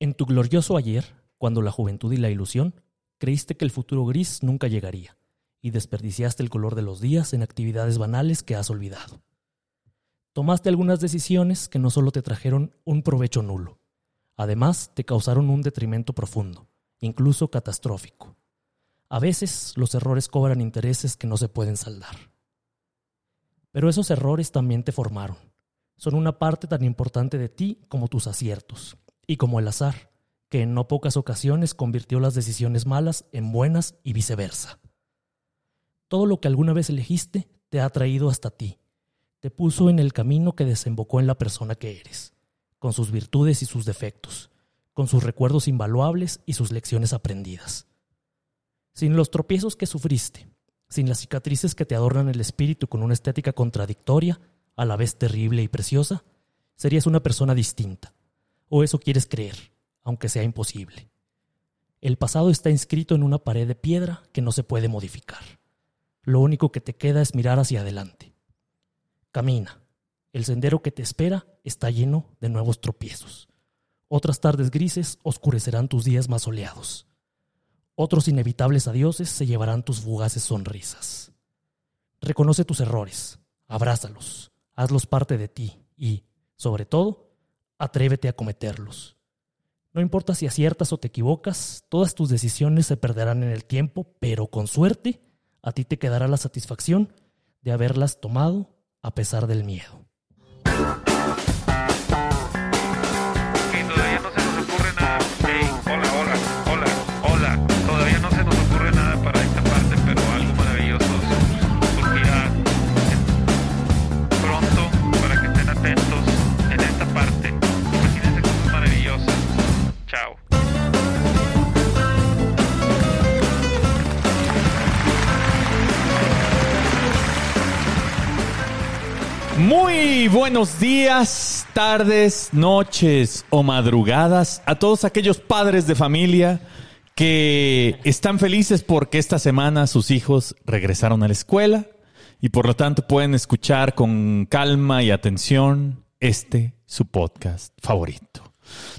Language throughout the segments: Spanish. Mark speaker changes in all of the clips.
Speaker 1: En tu glorioso ayer, cuando la juventud y la ilusión, creíste que el futuro gris nunca llegaría, y desperdiciaste el color de los días en actividades banales que has olvidado. Tomaste algunas decisiones que no solo te trajeron un provecho nulo, además te causaron un detrimento profundo, incluso catastrófico. A veces los errores cobran intereses que no se pueden saldar. Pero esos errores también te formaron. Son una parte tan importante de ti como tus aciertos, y como el azar, que en no pocas ocasiones convirtió las decisiones malas en buenas y viceversa. Todo lo que alguna vez elegiste te ha traído hasta ti, te puso en el camino que desembocó en la persona que eres, con sus virtudes y sus defectos, con sus recuerdos invaluables y sus lecciones aprendidas. Sin los tropiezos que sufriste, sin las cicatrices que te adornan el espíritu con una estética contradictoria, a la vez terrible y preciosa, serías una persona distinta, o eso quieres creer, aunque sea imposible. El pasado está inscrito en una pared de piedra que no se puede modificar. Lo único que te queda es mirar hacia adelante. Camina. El sendero que te espera está lleno de nuevos tropiezos. Otras tardes grises oscurecerán tus días más soleados. Otros inevitables adioses se llevarán tus fugaces sonrisas. Reconoce tus errores, abrázalos, hazlos parte de ti y, sobre todo, atrévete a cometerlos. No importa si aciertas o te equivocas, todas tus decisiones se perderán en el tiempo, pero con suerte a ti te quedará la satisfacción de haberlas tomado a pesar del miedo.
Speaker 2: Que todavía no se nos ocurre nada. Ey, hola, hola, hola, hola. Todavía no se nos ocurre nada para esta parte, pero algo maravilloso sur- surgirá en- pronto para que estén atentos en esta parte. Imagínense cosas maravillosas. Chao.
Speaker 3: Muy buenos días, tardes, noches o madrugadas a todos aquellos padres de familia que están felices porque esta semana sus hijos regresaron a la escuela y por lo tanto pueden escuchar con calma y atención este su podcast favorito.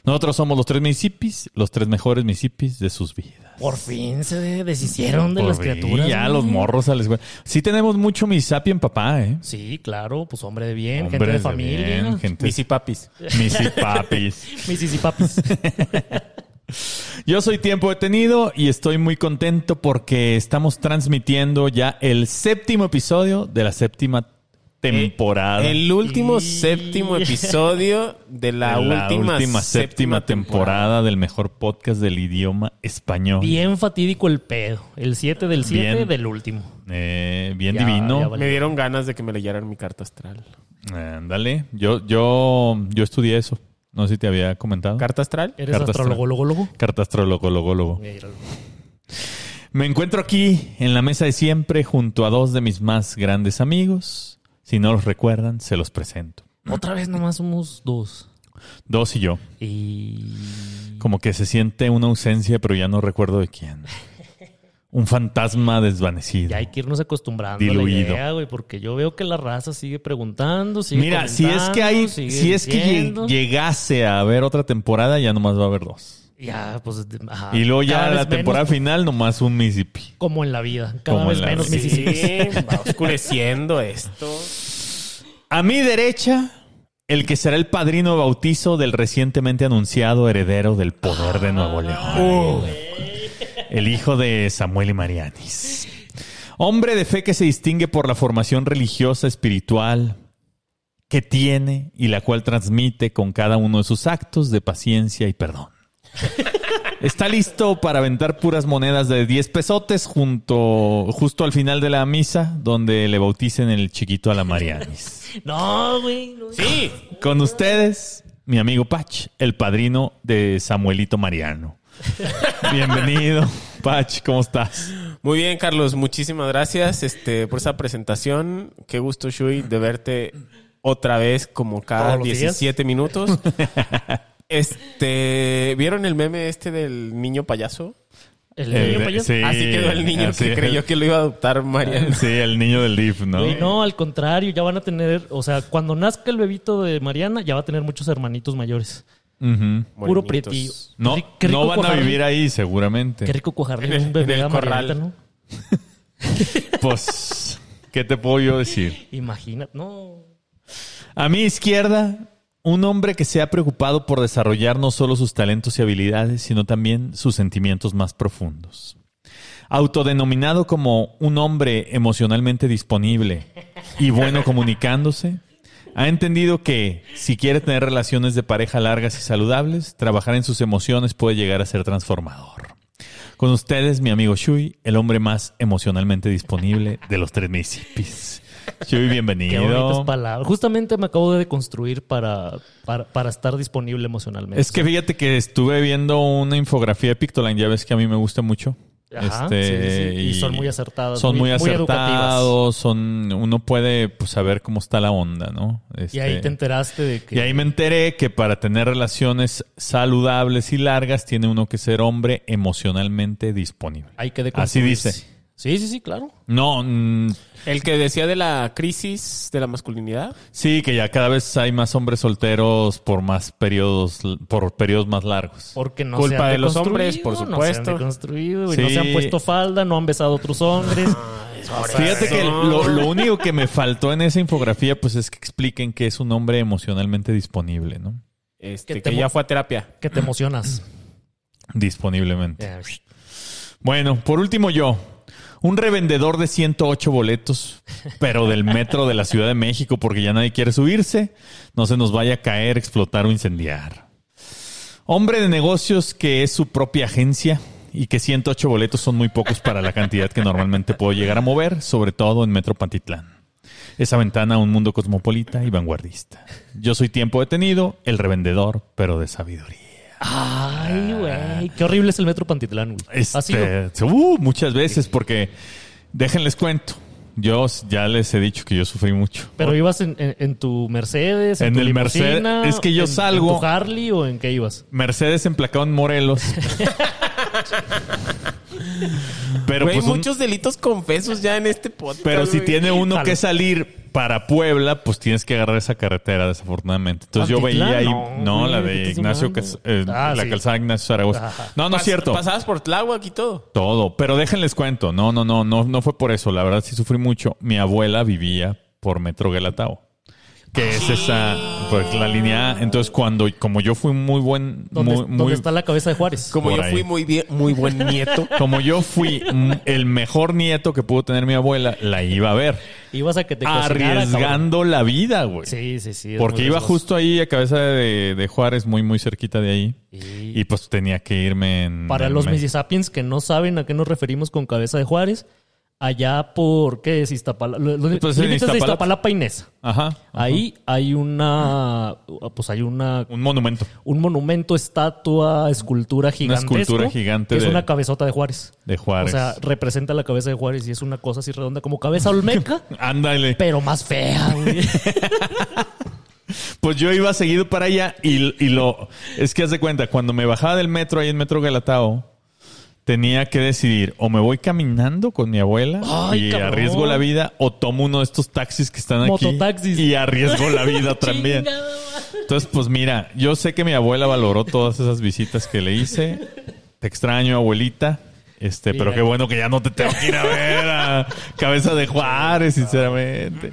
Speaker 3: Nosotros somos los tres municipios, los tres mejores municipios de sus vidas.
Speaker 1: Por fin se deshicieron de
Speaker 3: Por
Speaker 1: las
Speaker 3: fin,
Speaker 1: criaturas.
Speaker 3: Ya
Speaker 1: ¿no?
Speaker 3: los morros a la escuela. Sí tenemos mucho misapi en papá, ¿eh?
Speaker 1: Sí, claro, pues hombre de bien, gente
Speaker 3: Hombres
Speaker 1: de
Speaker 3: de
Speaker 1: familia.
Speaker 3: bien, gente-
Speaker 4: Misipapis.
Speaker 3: Misipapis.
Speaker 1: Misisipapis.
Speaker 3: Yo soy Tiempo Detenido y estoy muy contento porque estamos transmitiendo ya el séptimo episodio de la séptima temporada.
Speaker 4: Eh, El último
Speaker 1: Y-
Speaker 4: séptimo episodio de la,
Speaker 3: De
Speaker 4: última,
Speaker 3: séptima temporada del mejor podcast del idioma español. Bien,
Speaker 1: bien fatídico el pedo. El 7 del 7
Speaker 3: Bien.
Speaker 1: del último.
Speaker 3: eh, bien
Speaker 1: Ya, ya
Speaker 3: divino.
Speaker 1: valió.
Speaker 4: Me dieron ganas de que me leyeran mi carta astral.
Speaker 3: Ándale. Yo, yo, yo estudié eso. No sé si te había comentado.
Speaker 4: ¿Carta astral?
Speaker 1: ¿Eres
Speaker 3: Carta
Speaker 1: astrólogo, logo, logo?
Speaker 3: Cartastrologologólogo.
Speaker 1: Míralo.
Speaker 3: Me encuentro aquí en la mesa de siempre junto a dos de mis más grandes amigos. Si no los recuerdan, se los presento.
Speaker 1: Otra vez nomás somos dos.
Speaker 3: Dos y yo.
Speaker 1: Y.
Speaker 3: Como que se siente una ausencia, pero ya no recuerdo de quién. Un fantasma desvanecido.
Speaker 1: Ya hay que irnos acostumbrando a la
Speaker 3: Diluido.
Speaker 1: idea, güey, porque yo veo que la raza sigue preguntando, sigue
Speaker 3: Mira, si es que hay,
Speaker 1: comentando, sigue
Speaker 3: si es que
Speaker 1: diciendo.
Speaker 3: lleg- llegase a haber otra temporada, ya nomás va a haber dos.
Speaker 1: Ya, pues. de- ajá.
Speaker 3: Y luego ya
Speaker 1: Cada
Speaker 3: la
Speaker 1: vez menos, pues.
Speaker 3: temporada final, nomás un Mississippi.
Speaker 1: como en la vida. Cada
Speaker 3: Como en
Speaker 1: vez
Speaker 3: la
Speaker 1: menos
Speaker 3: vida.
Speaker 4: Sí,
Speaker 1: Mississippi.
Speaker 4: va oscureciendo esto.
Speaker 3: A mi derecha, el que será el padrino de bautizo del recientemente anunciado heredero del poder de Nuevo León. El hijo de Samuel y Marianis. Hombre de fe que se distingue por la formación religiosa, espiritual que tiene y la cual transmite con cada uno de sus actos de paciencia y perdón. Está listo para aventar puras monedas de 10 pesotes junto, justo al final de la misa donde le bauticen el chiquito a la Marianis.
Speaker 1: No, güey. no.
Speaker 4: Sí,
Speaker 3: Con ustedes, mi amigo Pach, el padrino de Samuelito Mariano. Bienvenido, Pach, ¿cómo estás?
Speaker 4: Muy bien, Carlos, muchísimas gracias este, por esa presentación. Qué gusto, Shui, de verte otra vez como cada
Speaker 1: Todos los días.
Speaker 4: 17 minutos. Este, ¿vieron el meme este del niño payaso?
Speaker 1: El niño
Speaker 3: de-
Speaker 1: payaso.
Speaker 3: sí,
Speaker 4: Así quedó el niño
Speaker 3: así
Speaker 4: que
Speaker 3: es.
Speaker 4: creyó que lo iba a adoptar Marian.
Speaker 3: Sí, el niño del DIF, ¿no?
Speaker 1: Güey, no, al contrario, ya van a tener, o sea, cuando nazca el bebito de Mariana, ya va a tener muchos hermanitos mayores.
Speaker 3: Ujú.
Speaker 1: Puro
Speaker 4: Morenitos.
Speaker 1: prietillo.
Speaker 3: No,
Speaker 1: Qué ri- qué
Speaker 3: no
Speaker 1: rico
Speaker 3: van a
Speaker 1: cuajarle-
Speaker 3: vivir ahí
Speaker 1: Qué
Speaker 3: seguramente.
Speaker 1: rico cuajarle
Speaker 4: En el-
Speaker 1: un bebé
Speaker 4: en el
Speaker 1: a Marianita,
Speaker 4: corral.
Speaker 1: ¿no?
Speaker 3: Pues, ¿qué te puedo yo decir?
Speaker 1: Imagínate, no.
Speaker 3: A mi izquierda, un hombre que se ha preocupado por desarrollar no solo sus talentos y habilidades, sino también sus sentimientos más profundos. Autodenominado como un hombre emocionalmente disponible y bueno comunicándose, ha entendido que si quiere tener relaciones de pareja largas y saludables, trabajar en sus emociones puede llegar a ser transformador. Con ustedes, mi amigo Shui, el hombre más emocionalmente disponible de los tres municipios. Shui,
Speaker 1: Qué
Speaker 3: bienvenido.
Speaker 1: bonitas palabras. Justamente me acabo de construir para, para, para estar disponible emocionalmente.
Speaker 3: Es que fíjate que estuve viendo una infografía de Pictoline, ya ves que a mí me gusta mucho.
Speaker 1: Ajá,
Speaker 3: Este,
Speaker 1: sí, sí, sí. Y son muy acertadas,
Speaker 3: Son muy,
Speaker 1: muy- muy
Speaker 3: acertados, son, uno puede pues, saber cómo está la onda, ¿no?
Speaker 1: Y ahí
Speaker 3: Este,
Speaker 1: te enteraste de que.
Speaker 3: y ahí me enteré que para tener relaciones saludables y largas tiene uno que ser hombre emocionalmente disponible.
Speaker 1: Hay que
Speaker 3: Así
Speaker 1: deconstruirse.
Speaker 3: dice.
Speaker 1: Sí, sí, sí, claro.
Speaker 3: No, mm,
Speaker 4: El que decía de la crisis de la masculinidad.
Speaker 3: sí, que ya cada vez hay más hombres solteros por más periodos, por periodos más largos.
Speaker 1: Porque no
Speaker 4: Culpa
Speaker 1: se han
Speaker 4: de los
Speaker 1: deconstruido,
Speaker 4: hombres, por
Speaker 1: No se
Speaker 4: supuesto.
Speaker 1: han deconstruido y no
Speaker 3: Sí.
Speaker 1: se han puesto falda, no han besado a otros hombres.
Speaker 3: Fíjate que
Speaker 4: No.
Speaker 3: lo, lo único que me faltó en esa infografía, pues es que expliquen que es un hombre emocionalmente disponible, ¿no?
Speaker 4: Este,
Speaker 1: Que
Speaker 4: que,
Speaker 1: te
Speaker 4: ya
Speaker 1: mo-
Speaker 4: fue a terapia.
Speaker 1: que te emocionas.
Speaker 3: Disponiblemente. Bueno, por último yo. Un revendedor de 108 boletos, pero del metro de la Ciudad de México, porque ya nadie quiere subirse, no se nos vaya a caer, explotar o incendiar. Hombre de negocios que es su propia agencia y que 108 boletos son muy pocos para la cantidad que normalmente puedo llegar a mover, sobre todo en Metro Pantitlán. Esa ventana a un mundo cosmopolita y vanguardista. Yo soy tiempo detenido, el revendedor, pero de sabiduría.
Speaker 1: Ay, güey. Qué horrible es el metro Pantitlán, güey. Ha sido-
Speaker 3: Este, uh, muchas veces, porque déjenles cuento. Yo s- ya les he dicho que yo sufrí mucho.
Speaker 1: Pero ibas en, en- en tu Mercedes, en,
Speaker 3: En
Speaker 1: tu
Speaker 3: el Mercedes.
Speaker 1: limusina,
Speaker 3: Es que yo
Speaker 1: en-
Speaker 3: salgo-
Speaker 1: ¿En tu Harley o en qué ibas?
Speaker 3: Mercedes emplacado en Morelos. pero
Speaker 4: Güey,
Speaker 3: pues un-
Speaker 4: muchos delitos confesos ya en este podcast.
Speaker 3: pero si
Speaker 4: güey.
Speaker 3: tiene uno
Speaker 1: Jalo.
Speaker 3: que salir para Puebla, pues tienes que agarrar esa carretera, desafortunadamente. Entonces yo
Speaker 1: ¿Pantitlán?
Speaker 3: veía ahí,
Speaker 1: No,
Speaker 3: no, la
Speaker 1: güey, ¿qué
Speaker 3: de
Speaker 1: estás
Speaker 3: Ignacio,
Speaker 1: hablando?
Speaker 3: Cas- eh,
Speaker 1: Ah,
Speaker 3: la
Speaker 1: sí.
Speaker 3: calzada Ignacio Zaragoza.
Speaker 1: Ajá.
Speaker 3: No, no es
Speaker 4: Pas-
Speaker 3: cierto.
Speaker 4: Pasabas por Tláhuac y todo.
Speaker 3: Todo, pero déjenles cuento. No, no, no, no, no fue por eso. La verdad sí sufrí mucho. Mi abuela vivía por Metro Guelatao, que es esa, pues la línea. A. Entonces cuando, como yo fui muy buen,
Speaker 1: ¿Dónde,
Speaker 3: muy,
Speaker 1: dónde
Speaker 3: muy-
Speaker 1: está la cabeza de Juárez?
Speaker 4: Como
Speaker 3: Por
Speaker 4: yo
Speaker 3: ahí.
Speaker 4: fui muy bien, muy buen nieto.
Speaker 3: como yo fui mm, el mejor nieto que pudo tener mi abuela, la iba a ver,
Speaker 1: Ibas a que te cocinara, cabrón.
Speaker 3: arriesgando la vida, güey.
Speaker 1: Sí, sí, sí. es
Speaker 3: Porque
Speaker 1: muy
Speaker 3: iba
Speaker 1: riesgoso.
Speaker 3: justo ahí a cabeza de, de Juárez, muy, muy cerquita de ahí.
Speaker 1: Y-
Speaker 3: Y pues tenía que irme en.
Speaker 1: Para
Speaker 3: en
Speaker 1: los
Speaker 3: mes-
Speaker 1: Misisapiens que no saben a qué nos referimos con cabeza de Juárez, allá por qué es Iztapalapa, los los
Speaker 3: Pues en
Speaker 1: límites de
Speaker 3: Iztapalapa.
Speaker 1: Iztapalapa y Nesa.
Speaker 3: Ajá.
Speaker 1: Ahí hay una, pues hay una,
Speaker 3: Un monumento
Speaker 1: un monumento, estatua, escultura gigantesca.
Speaker 3: escultura gigante
Speaker 1: Es
Speaker 3: de-
Speaker 1: una cabezota de Juárez.
Speaker 3: de
Speaker 1: O
Speaker 3: Juárez.
Speaker 1: sea, representa la cabeza de Juárez y es una cosa así redonda como cabeza olmeca,
Speaker 3: Ándale.
Speaker 1: pero más fea, güey.
Speaker 3: Pues yo iba seguido para allá y, y lo... Es que haz de cuenta, cuando me bajaba del metro, ahí en Metro Galatao, tenía que decidir o me voy caminando con mi abuela
Speaker 1: Ay,
Speaker 3: y
Speaker 1: cabrón.
Speaker 3: arriesgo la vida o tomo uno de estos taxis que están aquí
Speaker 1: Mototaxis.
Speaker 3: y arriesgo la vida también.
Speaker 1: Chingada.
Speaker 3: Entonces, pues mira, yo sé que mi abuela valoró todas esas visitas que le hice. Te extraño, abuelita. Este, pero
Speaker 1: Mira.
Speaker 3: qué bueno que ya no te tengo que ir a ver a Cabeza de Juárez, sinceramente.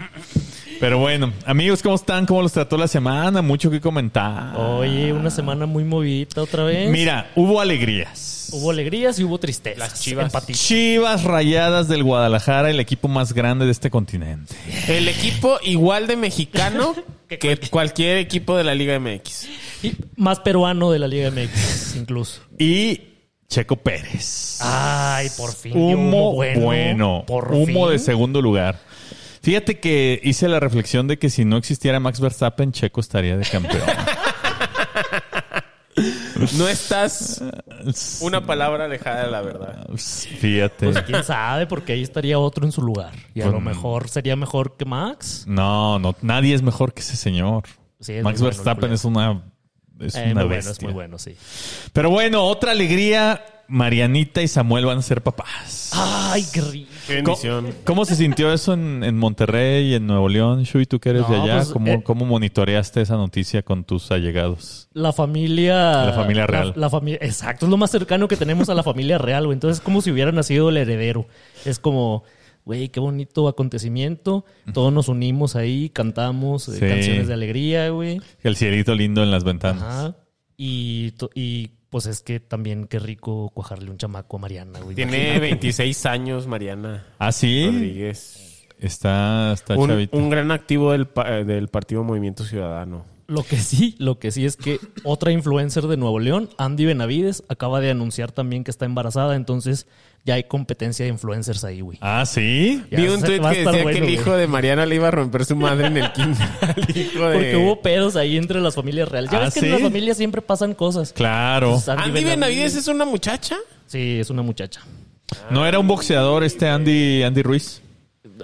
Speaker 3: Pero bueno, amigos, ¿cómo están? ¿Cómo los trató la semana? Mucho que comentar.
Speaker 1: Oye, una semana muy movidita otra vez.
Speaker 3: Mira, hubo alegrías.
Speaker 1: Hubo alegrías y hubo tristezas.
Speaker 4: Las chivas.
Speaker 1: Empatía.
Speaker 3: Chivas rayadas del Guadalajara, el equipo más grande de este continente.
Speaker 4: El equipo igual de mexicano que cualquier equipo de la Liga MX.
Speaker 1: Y más peruano de la Liga MX, incluso.
Speaker 3: Y Checo Pérez.
Speaker 1: Ah, Ay, por fin. dio
Speaker 3: Humo bueno.
Speaker 1: Por
Speaker 3: humo
Speaker 1: fin.
Speaker 3: de segundo lugar. Fíjate que hice la reflexión de que si no existiera Max Verstappen, Checo estaría de campeón.
Speaker 4: No estás una palabra alejada de la verdad.
Speaker 3: Fíjate.
Speaker 1: Pues quién sabe, porque ahí estaría otro en su lugar. Y a lo mejor sería mejor que Max.
Speaker 3: No, no, nadie es mejor que ese señor.
Speaker 1: Sí, es muy
Speaker 3: Max
Speaker 1: bueno el
Speaker 3: Verstappen
Speaker 1: culero.
Speaker 3: es una, es
Speaker 1: Eh, muy
Speaker 3: una
Speaker 1: bueno,
Speaker 3: bestia.
Speaker 1: es muy bueno, sí. Ah.
Speaker 3: Pero bueno, otra alegría. Marianita y Samuel van a ser papás.
Speaker 1: Ay, qué rico.
Speaker 4: Qué
Speaker 3: ¿Cómo,
Speaker 4: bendición.
Speaker 3: cómo se sintió eso en, en Monterrey, en Nuevo León? Shui, tú que eres de
Speaker 1: No,
Speaker 3: allá,
Speaker 1: pues,
Speaker 3: ¿cómo,
Speaker 1: eh,
Speaker 3: cómo monitoreaste esa noticia con tus allegados?
Speaker 1: La familia.
Speaker 3: La familia real.
Speaker 1: La, familia. Exacto, es lo más cercano que tenemos a la familia real, güey. Entonces es como si hubiera nacido el heredero. Es como, güey, qué bonito acontecimiento. Todos nos unimos ahí, cantamos eh,
Speaker 3: Sí.
Speaker 1: canciones de alegría, güey.
Speaker 3: El cielito lindo en las ventanas.
Speaker 1: Ajá. Y, to- y pues es que también qué rico cuajarle un chamaco a Mariana, güey.
Speaker 4: Tiene
Speaker 1: Imagínate.
Speaker 4: 26 años, Mariana
Speaker 3: ¿Ah, sí?
Speaker 4: Rodríguez.
Speaker 3: Está, está
Speaker 4: Un,
Speaker 3: chavito.
Speaker 4: un gran activo del, pa- eh, del Partido Movimiento Ciudadano.
Speaker 1: Lo que sí, lo que sí es que otra influencer de Nuevo León, Andy Benavides, acaba de anunciar también que está embarazada, entonces ya hay competencia de influencers ahí, güey.
Speaker 3: ¿Ah, sí?
Speaker 1: Ya
Speaker 4: Vi un
Speaker 1: se-
Speaker 4: tuit
Speaker 1: va a
Speaker 4: que
Speaker 1: estar
Speaker 4: decía
Speaker 1: bueno,
Speaker 4: que el
Speaker 1: güey.
Speaker 4: hijo de Mariana le iba a romper su madre en el kinder. al hijo de...
Speaker 1: Porque hubo pedos ahí entre las familias reales. Ya
Speaker 3: ¿Ah,
Speaker 1: ves que
Speaker 3: sí?
Speaker 1: en las familias siempre pasan cosas.
Speaker 3: Claro.
Speaker 1: Entonces,
Speaker 4: Ah, ¿Andy Benavides es una muchacha?
Speaker 1: Sí, es una muchacha.
Speaker 3: ¿No era un boxeador este Andy, Andy Ruiz?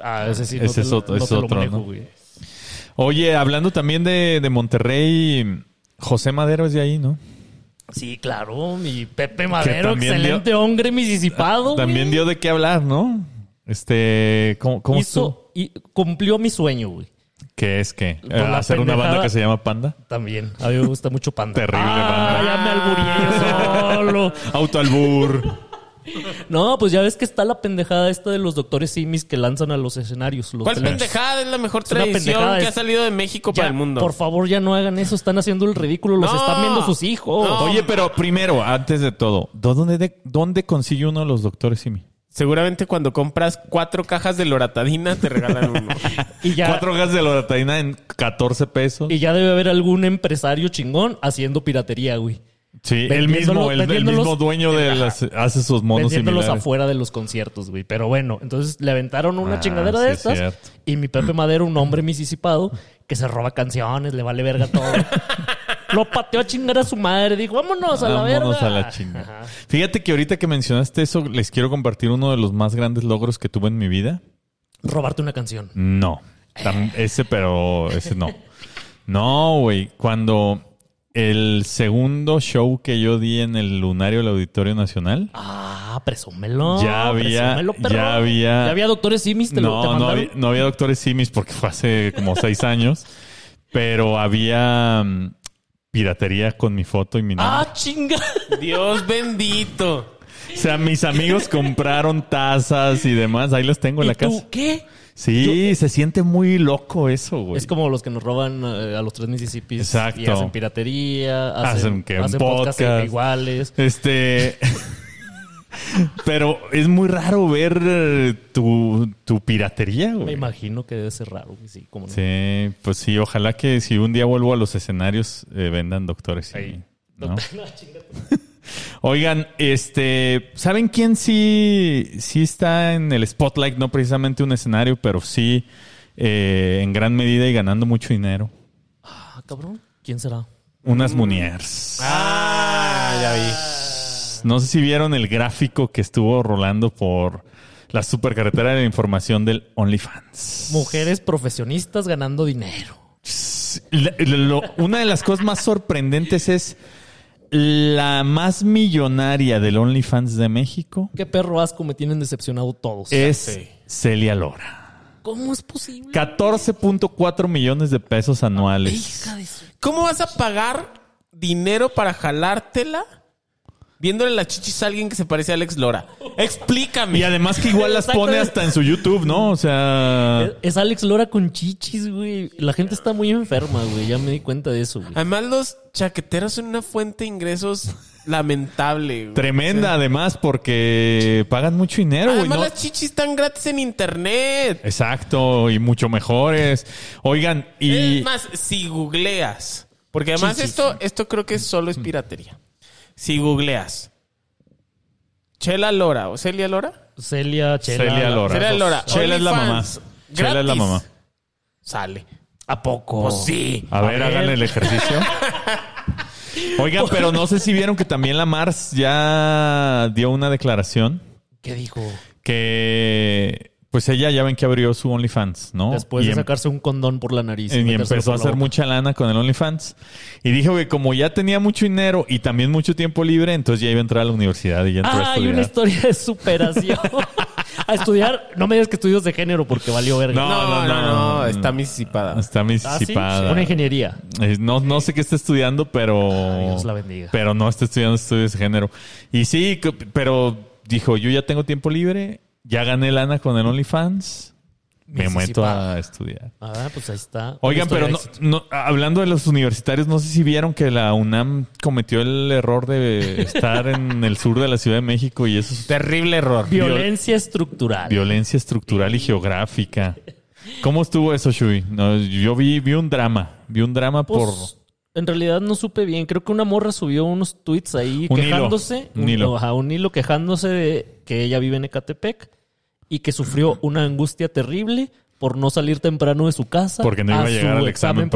Speaker 1: Ah, ese sí, no
Speaker 3: Ese
Speaker 1: te
Speaker 3: es
Speaker 1: lo-
Speaker 3: otro-
Speaker 1: no
Speaker 3: es
Speaker 1: te lo
Speaker 3: otro,
Speaker 1: manejo,
Speaker 3: ¿no?
Speaker 1: güey.
Speaker 3: Oye, hablando también de, de Monterrey, José Madero es de ahí, ¿no?
Speaker 1: Sí, claro, mi Pepe Madero,
Speaker 3: también Ah,
Speaker 1: excelente hombre misisipado.
Speaker 3: También dio de qué hablar, ¿no? Este, ¿cómo, cómo estuvo?
Speaker 1: hizo y cumplió mi sueño, güey.
Speaker 3: ¿Qué es qué?
Speaker 1: Por la
Speaker 3: ¿Hacer una
Speaker 1: pendejada-
Speaker 3: banda que se llama Panda?
Speaker 1: También. A mí me gusta mucho Panda.
Speaker 3: Terrible
Speaker 1: Ah,
Speaker 3: banda.
Speaker 1: ya me alburié yo solo.
Speaker 3: Autoalbur.
Speaker 1: No, pues ya ves que está la pendejada esta de los doctores simis que lanzan a los escenarios. Los
Speaker 4: ¿Cuál
Speaker 1: telan-
Speaker 4: pendejada es la mejor
Speaker 1: una
Speaker 4: tradición
Speaker 1: pendejada,
Speaker 4: que
Speaker 1: Pues es-
Speaker 4: ha salido de México
Speaker 1: Ya,
Speaker 4: para el mundo?
Speaker 1: Por favor, ya no hagan eso. Están haciendo el ridículo. Los
Speaker 4: No.
Speaker 1: están viendo sus hijos.
Speaker 4: No.
Speaker 3: Oye, pero primero, antes de todo, ¿dó- ¿dónde, de- dónde consigue uno los doctores Simi?
Speaker 4: Seguramente cuando compras cuatro cajas de loratadina te regalan uno.
Speaker 1: Y ya,
Speaker 3: Cuatro gas de loratadina en 14 pesos.
Speaker 1: y ya debe haber algún empresario chingón haciendo piratería, güey.
Speaker 3: sí, el mismo,
Speaker 1: vendiéndolo-
Speaker 3: el, el
Speaker 1: vendiéndolos-
Speaker 3: mismo dueño de las, hace sus monos
Speaker 1: vendiéndolos
Speaker 3: similares.
Speaker 1: afuera de los conciertos, güey. Pero bueno, entonces le aventaron una
Speaker 3: Ah,
Speaker 1: chingadera
Speaker 3: sí
Speaker 1: de
Speaker 3: es
Speaker 1: estas.
Speaker 3: cierto.
Speaker 1: y mi Pepe Madero, un hombre misisipado, que se roba canciones, le vale verga todo. Lo pateó a chingar a su madre. Dijo, vámonos a la verga.
Speaker 3: Vámonos a la chinga.
Speaker 1: Ajá.
Speaker 3: Fíjate que ahorita que mencionaste eso, les quiero compartir uno de los más grandes logros que tuve en mi vida.
Speaker 1: Robarte una canción.
Speaker 3: No. Tam- ese, pero ese no. No, güey. Cuando el segundo show que yo di en el lunario del Auditorio Nacional.
Speaker 1: Ah, presúmelo.
Speaker 3: Ya había-
Speaker 1: presúmelo, perro.
Speaker 3: ya había-
Speaker 1: Ya había doctores simis, te, lo, te
Speaker 3: no, no
Speaker 1: mandaron.
Speaker 3: había, no había doctores simis porque fue hace como seis años. Pero había mm, piratería con mi foto y mi nombre.
Speaker 1: Ah, chinga.
Speaker 4: Dios bendito.
Speaker 3: O sea, mis amigos compraron tazas y demás. Ahí las tengo
Speaker 1: ¿Y
Speaker 3: en la
Speaker 1: tú
Speaker 3: casa.
Speaker 1: qué?
Speaker 3: Sí, se siente muy loco eso, güey.
Speaker 1: Es como los que nos roban eh, a los tres Mississippis.
Speaker 3: Exacto.
Speaker 1: Y hacen piratería,
Speaker 3: Hacen
Speaker 1: hacen,
Speaker 3: que
Speaker 1: que
Speaker 3: un
Speaker 1: hacen podcasts
Speaker 3: podcast.
Speaker 1: iguales.
Speaker 3: Este. Pero es muy raro ver eh, tu, tu piratería,
Speaker 1: Me
Speaker 3: güey.
Speaker 1: imagino que debe ser raro, güey, sí, como no.
Speaker 3: Sí, pues sí, ojalá que si un día vuelvo a los escenarios eh, vendan doctores. y-
Speaker 1: Ahí.
Speaker 3: ¿no? Oigan, este, ¿saben quién sí, sí está en el spotlight? No precisamente un escenario, pero sí eh, en gran medida y ganando mucho dinero.
Speaker 1: Ah, cabrón. ¿Quién será?
Speaker 3: Unas Muniers.
Speaker 4: Mm. Ah, ya vi.
Speaker 3: No sé si vieron el gráfico que estuvo rolando por la supercarretera de la información del OnlyFans.
Speaker 1: Mujeres profesionistas ganando dinero.
Speaker 3: La- la- lo- una de las cosas más sorprendentes es la más millonaria del OnlyFans de México
Speaker 1: Qué perro asco me tienen decepcionado todos.
Speaker 3: es Celia Lora.
Speaker 1: ¿Cómo es posible?
Speaker 3: 14.4 millones de pesos anuales.
Speaker 1: Hija de su-
Speaker 4: ¿Cómo vas a pagar dinero para jalártela viéndole las chichis a alguien que se parece a Alex Lora? Explícame.
Speaker 3: Y además que igual las pone hasta en su YouTube, ¿no? O sea...
Speaker 1: Es- Es Alex Lora con chichis, güey. La gente está muy enferma, güey. Ya me di cuenta de eso, güey.
Speaker 4: Además, los chaqueteros son una fuente de ingresos lamentable. güey.
Speaker 3: Tremenda además porque pagan mucho dinero. güey,
Speaker 4: Además,
Speaker 3: ¿no?
Speaker 4: las chichis están gratis en internet.
Speaker 3: Exacto, y mucho mejores. Oigan, y
Speaker 4: Es más, si googleas, porque además
Speaker 1: Sí, sí,
Speaker 4: esto, esto creo que solo
Speaker 3: Mm.
Speaker 4: es piratería. Si googleas Chela Lora o Celia Lora,
Speaker 1: Celia, Chela.
Speaker 3: Celia Lora.
Speaker 4: Celia Lora,
Speaker 3: Chela es la mamá.
Speaker 4: OnlyFans,
Speaker 3: Chela es la
Speaker 4: gratis.
Speaker 3: mamá. Oh.
Speaker 4: sale.
Speaker 1: ¿A poco?
Speaker 4: Pues sí.
Speaker 3: A, ver,
Speaker 1: A ver.
Speaker 3: hagan el ejercicio. Oigan, pero no sé si vieron que también la Mars ya dio una declaración
Speaker 1: ¿Qué dijo?
Speaker 3: que pues ella ya ven que abrió su OnlyFans, ¿no?
Speaker 1: Después
Speaker 3: Y
Speaker 1: de
Speaker 3: em-
Speaker 1: sacarse un condón por la nariz.
Speaker 3: y
Speaker 1: metérselo
Speaker 3: empezó a
Speaker 1: por la
Speaker 3: hacer
Speaker 1: boca.
Speaker 3: mucha lana con el OnlyFans. Y dijo que como ya tenía mucho dinero y también mucho tiempo libre, entonces ya iba a entrar a la universidad y ya entró a
Speaker 1: Ah, hay
Speaker 3: estudiar.
Speaker 1: una historia de superación. a estudiar, no me digas que estudios de género porque valió verga.
Speaker 3: No, no, no, no.
Speaker 4: está misipada.
Speaker 3: Está
Speaker 1: Ah, sí,
Speaker 3: misipada.
Speaker 1: Una ingeniería.
Speaker 3: Eh, No, no sé qué está estudiando, pero.
Speaker 1: Ah, Dios la bendiga.
Speaker 3: Pero no está estudiando estudios de género. Y sí, que- pero dijo: Yo ya tengo tiempo libre, ya gané lana con el OnlyFans, me meto a estudiar.
Speaker 1: Ah, pues ahí está. Una
Speaker 3: Oigan,
Speaker 1: historia
Speaker 3: pero
Speaker 1: de
Speaker 3: no,
Speaker 1: éxito.
Speaker 3: no- hablando de los universitarios, no sé si vieron que la UNAM cometió el error de estar en el sur de la Ciudad de México y eso es
Speaker 4: Terrible error.
Speaker 3: Viol-
Speaker 1: Violencia estructural.
Speaker 3: violencia estructural y geográfica. ¿Cómo estuvo eso, Shui? No, yo vi, vi un drama, vi un drama por...
Speaker 1: Pues, en realidad no supe bien. Creo que una morra subió unos tweets ahí
Speaker 3: Un hilo.
Speaker 1: quejándose.
Speaker 3: Un hilo.
Speaker 1: ajá, un hilo quejándose de que ella vive en Ecatepec y que sufrió una angustia terrible por no salir temprano de su casa
Speaker 3: Porque no iba a llegar
Speaker 1: su
Speaker 3: al examen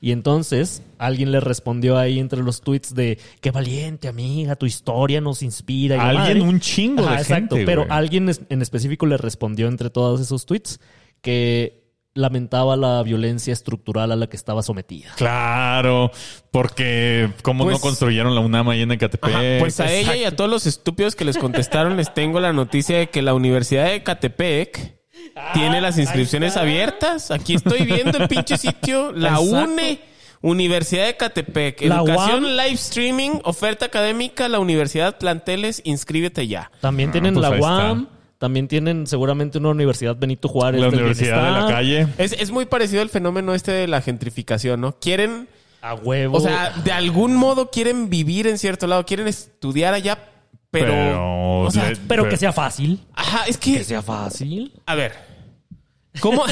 Speaker 1: Y entonces alguien le respondió ahí entre los tweets de qué valiente amiga, tu historia nos inspira. Y la
Speaker 3: Alguien,
Speaker 1: madre".
Speaker 3: un chingo de
Speaker 1: Ajá, exacto,
Speaker 3: gente,
Speaker 1: pero
Speaker 3: güey.
Speaker 1: alguien es- en específico le respondió entre todos esos tweets que lamentaba la violencia estructural a la que estaba sometida.
Speaker 3: Claro, porque cómo
Speaker 4: Pues-
Speaker 3: no construyeron la UNAM ahí en Ecatepec.
Speaker 4: Ajá, pues a ella y a todos los estúpidos que les contestaron les tengo la noticia de que la Universidad de Catepec
Speaker 1: Ah,
Speaker 4: tiene las inscripciones abiertas. Aquí estoy viendo el pinche sitio, la
Speaker 1: Exacto.
Speaker 4: UNE, Universidad de Catepec,
Speaker 1: La
Speaker 4: educación
Speaker 1: UAM.
Speaker 4: live streaming, oferta académica, la universidad planteles, inscríbete ya.
Speaker 1: También tienen
Speaker 3: pues
Speaker 1: la
Speaker 3: ahí
Speaker 1: UAM, también tienen seguramente una universidad Benito Juárez.
Speaker 3: la
Speaker 1: del
Speaker 3: Universidad de la
Speaker 1: Bienestar.
Speaker 3: Calle.
Speaker 4: Es, es muy parecido al fenómeno este de la gentrificación, ¿no? Quieren,
Speaker 1: A huevo.
Speaker 4: o sea, de algún modo quieren vivir en cierto lado, quieren estudiar allá, pero...
Speaker 3: Pero-
Speaker 4: o sea,
Speaker 3: le-
Speaker 1: pero que sea fácil.
Speaker 4: ajá, es que...
Speaker 1: Que sea fácil.
Speaker 4: A ver. ¿Cómo?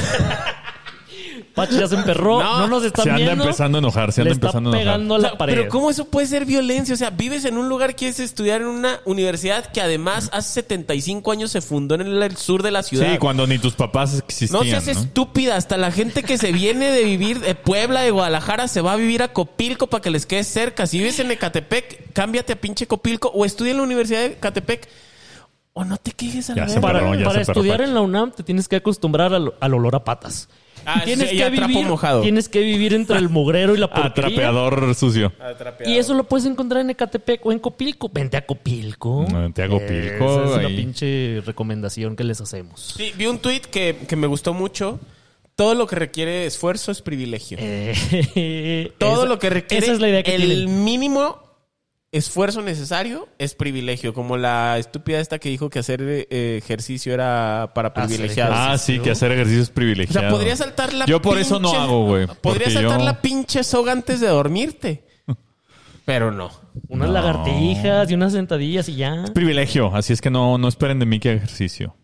Speaker 1: Pachi ya se emperró. No,
Speaker 4: No,
Speaker 1: nos están
Speaker 3: Se anda
Speaker 1: viendo.
Speaker 3: empezando a enojar, se
Speaker 1: Le
Speaker 3: anda
Speaker 1: está
Speaker 3: empezando a enojar.
Speaker 1: pegando a
Speaker 4: O
Speaker 1: la
Speaker 4: sea,
Speaker 1: pared.
Speaker 4: Pero ¿cómo eso puede ser violencia? O sea, vives en un lugar, quieres estudiar en una universidad que además hace 75 años se fundó en el sur de la ciudad.
Speaker 3: Sí, cuando ni tus papás
Speaker 4: no
Speaker 3: existían.
Speaker 4: seas estúpida, hasta la gente que se viene de vivir de Puebla, de Guadalajara, se va a vivir a Copilco para que les quede cerca. Si vives en Ecatepec, cámbiate a pinche Copilco o estudia en la Universidad de Ecatepec o no te quejes a
Speaker 3: Ya
Speaker 4: la
Speaker 3: se
Speaker 4: verga.
Speaker 1: Para,
Speaker 3: Perdón, ya
Speaker 1: para
Speaker 3: se
Speaker 1: estudiar
Speaker 3: perro,
Speaker 1: en la UNAM te tienes que acostumbrar al, al olor a patas.
Speaker 4: Ah,
Speaker 1: Y tienes,
Speaker 4: sí,
Speaker 1: que
Speaker 4: ya trapo
Speaker 1: vivir,
Speaker 4: mojado.
Speaker 1: tienes que vivir entre el mugrero y la
Speaker 3: Ah,
Speaker 1: porquería.
Speaker 3: trapeador sucio.
Speaker 1: Y eso lo puedes encontrar en Ecatepec o en Copilco. Vente a Copilco.
Speaker 3: No, vente a Copilco,
Speaker 1: Esa es una
Speaker 3: ahí.
Speaker 1: pinche recomendación que les hacemos.
Speaker 4: Sí, vi un tuit que, que me gustó mucho. Todo lo que requiere esfuerzo es privilegio.
Speaker 1: Eh,
Speaker 4: Todo
Speaker 1: esa-
Speaker 4: lo que requiere
Speaker 1: Esa es la idea que
Speaker 4: el
Speaker 1: tienen.
Speaker 4: mínimo esfuerzo necesario es privilegio. Como la estúpida esta que dijo que hacer eh, ejercicio era para
Speaker 1: Hacer
Speaker 4: privilegiados.
Speaker 3: Ah, sí, que hacer ejercicios
Speaker 4: o
Speaker 3: privilegiados.
Speaker 4: sea, podría saltar la
Speaker 3: Yo por eso no hago, güey,
Speaker 4: Podría
Speaker 3: porque
Speaker 4: saltar
Speaker 3: yo-
Speaker 4: la pinche soga antes de dormirte. Pero no.
Speaker 1: Unas
Speaker 3: No.
Speaker 1: lagartijas y unas sentadillas y ya.
Speaker 3: Privilegio, así es que no, no esperen de mí que haga ejercicio.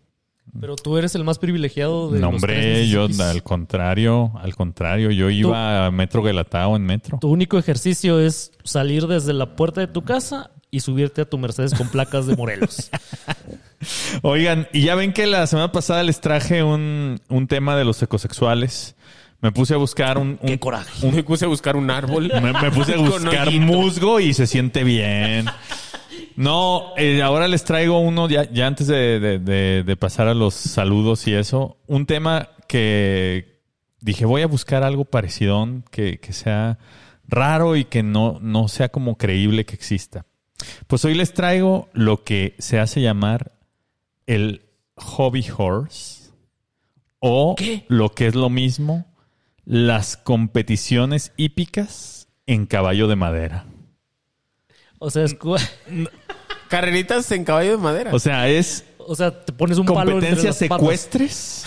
Speaker 1: Pero tú eres el más privilegiado de
Speaker 3: No,
Speaker 1: los
Speaker 3: hombre,
Speaker 1: tres
Speaker 3: yo
Speaker 1: Mississippis.
Speaker 3: al contrario, al contrario, yo iba a metro gelatao en metro.
Speaker 1: Tu único ejercicio es salir desde la puerta de tu casa y subirte a tu Mercedes con placas de Morelos.
Speaker 3: Oigan, y ya ven que la semana pasada les traje un, un tema de los ecosexuales. Me puse a buscar un... un-
Speaker 1: Qué coraje.
Speaker 4: Me puse a buscar un árbol.
Speaker 3: me, me puse a
Speaker 4: Con
Speaker 3: buscar
Speaker 4: hoyito.
Speaker 3: musgo y se siente bien. No, eh, ahora les traigo uno, ya, ya antes de, de- de- de pasar a los saludos y eso, un tema que dije voy a buscar algo parecido que, que sea raro y que no, no sea como creíble que exista. Pues hoy les traigo lo que se hace llamar el hobby horse o lo que es lo mismo, las competiciones hípicas en caballo de madera.
Speaker 1: O sea, es cu-
Speaker 4: Carreritas en caballo de madera.
Speaker 3: O sea, es
Speaker 1: o sea, te pones un palo entre
Speaker 3: competencias
Speaker 1: las patas.
Speaker 3: secuestres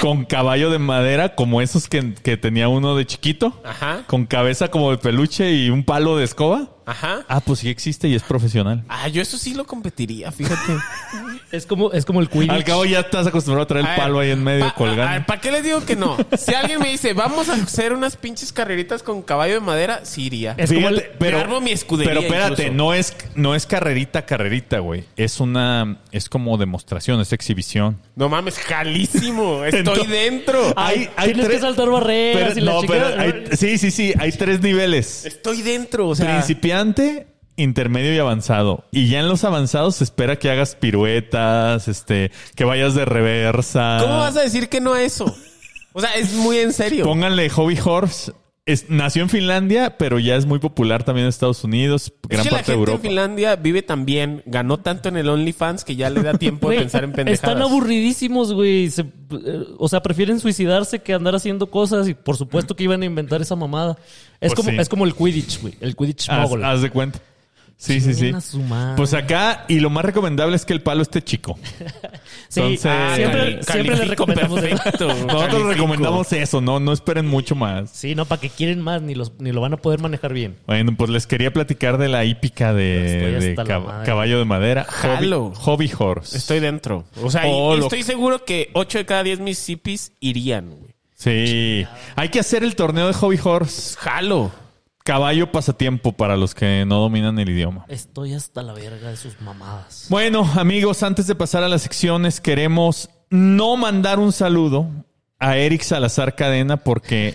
Speaker 3: con caballo de madera como esos que, que tenía uno de chiquito,
Speaker 4: Ajá.
Speaker 3: con cabeza como de peluche y un palo de escoba.
Speaker 4: Ajá.
Speaker 3: Ah, pues sí existe y es profesional.
Speaker 4: Ah, yo eso sí lo competiría, fíjate.
Speaker 1: Es como, es como el Quidditch.
Speaker 3: Al cabo ya estás acostumbrado a traer
Speaker 1: Ah,
Speaker 3: el palo ahí en medio colgando.
Speaker 4: ¿Para qué les digo que no? Si alguien me dice, vamos a hacer unas pinches carreritas con caballo de madera, sí iría.
Speaker 1: Es como el-
Speaker 4: me armo mi escudería
Speaker 3: pero espérate,
Speaker 4: incluso.
Speaker 3: no es, no es carrerita, carrerita, güey. Es una, es como demostración, es exhibición.
Speaker 4: No mames, jalísimo. Estoy
Speaker 3: Entonces-
Speaker 4: dentro.
Speaker 3: Hay- hay
Speaker 1: Tienes
Speaker 3: tres-
Speaker 1: que saltar barreras
Speaker 3: Pero-
Speaker 1: y la
Speaker 3: no,
Speaker 1: chingada.
Speaker 3: pero hay- sí, sí, sí, hay tres niveles.
Speaker 4: Estoy dentro. O sea,
Speaker 3: Principiante, intermedio y avanzado. Y ya en los avanzados se espera que hagas piruetas, este, que vayas de reversa.
Speaker 4: ¿cómo vas a decir que no a eso? O sea, es muy en serio.
Speaker 3: Pónganle hobby horse es- nació en Finlandia, pero ya es muy popular también en Estados Unidos, gran
Speaker 4: es que la
Speaker 3: parte de
Speaker 4: gente en
Speaker 3: Europa.
Speaker 4: Finlandia vive tan bien, ganó tanto en el OnlyFans que ya le da tiempo de
Speaker 1: Güey,
Speaker 4: pensar en pendejadas.
Speaker 1: Están aburridísimos, güey. Se- eh, o sea, prefieren suicidarse que andar haciendo cosas y por supuesto que iban a inventar esa mamada. Es,
Speaker 3: Pues
Speaker 1: como,
Speaker 3: sí.
Speaker 1: es como el Quidditch, güey. El Quidditch
Speaker 3: Haz,
Speaker 1: Mogul.
Speaker 3: haz de cuenta. Sí, sí, sí.
Speaker 1: Chinguen a su madre.
Speaker 3: Pues acá, y lo más recomendable es que el palo esté chico.
Speaker 1: Sí,
Speaker 3: entonces-
Speaker 1: ah, siempre,
Speaker 4: Cali-
Speaker 1: siempre les
Speaker 4: califico
Speaker 1: recomendamos eso.
Speaker 4: perfecto.
Speaker 3: Nosotros
Speaker 4: Califico.
Speaker 3: recomendamos eso, no, no esperen mucho más.
Speaker 1: Sí, no, para que quieren más, ni, los, ni lo van a poder manejar bien.
Speaker 3: Bueno, pues les quería platicar de la hípica de,
Speaker 1: Estoy
Speaker 3: de
Speaker 1: hasta la
Speaker 3: cab-
Speaker 1: madre.
Speaker 3: caballo de madera,
Speaker 4: Jalo.
Speaker 3: hobby, hobby horse.
Speaker 4: Estoy dentro. O sea, y-
Speaker 3: Oh,
Speaker 4: y
Speaker 3: lo-
Speaker 4: estoy seguro que 8 de cada 10 Mississippis irían, güey.
Speaker 3: Sí, hay que hacer el torneo de hobby horse,
Speaker 4: Jalo.
Speaker 3: caballo pasatiempo para los que no dominan el idioma.
Speaker 1: Estoy hasta la verga de sus mamadas.
Speaker 3: Bueno, amigos, antes de pasar a las secciones, queremos no mandar un saludo a Eric Salazar Cadena porque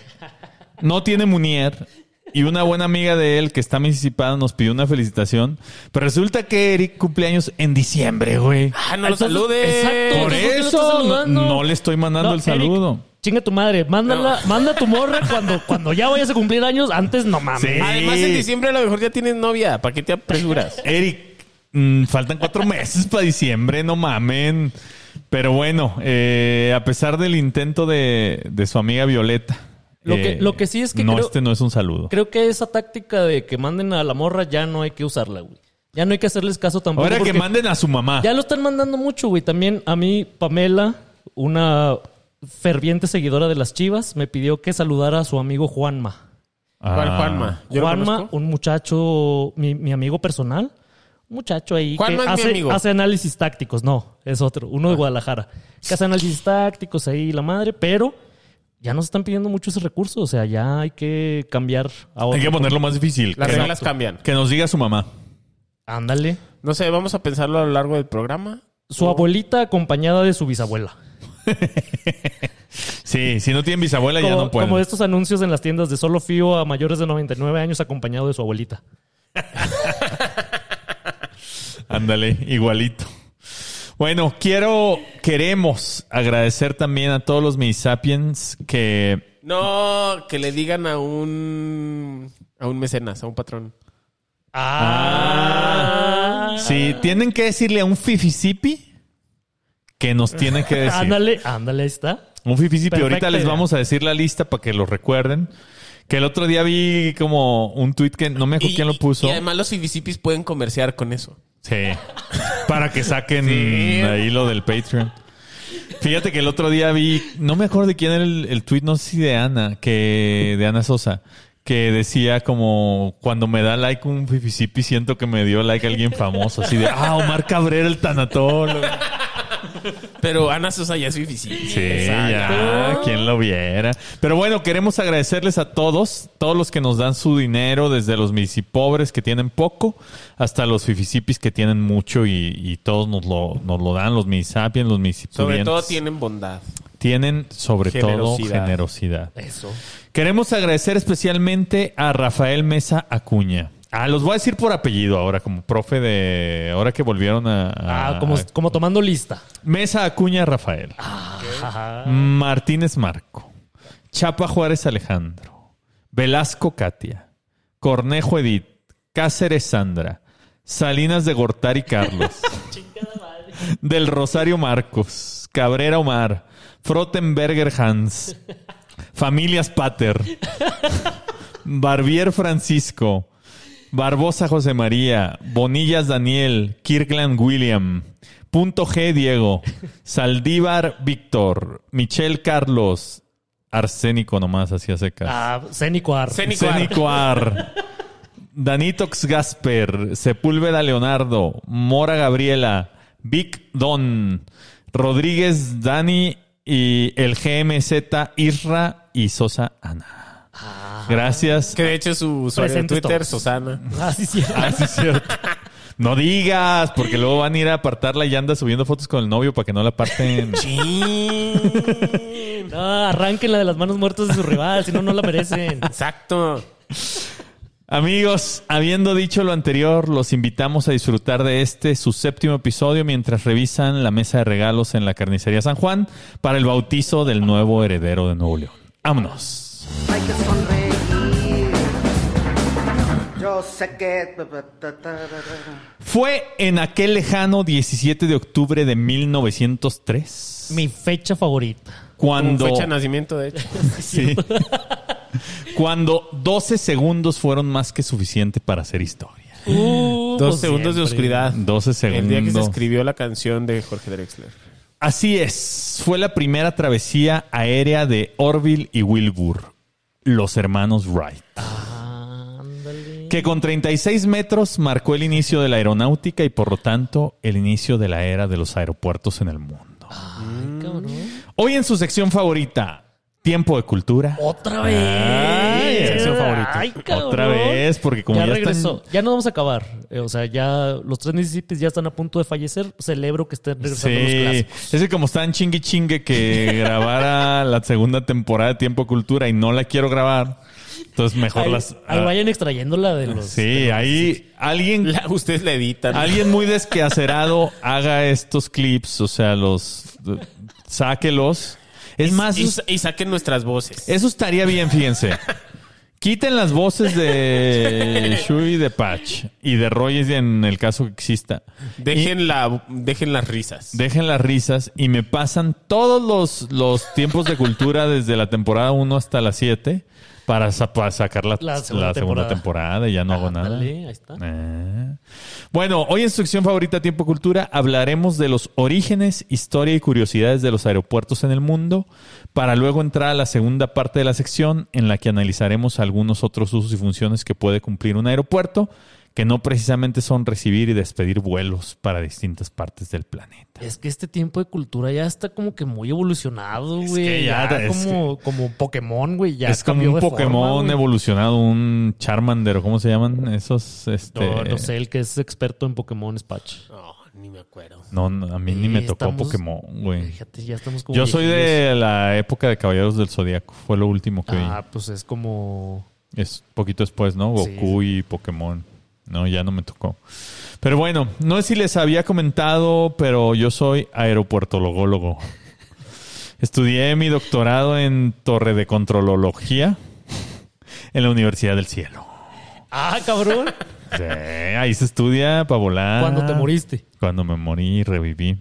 Speaker 3: no tiene Munier y una buena amiga de él que está misipada nos pidió una felicitación. Pero resulta que Eric cumpleaños en diciembre, güey.
Speaker 4: Ah, no lo
Speaker 1: Entonces,
Speaker 4: saludes.
Speaker 1: exacto.
Speaker 3: Por
Speaker 1: ¿por qué lo estás
Speaker 3: eso no,
Speaker 1: saludando?
Speaker 3: no le estoy mandando
Speaker 1: No,
Speaker 3: el
Speaker 1: Eric,
Speaker 3: saludo.
Speaker 1: Chinga tu madre, mándala, manda tu morra cuando, cuando ya vayas a cumplir años, antes no mames.
Speaker 3: Sí.
Speaker 4: Además, en diciembre a lo mejor ya tienes novia. ¿Para qué te apresuras?
Speaker 3: Eric, mm, faltan cuatro meses para diciembre, no mamen. Pero bueno, eh, a pesar del intento de, de su amiga Violeta.
Speaker 1: Lo que-
Speaker 3: eh,
Speaker 1: lo que sí es que
Speaker 3: No,
Speaker 1: creo-
Speaker 3: este no es un saludo.
Speaker 1: Creo que esa táctica de que manden a la morra ya no hay que usarla, güey. Ya no hay que hacerles caso tampoco.
Speaker 3: Ahora que
Speaker 1: porque
Speaker 3: manden a su mamá.
Speaker 1: Ya lo están mandando mucho, güey. También a mí, Pamela, una ferviente seguidora de las chivas, me pidió que saludara a su amigo Juanma.
Speaker 3: Ah,
Speaker 4: ¿Cuál Juanma? ¿Yo lo
Speaker 1: Juanma,
Speaker 4: conozco?
Speaker 1: un muchacho, mi, mi amigo personal, un muchacho ahí
Speaker 4: Juanma
Speaker 1: que
Speaker 4: es mi
Speaker 1: hace,
Speaker 4: amigo. Ah.
Speaker 1: hace análisis tácticos, no, es otro, uno de Guadalajara, que hace análisis tácticos ahí, la madre, pero ya nos están pidiendo mucho ese recurso, o sea, ya hay que cambiar a otro.
Speaker 3: Hay que ponerlo más difícil.
Speaker 4: Las
Speaker 3: que, no-
Speaker 4: reglas cambian.
Speaker 3: que nos diga su mamá.
Speaker 1: Ándale.
Speaker 4: No sé, vamos a pensarlo a lo largo del programa.
Speaker 3: Oh.
Speaker 1: Su abuelita acompañada de su bisabuela.
Speaker 3: Sí, si no tienen bisabuela ya
Speaker 1: Como,
Speaker 3: no pueden.
Speaker 1: como estos anuncios en las tiendas de solo fío a mayores de 99 años acompañado de su abuelita.
Speaker 3: Ándale, igualito. Bueno, quiero, queremos agradecer también a todos los Misapiens que
Speaker 4: No, que le digan a un a un mecenas, a un patrón.
Speaker 1: Ah.
Speaker 3: Sí, tienen que decirle a un fifisipi que nos tienen que decir.
Speaker 1: Ándale, ándale, ahí está.
Speaker 3: un fifisipi. Ahorita
Speaker 1: Perfecta
Speaker 3: les
Speaker 1: idea.
Speaker 3: vamos a decir la lista para que lo recuerden. Que el otro día vi como un tweet que no me acuerdo quién lo puso.
Speaker 4: Y además los fifisipis pueden comerciar con eso.
Speaker 3: Sí. Para que saquen ahí lo del Patreon. Fíjate que el otro día vi, no me acuerdo de quién era el, el tweet, no sé si de Ana, que de Ana Sosa, que decía como cuando me da like un fifisipi siento que me dio like alguien famoso, así de ah, Omar Cabrera el tanatólogo.
Speaker 4: Pero Ana Sosa ya es fifisipi.
Speaker 3: Sí, ya, quien lo viera. Pero bueno, queremos agradecerles a todos, todos los que nos dan su dinero, desde los misipobres que tienen poco, hasta los fifisipis que tienen mucho y, y todos nos lo, nos lo dan, los misapiens, los
Speaker 4: Sobre
Speaker 3: misipudientes.
Speaker 4: todo tienen bondad.
Speaker 3: tienen, sobre todo,
Speaker 4: Generosidad.
Speaker 3: generosidad.
Speaker 1: Eso.
Speaker 3: Queremos agradecer especialmente a Rafael Mesa Acuña. Ah, los voy a decir por apellido ahora, como profe de... Ahora que volvieron a... a-
Speaker 1: Ah, como, como tomando lista.
Speaker 3: Mesa Acuña Rafael. Martínez Marco. Chapa Juárez Alejandro. Velasco Katia. Cornejo Edith. Cáceres Sandra. Salinas de Gortari Carlos. Del Rosario Marcos. Cabrera Omar. Frottenberger Hans. Familias Pater. Barbier Francisco. Barbosa José María, Bonillas Daniel, Kirkland William, Punto G Diego, Saldívar Víctor, Michel Carlos, Arsénico nomás, así hace caso.
Speaker 1: Ah, Cénico Ar.
Speaker 4: Cénico Ar.
Speaker 3: Arsénico Ar, Danitox Gasper, Sepúlveda Leonardo, Mora Gabriela, Vic Don, Rodríguez Dani y el GMZ Isra y Sosa Ana. Gracias
Speaker 4: Que de hecho su usuario de
Speaker 1: Presentes
Speaker 4: Twitter,
Speaker 1: todos.
Speaker 4: Susana.
Speaker 1: Ah, sí, sí.
Speaker 3: Ah, sí, es cierto. No digas, porque luego van a ir a apartarla y anda subiendo fotos con el novio para que no la aparten.
Speaker 1: No, arránquenla de las manos muertas de su rival, si no, no la merecen.
Speaker 4: Exacto.
Speaker 3: Amigos, habiendo dicho lo anterior, los invitamos a disfrutar de este, su séptimo episodio, mientras revisan la mesa de regalos en la carnicería San Juan para el bautizo del nuevo heredero de Nuevo León. Vámonos.
Speaker 5: hay que sonreír. yo sé que...
Speaker 3: Fue en aquel lejano 17 de octubre de 1903
Speaker 1: Mi fecha favorita.
Speaker 3: cuando
Speaker 4: Fecha de nacimiento, de hecho.
Speaker 3: Sí. Cuando 12 segundos fueron más que suficiente para hacer historia.
Speaker 4: Dos segundos de oscuridad.
Speaker 3: 12 segundos.
Speaker 4: El día que se escribió la canción de Jorge Drexler.
Speaker 3: Así es. Fue la primera travesía aérea de Orville y Wilbur, los hermanos Wright,
Speaker 1: Ándale.
Speaker 3: que con 36 metros marcó el inicio de la aeronáutica y por lo tanto el inicio de la era de los aeropuertos en el mundo.
Speaker 1: Ay, cabrón.
Speaker 3: Hoy en su sección favorita, Tiempo de Cultura.
Speaker 1: Otra vez.
Speaker 3: Ay, Ah, sección favorita.
Speaker 1: Ay, cabrón.
Speaker 3: Otra vez, porque como
Speaker 1: ya,
Speaker 3: ya,
Speaker 1: regresó.
Speaker 3: están-
Speaker 1: Ya no vamos a acabar. Eh, O sea, ya los tres Mississippis ya están a punto de fallecer. Celebro que estén regresando los
Speaker 3: Sí,
Speaker 1: clásicos.
Speaker 3: es que como están chingue chingue que grabara la segunda temporada de Tiempo Cultura y no la quiero grabar, entonces mejor
Speaker 1: Ahí,
Speaker 3: las... ah,
Speaker 1: ahí vayan extrayendo la de los.
Speaker 3: sí, ahí alguien,
Speaker 4: La- ustedes la editan.
Speaker 3: alguien muy desqueacerado haga estos clips, o sea, los... Sáquelos. Es más,
Speaker 4: y,
Speaker 3: eso,
Speaker 4: y saquen nuestras voces.
Speaker 3: eso estaría bien, fíjense. Quiten las voces de Shui y de Patch y de Roy en el caso que exista.
Speaker 4: Dejen, la, dejen las risas.
Speaker 3: Dejen las risas y me pasan todos los, los tiempos de cultura desde la temporada 1 hasta la 7 para, sa- para sacar la,
Speaker 1: La
Speaker 3: la
Speaker 1: segunda
Speaker 3: segunda,
Speaker 1: temporada.
Speaker 3: temporada y ya no hago nada.
Speaker 1: Ándale, ahí está.
Speaker 3: Eh. Bueno, hoy en su sección favorita Tiempo Cultura hablaremos de los orígenes, historia y curiosidades de los aeropuertos en el mundo, para luego entrar a la segunda parte de la sección en la que analizaremos algunos otros usos y funciones que puede cumplir un aeropuerto, que no precisamente son recibir y despedir vuelos para distintas partes del planeta.
Speaker 1: Es que este tiempo de cultura ya está como que muy evolucionado,
Speaker 3: Es
Speaker 1: güey.
Speaker 3: que
Speaker 1: Ya,
Speaker 3: ya es
Speaker 1: como, como Pokémon, güey. Ya
Speaker 3: es como
Speaker 1: cambió
Speaker 3: un
Speaker 1: de forma,
Speaker 3: Pokémon
Speaker 1: güey.
Speaker 3: evolucionado, un Charmander, ¿cómo se llaman esos? Este...
Speaker 1: No, no sé, el que es experto en Pokémon es Patch.
Speaker 4: No, Oh, ni me acuerdo.
Speaker 3: No, no, a mí ni me
Speaker 1: Sí,
Speaker 3: tocó
Speaker 1: estamos-
Speaker 3: Pokémon, güey.
Speaker 1: Fíjate, ya estamos como.
Speaker 3: Yo soy
Speaker 1: viejillos.
Speaker 3: de la época de Caballeros del Zodíaco. Fue lo último que
Speaker 1: Ah, pues es como.
Speaker 3: vi. Es poquito después, ¿no?
Speaker 1: Sí.
Speaker 3: Goku y Pokémon. No, ya no me tocó. Pero bueno, no sé si les había comentado, pero yo soy aeropuertologólogo. Estudié mi doctorado en Torre de Controlología en la Universidad del Cielo.
Speaker 1: Ah, cabrón.
Speaker 3: Sí, ahí se estudia para volar.
Speaker 1: Cuando te moriste.
Speaker 3: Cuando me morí y reviví.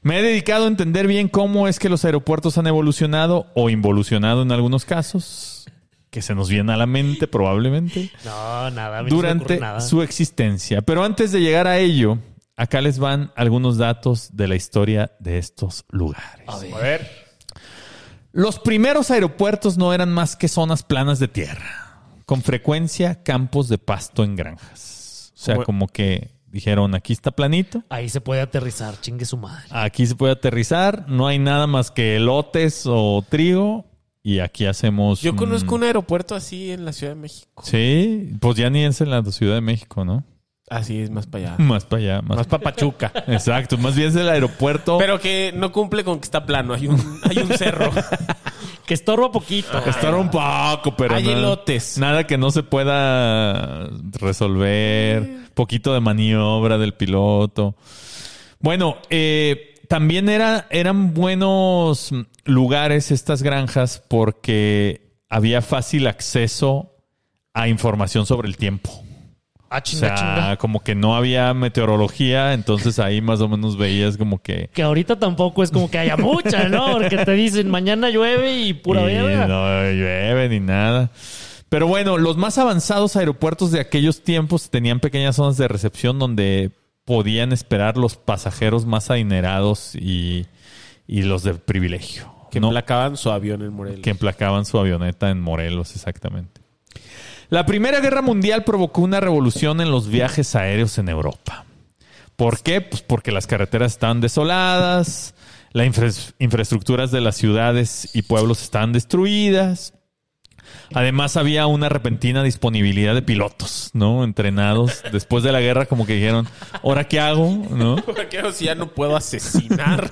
Speaker 3: Me he dedicado a entender bien cómo es que los aeropuertos han evolucionado o involucionado en algunos casos, que se nos viene a la mente probablemente,
Speaker 1: No, nada. a mí no se me ocurre
Speaker 3: durante
Speaker 1: nada.
Speaker 3: su existencia. Pero antes de llegar a ello, acá les van algunos datos de la historia de estos lugares.
Speaker 1: A ver.
Speaker 3: Los primeros aeropuertos no eran más que zonas planas de tierra, con frecuencia campos de pasto en granjas. O sea,
Speaker 4: Bueno.
Speaker 3: como que dijeron, aquí está planito,
Speaker 1: Ahí se puede aterrizar, chingue su madre.
Speaker 3: aquí se puede aterrizar, no hay nada más que elotes o trigo y aquí hacemos...
Speaker 4: Yo
Speaker 3: un-
Speaker 4: conozco un aeropuerto así en la Ciudad de México.
Speaker 3: Sí, pues ya ni es en la Ciudad de México, ¿no?
Speaker 4: Así Ah, es, más para allá.
Speaker 3: Más para allá, más,
Speaker 4: Más para Pachuca.
Speaker 3: Exacto, más bien es el aeropuerto.
Speaker 4: Pero que no cumple con que está plano. Hay un, hay un cerro.
Speaker 1: Que estorba poquito.
Speaker 3: Estar un poco, pero.
Speaker 4: Hay
Speaker 3: nada-
Speaker 4: elotes.
Speaker 3: Nada que no se pueda resolver. Poquito de maniobra del piloto. Bueno, eh, también era, eran buenos lugares estas granjas porque había fácil acceso a información sobre el tiempo.
Speaker 1: Ah,
Speaker 3: O
Speaker 1: chinga,
Speaker 3: sea,
Speaker 1: chinga.
Speaker 3: como que no había meteorología, entonces ahí más o menos veías como que
Speaker 1: Que ahorita tampoco es como que haya mucha, ¿no? Porque te dicen mañana llueve y pura
Speaker 3: Y
Speaker 1: verga.
Speaker 3: No llueve ni nada. Pero bueno, los más avanzados aeropuertos de aquellos tiempos tenían pequeñas zonas de recepción donde podían esperar los pasajeros más adinerados y, y los de privilegio.
Speaker 4: Que
Speaker 3: ¿no?
Speaker 4: placaban su avión en Morelos.
Speaker 3: que emplacaban su avioneta en Morelos, exactamente. La Primera Guerra Mundial provocó una revolución en los viajes aéreos en Europa. ¿Por qué? Pues porque las carreteras estaban desoladas, las infra- infraestructuras de las ciudades y pueblos estaban destruidas. Además había una repentina disponibilidad de pilotos, ¿no? Entrenados. Después de la guerra como que dijeron, ¿ahora qué hago? ¿No?
Speaker 4: Porque ahora sí ya no puedo asesinar.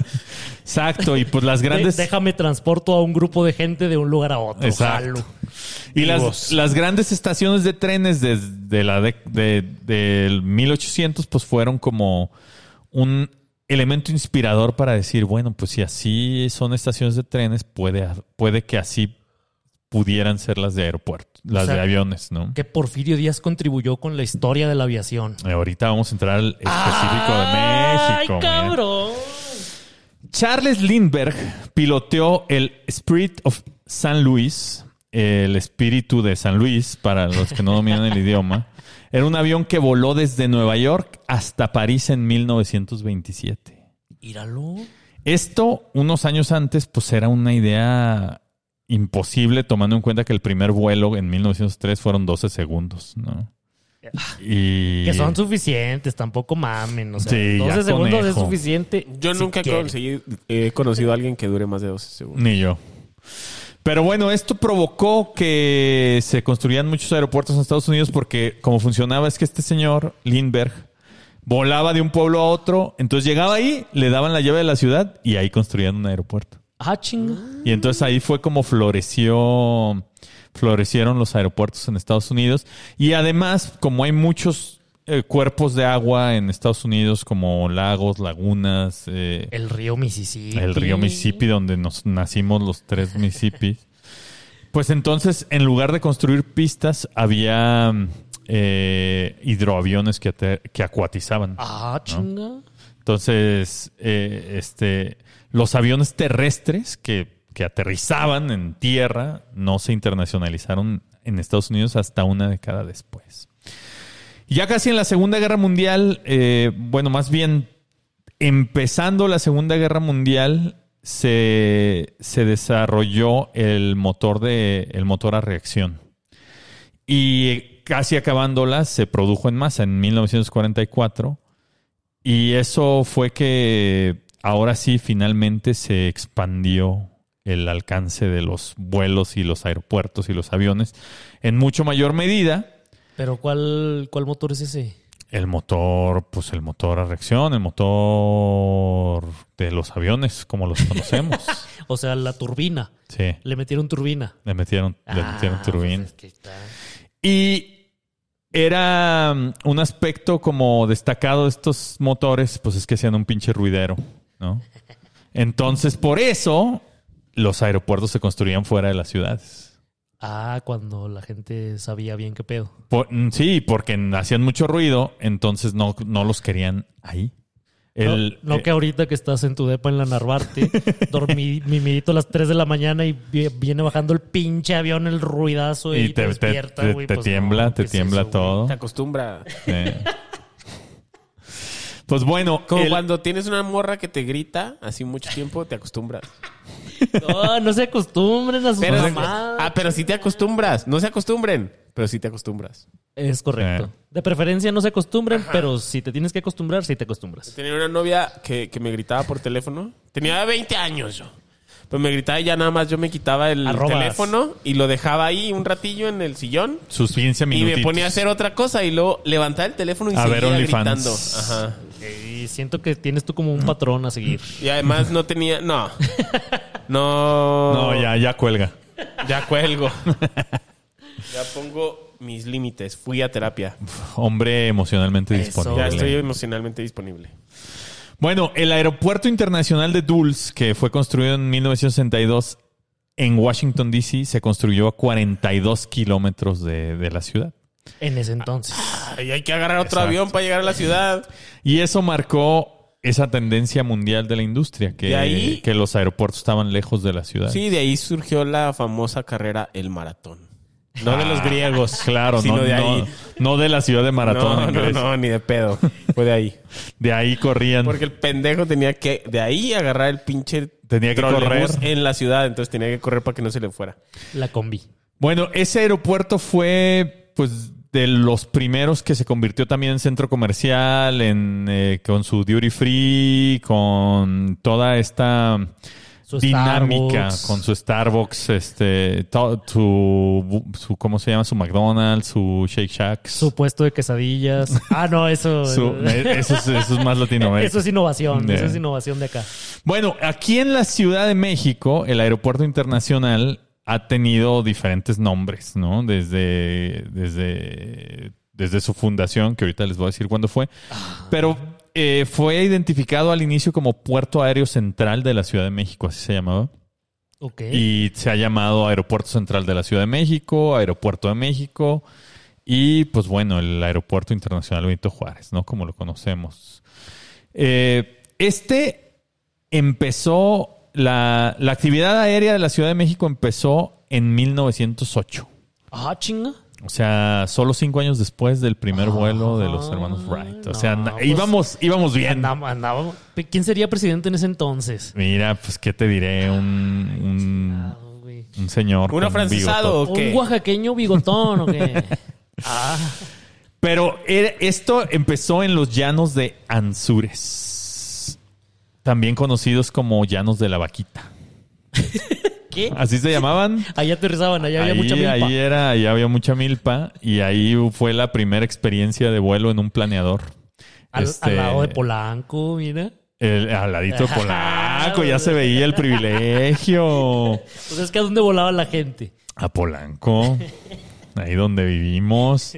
Speaker 3: Exacto. Y pues las grandes...
Speaker 1: De- déjame transporto a un grupo de gente de un lugar a otro.
Speaker 3: Exacto.
Speaker 1: Jalo.
Speaker 3: Y
Speaker 4: Vivos.
Speaker 3: las, las grandes estaciones de trenes desde la de, de- del 1800 pues fueron como un elemento inspirador para decir, bueno, pues si así son estaciones de trenes, puede, puede que así pudieran ser las de aeropuerto, las
Speaker 1: O sea,
Speaker 3: de aviones, ¿no?
Speaker 1: Que Porfirio Díaz contribuyó con la historia de la aviación.
Speaker 3: Eh, Ahorita vamos a entrar al específico de México.
Speaker 1: ¡Ay,
Speaker 3: man.
Speaker 1: cabrón!
Speaker 3: Charles Lindbergh piloteó el Spirit of San Luis, el espíritu de San Luis, para los que no dominan el idioma. Era un avión que voló desde Nueva York hasta París en 1927.
Speaker 1: Íralo.
Speaker 3: Esto, unos años antes, pues era una idea imposible, tomando en cuenta que el primer vuelo en 1903 fueron 12 segundos, ¿no? Y...
Speaker 1: Que son suficientes, tampoco mamen. O sea,
Speaker 3: Sí, ya
Speaker 1: 12 segundos es
Speaker 3: conejo.
Speaker 1: suficiente.
Speaker 4: Yo
Speaker 1: si
Speaker 4: nunca he
Speaker 1: quieren.
Speaker 4: conseguido- eh, he conocido a alguien que dure más de 12 segundos.
Speaker 3: Ni yo. Pero bueno, esto provocó que se construían muchos aeropuertos en Estados Unidos porque como funcionaba es que este señor, Lindbergh, volaba de un pueblo a otro, entonces llegaba ahí, le daban la llave de la ciudad y ahí construían un aeropuerto.
Speaker 1: Ah, chinga.
Speaker 3: Y entonces ahí fue como floreció, florecieron los aeropuertos en Estados Unidos. Y además, como hay muchos eh, cuerpos de agua en Estados Unidos, como lagos, lagunas, eh,
Speaker 1: El río Mississippi.
Speaker 3: el río Mississippi, donde nos nacimos los tres Mississippi. Pues entonces, en lugar de construir pistas, había mm, eh, hidroaviones que, ater- que acuatizaban.
Speaker 1: Ah, chinga.
Speaker 3: Entonces, eh, este, los aviones terrestres que, que aterrizaban en tierra no se internacionalizaron en Estados Unidos hasta una década después. Ya casi en la Segunda Guerra Mundial, eh, bueno, más bien empezando la Segunda Guerra Mundial, se, se desarrolló el motor, de, el motor a reacción. Y casi acabándola, se produjo en masa en 1944. Y eso fue que ahora sí finalmente se expandió el alcance de los vuelos y los aeropuertos y los aviones en mucho mayor medida.
Speaker 1: Pero ¿cuál, ¿cuál motor es ese?
Speaker 3: El motor, pues el motor a reacción, el motor de los aviones, como los conocemos.
Speaker 1: O sea, la turbina.
Speaker 3: Sí,
Speaker 1: Le metieron turbina.
Speaker 3: le metieron, le
Speaker 1: Ah,
Speaker 3: metieron turbina.
Speaker 1: pues es que está-
Speaker 3: Y era mm, un aspecto como destacado de estos motores, pues es que hacían un pinche ruidero, ¿no? Entonces, por eso los aeropuertos se construían fuera de las ciudades.
Speaker 1: Ah, cuando la gente sabía bien qué pedo.
Speaker 3: Por- mm, sí, porque hacían mucho ruido, entonces no, no los querían ahí. El- eh,
Speaker 1: no, no que ahorita que estás en tu depa en la Narvarte, dormí mimidito a las 3 de la mañana y vi- viene bajando el pinche avión, el ruidazo
Speaker 3: eh,
Speaker 1: y,
Speaker 3: y
Speaker 1: te,
Speaker 3: te, te-
Speaker 1: despierta,
Speaker 3: te-
Speaker 1: güey,
Speaker 3: te
Speaker 1: pues,
Speaker 3: tiembla,
Speaker 1: no,
Speaker 3: te
Speaker 1: ¿qué es
Speaker 3: tiembla
Speaker 1: eso, güey?
Speaker 3: todo.
Speaker 4: Te acostumbra.
Speaker 3: Eh. Pues bueno,
Speaker 4: Como
Speaker 3: el-
Speaker 4: cuando tienes una morra que te grita así mucho tiempo, te acostumbras.
Speaker 1: No, no se acostumbren a sus
Speaker 4: Pero,
Speaker 1: mamadas.
Speaker 4: ah, pero sí te acostumbras. No se acostumbren, pero sí te acostumbras.
Speaker 1: Es correcto.
Speaker 3: Eh.
Speaker 1: De preferencia no se acostumbren, pero si te tienes que acostumbrar, sí te acostumbras.
Speaker 4: Tenía una novia que, que me gritaba por teléfono. Tenía 20 años yo. Pues me gritaba y ya nada más yo me quitaba el
Speaker 1: Arrobas.
Speaker 4: teléfono y lo dejaba ahí un ratillo en el sillón.
Speaker 3: sus 15
Speaker 4: Y
Speaker 3: minutitos.
Speaker 4: me ponía a hacer otra cosa y luego levantaba el teléfono y
Speaker 3: A ver,
Speaker 4: seguía
Speaker 3: OnlyFans.
Speaker 4: gritando. Ajá.
Speaker 1: Y siento que tienes tú como un patrón a seguir.
Speaker 4: Y además no tenía... No. No.
Speaker 3: No, ya, ya cuelga.
Speaker 4: Ya cuelgo. ya pongo mis límites. Fui a terapia.
Speaker 3: Hombre emocionalmente
Speaker 1: Eso.
Speaker 3: disponible.
Speaker 4: Ya estoy emocionalmente disponible.
Speaker 3: Bueno, el Aeropuerto Internacional de Dulles, que fue construido en 1962 en Washington, D.C., se construyó a 42 kilómetros de, de la ciudad.
Speaker 1: En ese entonces.
Speaker 4: Ay, hay que agarrar otro
Speaker 3: Exacto.
Speaker 4: avión para llegar a la ciudad.
Speaker 3: Y eso marcó esa tendencia mundial de la industria, que,
Speaker 4: De ahí-
Speaker 3: que los aeropuertos estaban lejos de la ciudad.
Speaker 4: Sí, de ahí surgió la famosa carrera El Maratón. No de los
Speaker 3: Ah,
Speaker 4: griegos.
Speaker 3: Claro,
Speaker 4: sino
Speaker 3: no,
Speaker 4: de ahí.
Speaker 3: no- no de la ciudad de Maratón.
Speaker 4: no,
Speaker 3: en
Speaker 4: no,
Speaker 3: Grecia.
Speaker 4: no, ni de pedo. Fue de ahí.
Speaker 3: De ahí corrían.
Speaker 4: Porque el pendejo tenía que de ahí agarrar el pinche
Speaker 3: Tenía que
Speaker 4: trolebús
Speaker 3: correr.
Speaker 4: en la ciudad, entonces tenía que correr para que no se le fuera.
Speaker 1: La combi.
Speaker 3: Bueno, ese aeropuerto fue, pues, de los primeros que se convirtió también en centro comercial, en, eh, con su duty free, con toda esta
Speaker 1: Su
Speaker 3: dinámica,
Speaker 1: Starbucks.
Speaker 3: con su Starbucks, este, to- su, su, ¿cómo se llama? Su McDonald's, su Shake Shack.
Speaker 1: Su puesto de quesadillas. Ah, no, eso.
Speaker 3: su- eso, es, eso es más latinoamérica.
Speaker 1: Eso es innovación,
Speaker 3: Yeah.
Speaker 1: eso es innovación de acá.
Speaker 3: Bueno, aquí en la Ciudad de México, el aeropuerto internacional ha tenido diferentes nombres, ¿no? Desde, desde, desde su fundación, que ahorita les voy a decir cuándo fue, pero eh, fue identificado al inicio como Puerto Aéreo Central de la Ciudad de México, así se llamaba.
Speaker 1: Ok.
Speaker 3: Y se ha llamado Aeropuerto Central de la Ciudad de México, Aeropuerto de México y pues bueno, el Aeropuerto Internacional Benito Juárez, ¿no? Como lo conocemos. Eh, este empezó, la, la actividad aérea de la Ciudad de México empezó en 1908.
Speaker 1: Ah, chinga.
Speaker 3: O sea, solo cinco años después del primer vuelo de los hermanos Wright. O sea,
Speaker 1: Ah, no,
Speaker 3: na-
Speaker 1: pues,
Speaker 3: íbamos, íbamos bien.
Speaker 1: Andaba, andaba. Pe- ¿Quién sería presidente en ese entonces?
Speaker 3: Mira, pues qué te diré, un, un,
Speaker 1: Ah, güey.
Speaker 3: un señor. con
Speaker 4: Un
Speaker 3: bigotote.
Speaker 4: afrancesado. ¿o qué?
Speaker 1: Un oaxaqueño bigotón, ¿o qué?
Speaker 3: Pero era- esto empezó en los llanos de Anzures, también conocidos como llanos de la vaquita.
Speaker 1: ¿Qué?
Speaker 3: Así se llamaban.
Speaker 1: Ahí aterrizaban, allá había
Speaker 3: ahí,
Speaker 1: mucha milpa.
Speaker 3: ahí era, ahí había mucha milpa y ahí fue la primera experiencia de vuelo en un planeador.
Speaker 1: al,
Speaker 3: Este,
Speaker 1: al lado de Polanco, mira.
Speaker 3: el- al ladito Polanco, ya se veía el privilegio.
Speaker 1: Pues es que a dónde volaba la gente.
Speaker 3: a Polanco, ahí donde vivimos.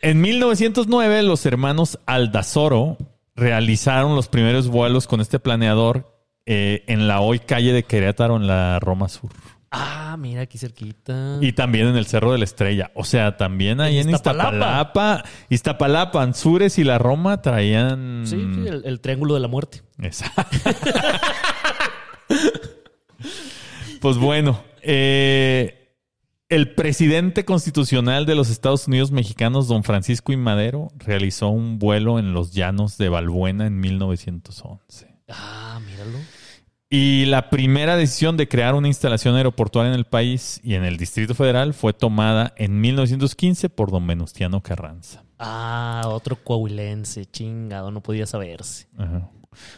Speaker 3: En 1909, los hermanos Aldazoro realizaron los primeros vuelos con este planeador eh, en la hoy calle de Querétaro, en la Roma Sur.
Speaker 1: Ah, mira, aquí cerquita.
Speaker 3: Y también en el Cerro de la Estrella. O sea, también ahí
Speaker 1: En
Speaker 3: en Iztapalapa,
Speaker 1: Iztapalapa.
Speaker 3: Iztapalapa, Anzures y la Roma traían...
Speaker 1: Sí, sí, el, el triángulo de la muerte.
Speaker 3: Esa. pues bueno, eh, el presidente constitucional de los Estados Unidos mexicanos, don Francisco I. Madero, realizó un vuelo en los llanos de Balbuena en 1911.
Speaker 1: Ah, míralo.
Speaker 3: Y la primera decisión de crear una instalación aeroportuaria en el país y en el Distrito Federal fue tomada en 1915 por don Venustiano Carranza.
Speaker 1: Ah, otro coahuilense, chingado, no podía saberse.
Speaker 3: Ajá.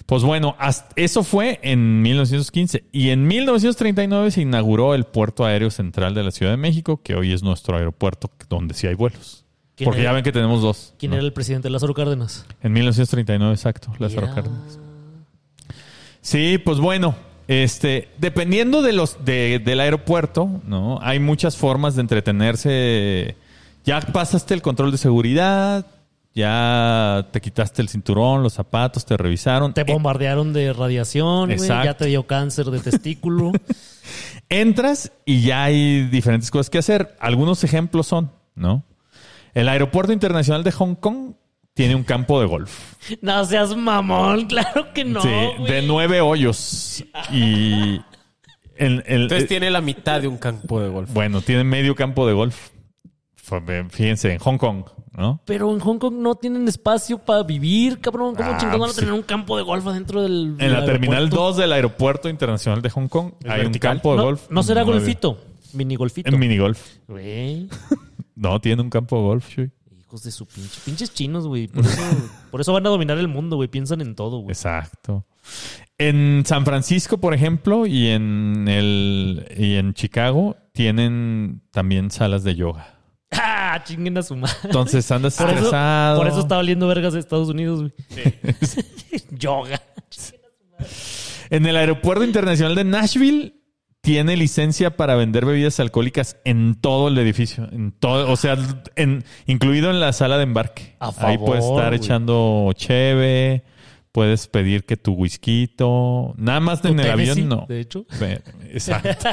Speaker 3: Pues bueno, hasta- eso fue en 1915 y en 1939 se inauguró el Puerto Aéreo Central de la Ciudad de México, que hoy es nuestro aeropuerto donde sí hay vuelos.
Speaker 1: ¿Quién
Speaker 3: Porque
Speaker 1: era?
Speaker 3: ya ven que tenemos dos.
Speaker 1: ¿Quién
Speaker 3: ¿no?
Speaker 1: era el presidente? Lázaro Cárdenas.
Speaker 3: En 1939, exacto, Lázaro
Speaker 1: Mira.
Speaker 3: Cárdenas. Sí, pues bueno, este, dependiendo de los de- del aeropuerto, ¿no? Hay muchas formas de entretenerse. Ya pasaste el control de seguridad, ya te quitaste el cinturón, los zapatos, te revisaron.
Speaker 1: Te bombardearon de radiación, güey, ya
Speaker 3: Eh. Exacto.
Speaker 1: te dio cáncer de testículo.
Speaker 3: entras y ya hay diferentes cosas que hacer. Algunos ejemplos son, ¿no? El aeropuerto internacional de Hong Kong tiene un campo de golf.
Speaker 1: no seas mamón, claro que no.
Speaker 3: Sí,
Speaker 1: güey.
Speaker 3: de nueve hoyos. Y el- el-
Speaker 4: Entonces
Speaker 3: eh,
Speaker 4: tiene la mitad de un campo de golf.
Speaker 3: bueno, tiene medio campo de golf. Fue- eh, Fíjense, en Hong Kong, ¿no?
Speaker 1: Pero en Hong Kong no tienen espacio para vivir, cabrón. ¿Cómo
Speaker 3: Ah,
Speaker 1: chingados van a
Speaker 3: pues
Speaker 1: tener un campo de golf adentro del.
Speaker 3: En la
Speaker 1: del
Speaker 3: terminal
Speaker 1: aeropuerto?
Speaker 3: 2 del aeropuerto internacional de Hong Kong hay
Speaker 1: vertical.
Speaker 3: un campo de
Speaker 1: No,
Speaker 3: golf.
Speaker 1: No será
Speaker 3: Nueve.
Speaker 1: golfito, mini golfito.
Speaker 3: En minigolf.
Speaker 1: Güey,
Speaker 3: No, tiene un campo de golf, Chuy.
Speaker 1: hijos de su pinche. Pinches chinos, güey. Por eso, por eso van a dominar el mundo, güey. Piensan en todo, güey.
Speaker 3: Exacto. En San Francisco, por ejemplo, y en el y en Chicago tienen también salas de yoga.
Speaker 1: ¡Ah! Chinguen a su madre.
Speaker 3: Entonces andas
Speaker 1: Por eso,
Speaker 3: estresado.
Speaker 1: por eso está valiendo vergas de Estados Unidos, güey. Yoga.
Speaker 3: En el aeropuerto internacional de Nashville tiene licencia para vender bebidas alcohólicas en todo el edificio, en todo, o sea, en- incluido en la sala de embarque.
Speaker 1: A
Speaker 3: Ahí puedes
Speaker 1: favor,
Speaker 3: estar
Speaker 1: güey.
Speaker 3: echando cheve, puedes pedir que tu whisky, nada más en el
Speaker 1: Tennessee,
Speaker 3: avión no.
Speaker 1: De hecho,
Speaker 3: Pero- Exacto.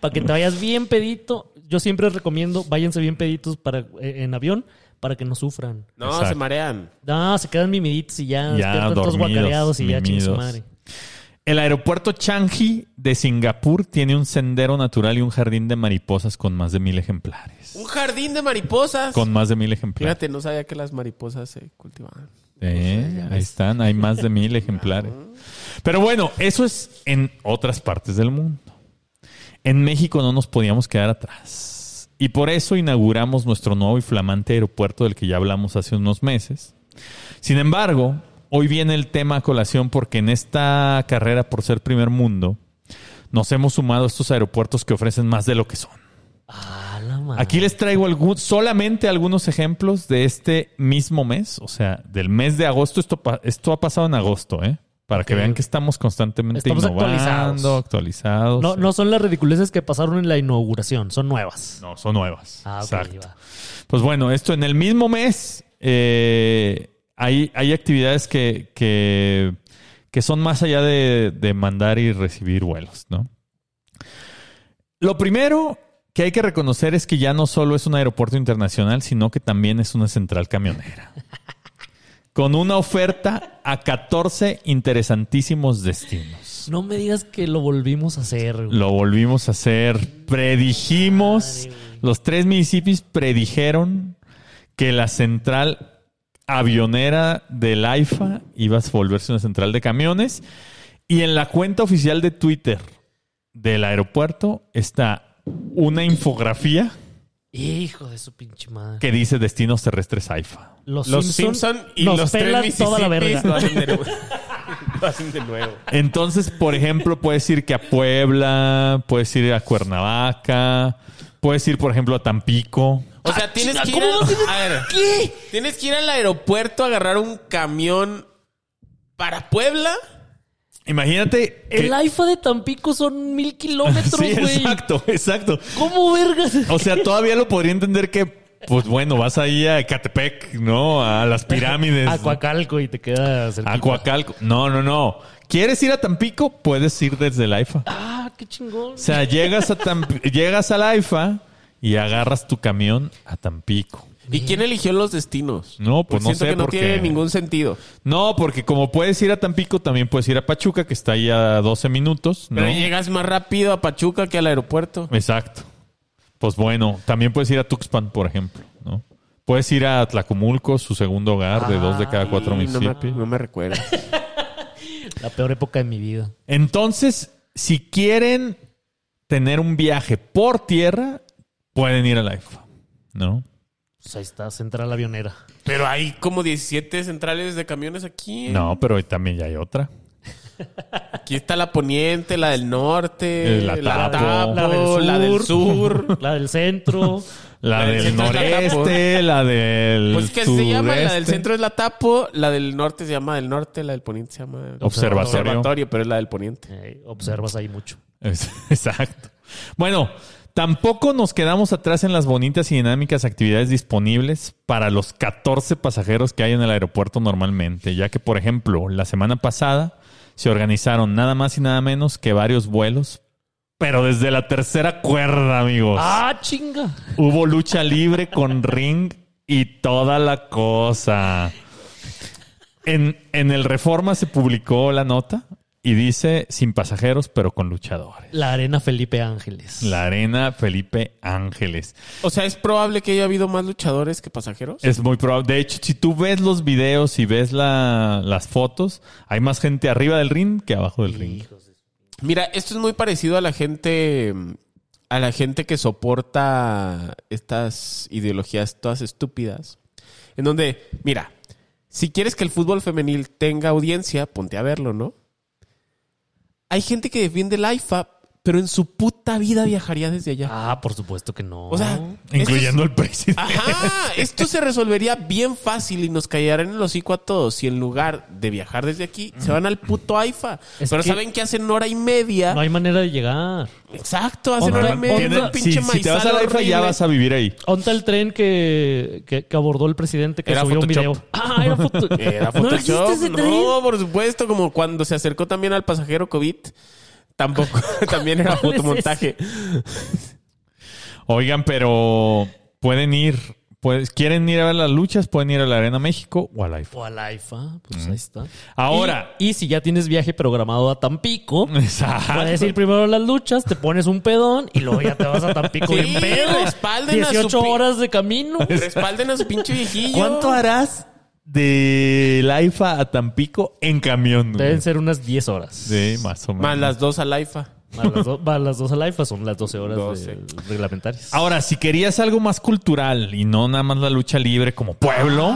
Speaker 1: para que te vayas bien pedito, yo siempre recomiendo váyanse bien peditos para, eh, en avión para que no sufran.
Speaker 4: No,
Speaker 3: Exacto.
Speaker 4: se marean.
Speaker 1: No, se quedan mimiditos y ya,
Speaker 3: Ya,
Speaker 1: despiertan todos
Speaker 3: dormidos,
Speaker 1: guacareados y ya chingue su
Speaker 3: mimidos.
Speaker 1: madre.
Speaker 3: El aeropuerto Changi de Singapur tiene un sendero natural y un jardín de mariposas con más de mil ejemplares.
Speaker 4: Un jardín de mariposas.
Speaker 3: Con más de mil ejemplares.
Speaker 4: Fíjate, no sabía que las mariposas se cultivaban.
Speaker 3: Eh, ahí están, hay más de mil ejemplares. Pero bueno, eso es en otras partes del mundo. En México no nos podíamos quedar atrás. Y por eso inauguramos nuestro nuevo y flamante aeropuerto del que ya hablamos hace unos meses. Sin embargo, hoy viene el tema a colación porque en esta carrera por ser primer mundo, nos hemos sumado a estos aeropuertos que ofrecen más de lo que son.
Speaker 1: Ah, la madre.
Speaker 3: Aquí les traigo algún- solamente algunos ejemplos de este mismo mes, o sea, del mes de agosto. Esto, pa- esto ha pasado en agosto, ¿eh? Para que
Speaker 1: Ok.
Speaker 3: vean que estamos constantemente
Speaker 1: Estamos
Speaker 3: innovando,
Speaker 1: actualizados.
Speaker 3: actualizados.
Speaker 1: No, no son las ridiculeces que pasaron en la inauguración, son nuevas.
Speaker 3: No, son nuevas.
Speaker 1: Ah, ok,
Speaker 3: Exacto.
Speaker 1: va.
Speaker 3: Pues bueno, esto en el mismo mes eh, hay, hay actividades que, que, que son más allá de, de mandar y recibir vuelos, ¿no? Lo primero que hay que reconocer es que ya no solo es un aeropuerto internacional, sino que también es una central camionera. Con una oferta a 14 interesantísimos destinos.
Speaker 1: No me digas que lo volvimos a hacer. güey.
Speaker 3: Lo volvimos a hacer. Predijimos, los tres municipios predijeron que la central avionera del AIFA iba a volverse una central de camiones. Y en la cuenta oficial de Twitter del aeropuerto está una infografía
Speaker 1: Hijo de su pinche madre.
Speaker 3: que dice destinos terrestres AIFA.
Speaker 1: Los,
Speaker 4: Los
Speaker 1: Simpson,
Speaker 4: Simpson y
Speaker 1: nos
Speaker 4: los
Speaker 1: pelan
Speaker 4: tres
Speaker 1: toda la
Speaker 4: Mississippis Lo
Speaker 1: verga.
Speaker 4: hacen de nuevo. Lo hacen de nuevo.
Speaker 3: Entonces, por ejemplo, puedes ir que a Puebla, puedes ir a Cuernavaca, puedes ir, por ejemplo, a Tampico.
Speaker 4: O sea, tienes
Speaker 1: chinga,
Speaker 4: que ir
Speaker 1: Ah, ¿cómo no tienes-
Speaker 4: a, a ver,
Speaker 1: ¿Qué?
Speaker 4: tienes que ir al aeropuerto a agarrar un camión para Puebla.
Speaker 3: Imagínate. que-
Speaker 1: El AIFA de Tampico son mil kilómetros,
Speaker 3: Sí,
Speaker 1: güey.
Speaker 3: exacto, exacto.
Speaker 1: ¿Cómo vergas?
Speaker 3: O sea, todavía lo podría entender que, pues bueno, vas ahí a Ecatepec, ¿no? A las pirámides.
Speaker 1: Acuacalco y te quedas. cerquita.
Speaker 3: Acuacalco. No, no, no. ¿Quieres ir a Tampico? Puedes ir desde el AIFA.
Speaker 1: Ah, qué chingón.
Speaker 3: O sea, llegas a Tamp- llegas al AIFA y agarras tu camión a Tampico.
Speaker 4: ¿Y quién eligió los destinos?
Speaker 3: No, pues no
Speaker 4: siento
Speaker 3: sé,
Speaker 4: que no
Speaker 3: porque-
Speaker 4: tiene ningún sentido.
Speaker 3: No, porque como puedes ir a Tampico, también puedes ir a Pachuca, que está ahí a 12 minutos, ¿no?
Speaker 4: Pero llegas más rápido a Pachuca que al aeropuerto.
Speaker 3: Exacto. Pues bueno, también puedes ir a Tuxpan, por ejemplo, ¿no? Puedes ir a Tlacomulco, su segundo hogar de dos de cada cuatro
Speaker 4: Sí, Mm, no me,
Speaker 3: municipios.
Speaker 4: no me recuerdo.
Speaker 1: La peor época de mi vida.
Speaker 3: Entonces, si quieren tener un viaje por tierra, pueden ir al AIFA, ¿no?
Speaker 1: Pues ahí está, central avionera.
Speaker 4: Pero hay como 17 centrales de camiones aquí.
Speaker 3: No, pero hoy también ya hay otra.
Speaker 4: Aquí está la poniente, la del norte,
Speaker 3: Eh, La
Speaker 4: la,
Speaker 3: Tapo.
Speaker 4: Tapo, Ah, la, del sur.
Speaker 1: La del centro.
Speaker 3: La,
Speaker 4: La del
Speaker 3: del
Speaker 4: centro es la
Speaker 3: noreste, la del
Speaker 4: Pues que se llama, la del
Speaker 3: sureste.
Speaker 4: centro es la Tapo, la del norte se llama del norte, la del poniente se llama
Speaker 3: Observatorio.
Speaker 4: observatorio, pero es la del poniente.
Speaker 1: Eh, observas ahí mucho.
Speaker 3: Es- Exacto. Bueno, tampoco nos quedamos atrás en las bonitas y dinámicas actividades disponibles para los 14 pasajeros que hay en el aeropuerto normalmente, ya que, por ejemplo, la semana pasada se organizaron nada más y nada menos que varios vuelos, pero desde la tercera cuerda, amigos.
Speaker 1: ¡Ah, chinga!
Speaker 3: Hubo lucha libre con ring y toda la cosa. En, en el Reforma se publicó la nota y dice sin pasajeros, pero con luchadores.
Speaker 1: La arena Felipe Ángeles.
Speaker 3: La Arena Felipe Ángeles.
Speaker 4: O sea, es probable que haya habido más luchadores que pasajeros.
Speaker 3: Es muy probable. De hecho, si tú ves los videos y ves la- las fotos, hay más gente arriba del ring que abajo del ring.
Speaker 4: Mira, esto es muy parecido a la gente a la gente que soporta estas ideologías todas estúpidas. En donde, mira, si quieres que el fútbol femenil tenga audiencia, ponte a verlo, ¿no? Hay gente que defiende el AIFA, pero en su puta vida viajaría desde allá.
Speaker 1: Ah, por supuesto que no.
Speaker 4: O sea, esto es- Ah,
Speaker 3: Incluyendo el presidente.
Speaker 4: Ajá, esto se resolvería bien fácil y nos callarían el hocico a todos. Si en lugar de viajar desde aquí, se van al puto AIFA.
Speaker 1: Es
Speaker 4: Pero
Speaker 1: que-
Speaker 4: saben que hacen hora y media.
Speaker 1: no hay manera de llegar.
Speaker 4: Exacto, hacen
Speaker 1: Onda,
Speaker 4: hora y media.
Speaker 1: onda,
Speaker 4: un pinche
Speaker 3: si, si te vas a
Speaker 4: maizal
Speaker 3: la IFA
Speaker 4: horrible.
Speaker 3: ya vas a vivir ahí.
Speaker 1: ¿Dónde el tren que, que, que abordó el presidente que
Speaker 4: Era
Speaker 1: subió un
Speaker 4: Photoshop.
Speaker 1: video? Ah, era foto.
Speaker 4: Era
Speaker 1: ¿No existe
Speaker 4: Photoshop.
Speaker 1: ese
Speaker 4: No,
Speaker 1: tren?
Speaker 4: por supuesto, como cuando se acercó también al pasajero COVID. Tampoco, también era
Speaker 1: ¿Cuál es
Speaker 4: fotomontaje.
Speaker 3: Oigan, pero pueden ir. Pues, ¿Quieren ir a ver las luchas? Pueden ir a la Arena México o al IFA.
Speaker 1: O al AIFA, pues
Speaker 4: Mm.
Speaker 1: ahí está.
Speaker 3: Ahora.
Speaker 1: Y, y si ya tienes viaje programado a Tampico,
Speaker 4: Ah,
Speaker 3: Exacto.
Speaker 1: puedes ir primero a las luchas, te pones un pedón y luego ya te vas a Tampico
Speaker 4: Sí,
Speaker 1: bien pedo.
Speaker 4: respalden a su
Speaker 1: 18
Speaker 4: pi-
Speaker 1: horas de camino.
Speaker 4: Respalden a su pinche viejillo.
Speaker 3: ¿Cuánto harás del IFA a Tampico en camión? güey?
Speaker 1: Deben ser unas 10 horas.
Speaker 3: Sí, más o menos.
Speaker 4: Más las dos al AIFA.
Speaker 1: Más las, do- más las dos al IFA son las 12 horas de-
Speaker 4: 12.
Speaker 1: reglamentarias.
Speaker 3: Ahora, si querías algo más cultural y no nada más la lucha libre como pueblo,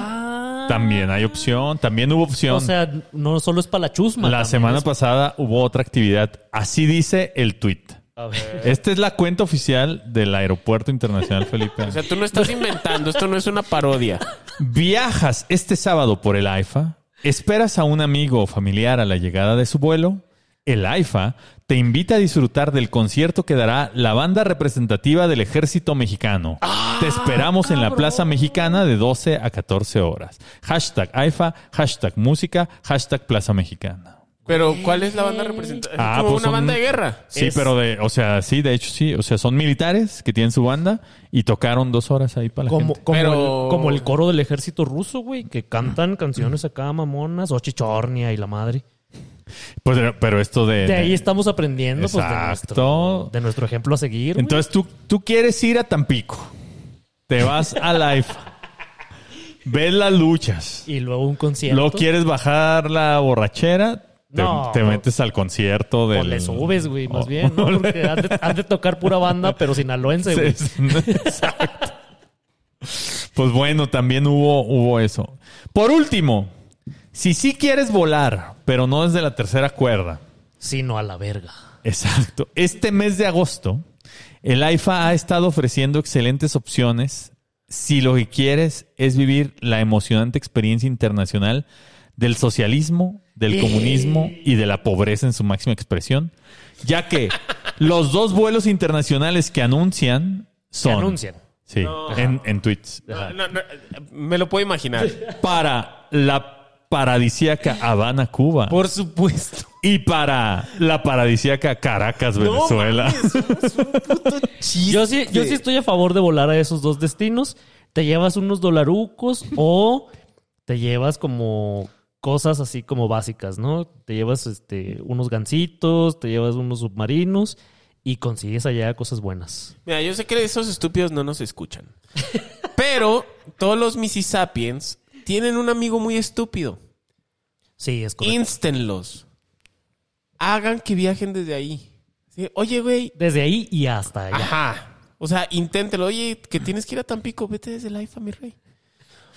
Speaker 3: también hay opción, también hubo opción.
Speaker 1: Ah. O sea, no solo es para la chusma.
Speaker 3: la
Speaker 1: también
Speaker 3: semana
Speaker 1: es-
Speaker 3: pasada hubo otra actividad. Así dice el tweet.
Speaker 1: A ver.
Speaker 3: Esta es la cuenta oficial del Aeropuerto Internacional Felipe.
Speaker 4: O sea, tú no estás inventando, esto no es una parodia.
Speaker 3: Viajas este sábado por el AIFA, esperas a un amigo o familiar a la llegada de su vuelo. El AIFA te invita a disfrutar del concierto que dará la banda representativa del ejército mexicano. te esperamos en la
Speaker 1: Ah,
Speaker 3: Plaza Mexicana de 12 a 14 horas. Hashtag AIFA, hashtag música, hashtag Plaza Mexicana.
Speaker 4: Pero, ¿cuál es la banda representativa?
Speaker 3: Ah,
Speaker 4: como
Speaker 3: pues
Speaker 4: una
Speaker 3: son-
Speaker 4: banda de guerra.
Speaker 3: Sí,
Speaker 4: Es-
Speaker 3: pero de, o sea, sí, de hecho sí. O sea, son militares que tienen su banda y tocaron dos horas ahí para la
Speaker 1: Como,
Speaker 3: gente.
Speaker 1: como,
Speaker 4: Pero-
Speaker 1: el, como el coro del ejército ruso, güey, que cantan canciones acá mamonas o chichornia y la madre.
Speaker 3: Pues, pero- pero esto de...
Speaker 1: De ahí estamos aprendiendo pues, de, nuestro,
Speaker 3: Exacto.
Speaker 1: de nuestro ejemplo a seguir. güey.
Speaker 3: Entonces tú, tú quieres ir a Tampico. Te vas a Life. ves las luchas.
Speaker 1: y luego un concierto.
Speaker 3: Luego quieres bajar la borrachera. Te,
Speaker 1: No.
Speaker 3: te metes al concierto
Speaker 1: o
Speaker 3: del... Oh,
Speaker 1: le subes, güey, más
Speaker 3: o-
Speaker 1: bien. ¿no?
Speaker 3: o le-
Speaker 1: Porque han de, han de tocar pura banda, pero sinaloense, güey.
Speaker 3: Exacto. Pues bueno, también hubo, hubo eso. Por último, si sí quieres volar, pero no desde la tercera cuerda.
Speaker 1: Sino a la verga.
Speaker 3: Exacto. Este mes de agosto, el AIFA ha estado ofreciendo excelentes opciones si lo que quieres es vivir la emocionante experiencia internacional del socialismo, del comunismo y de la pobreza en su máxima expresión, ya que los dos vuelos internacionales que anuncian son...
Speaker 1: anuncian.
Speaker 3: Sí, en, en tweets.
Speaker 4: No, no, no, me lo puedo imaginar.
Speaker 3: Para la paradisíaca Habana, Cuba.
Speaker 4: Por supuesto.
Speaker 3: Y para la paradisíaca Caracas, Venezuela.
Speaker 1: Yo sí,
Speaker 4: este
Speaker 1: yo sí estoy a favor de volar a esos dos destinos. Te llevas unos dolarucos o te llevas como cosas así como básicas, ¿no? Te llevas este, unos gansitos, te llevas unos submarinos y consigues allá cosas buenas.
Speaker 4: Mira, yo sé que esos estúpidos no nos escuchan. Pero todos los Mississippians tienen un amigo muy estúpido.
Speaker 1: Sí, es correcto.
Speaker 4: Instenlos. Hagan que viajen desde ahí. Sí, Oye, güey.
Speaker 1: Desde ahí y hasta
Speaker 4: Ah,
Speaker 1: allá.
Speaker 4: Ajá. O sea, inténtelo. Oye, que tienes que ir a Tampico. Vete desde el IFA, mi rey.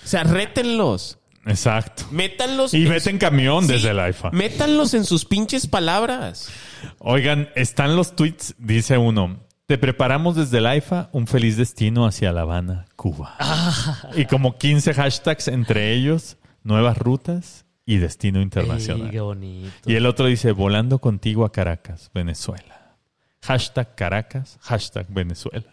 Speaker 4: O sea, rétenlos.
Speaker 3: Exacto.
Speaker 4: Métanlos.
Speaker 3: Y
Speaker 4: en
Speaker 3: vete en camión
Speaker 4: Sí,
Speaker 3: desde el AIFA.
Speaker 4: Métanlos en sus pinches palabras.
Speaker 3: Oigan, están los tweets, dice uno. Te preparamos desde el AIFA un feliz destino hacia La Habana, Cuba.
Speaker 1: Ah.
Speaker 3: Y como 15 hashtags entre ellos, nuevas rutas y destino
Speaker 1: Ey, qué
Speaker 3: internacional.
Speaker 1: bonito.
Speaker 3: eh. Y el otro dice, volando contigo a Caracas, Venezuela. Hashtag Caracas, hashtag Venezuela.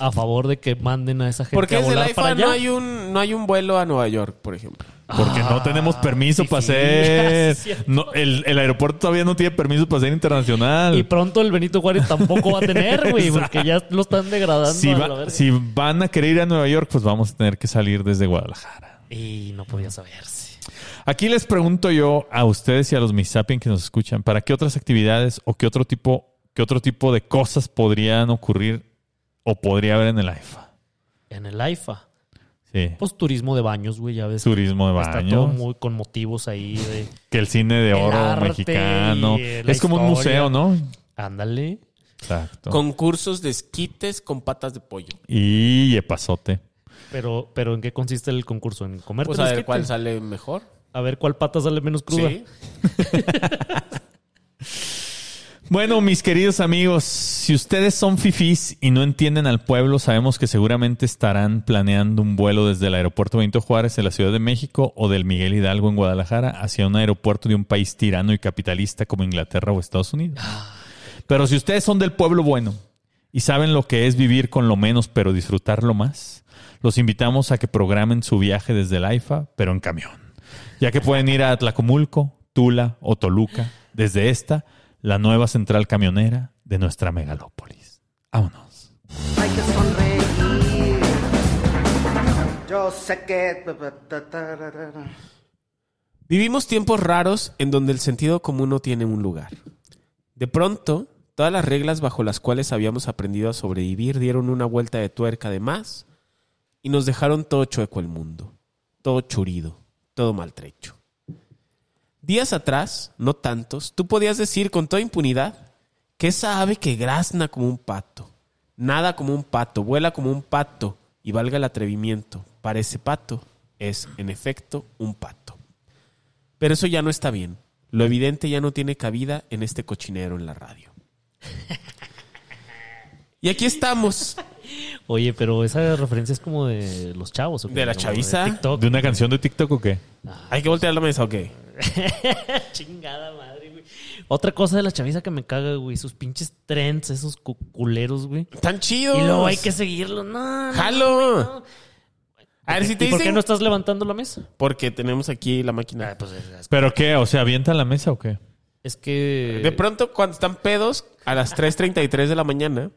Speaker 1: A favor de que manden a esa gente
Speaker 4: Porque
Speaker 1: a
Speaker 4: desde el
Speaker 1: volar para
Speaker 4: IFA
Speaker 1: allá.
Speaker 4: no hay, un, no hay un vuelo a Nueva York, por ejemplo.
Speaker 3: Porque no tenemos permiso para
Speaker 1: Ah, sí,
Speaker 3: hacer...
Speaker 1: sí, cierto.
Speaker 3: no, el, el aeropuerto todavía no tiene permiso para ser internacional.
Speaker 1: Y pronto el Benito Juárez tampoco va a tener, güey, porque ya lo están degradando.
Speaker 3: si,
Speaker 1: a
Speaker 3: va-
Speaker 1: la verga.
Speaker 3: si van a querer ir a Nueva York, pues vamos a tener que salir desde Guadalajara.
Speaker 1: Y no podía saberse.
Speaker 3: Aquí les pregunto yo a ustedes y a los Misapien que nos escuchan, ¿para qué otras actividades o qué otro tipo, qué otro tipo de cosas podrían ocurrir o podría haber en el AIFA?
Speaker 1: En el AIFA.
Speaker 3: Sí.
Speaker 1: Pues turismo de baños, güey, ya ves.
Speaker 3: Turismo de
Speaker 1: Está todo
Speaker 3: baño,
Speaker 1: muy con motivos ahí de.
Speaker 3: que el cine de oro
Speaker 1: arte
Speaker 3: mexicano.
Speaker 1: y, eh, la
Speaker 3: Es como un
Speaker 1: historia.
Speaker 3: museo, ¿no?
Speaker 1: Ándale.
Speaker 3: Exacto.
Speaker 4: Concursos de esquites con patas de pollo.
Speaker 3: Y epazote.
Speaker 1: Pero, pero ¿en qué consiste el concurso? ¿En comer
Speaker 4: Pues a ver cuál sale mejor.
Speaker 1: a ver cuál pata sale menos cruda.
Speaker 4: Sí.
Speaker 3: Bueno, mis queridos amigos, si ustedes son fifís y no entienden al pueblo, sabemos que seguramente estarán planeando un vuelo desde el aeropuerto Benito Juárez en la Ciudad de México o del Miguel Hidalgo en Guadalajara hacia un aeropuerto de un país tirano y capitalista como Inglaterra o Estados Unidos. Pero si ustedes son del pueblo bueno y saben lo que es vivir con lo menos pero disfrutar lo más, los invitamos a que programen su viaje desde el AIFA, pero en camión. Ya que pueden ir a Atlacomulco, Tula o Toluca, desde esta, la nueva central camionera de nuestra megalópolis. Vámonos.
Speaker 5: hay que sonreír. Yo sé que...
Speaker 4: Vivimos tiempos raros en donde el sentido común no tiene un lugar. De pronto, todas las reglas bajo las cuales habíamos aprendido a sobrevivir dieron una vuelta de tuerca de más y nos dejaron todo chueco el mundo, todo churido, todo maltrecho. Días atrás, no tantos, tú podías decir con toda impunidad que esa ave que grazna como un pato, nada como un pato, vuela como un pato y valga el atrevimiento, parece pato, es en efecto un pato. Pero eso ya no está bien. Lo evidente ya no tiene cabida en este cochinero en la radio. Y aquí estamos.
Speaker 1: Oye, pero esa referencia es como de los chavos. ¿o qué?
Speaker 4: De la
Speaker 1: Como
Speaker 4: chaviza.
Speaker 1: TikTok.
Speaker 3: ¿De una canción de TikTok o qué?
Speaker 4: Hay que voltear la mesa, ok.
Speaker 1: Chingada madre, güey. Otra cosa de la chaviza que me caga, güey. Sus pinches trends, esos cu- culeros, güey.
Speaker 4: Están chidos.
Speaker 1: Y luego hay que seguirlos. No, no,
Speaker 4: ¡Jalo! A ver si te
Speaker 1: ¿Y por qué
Speaker 4: dicen- Ah, pues,
Speaker 1: no estás levantando la mesa?
Speaker 4: Porque tenemos aquí la máquina.
Speaker 1: Ah,
Speaker 3: ¿Pero qué? O sea, ¿avienta la mesa o qué?
Speaker 1: Es que.
Speaker 4: De pronto, cuando están pedos, a las 3.33 de la mañana,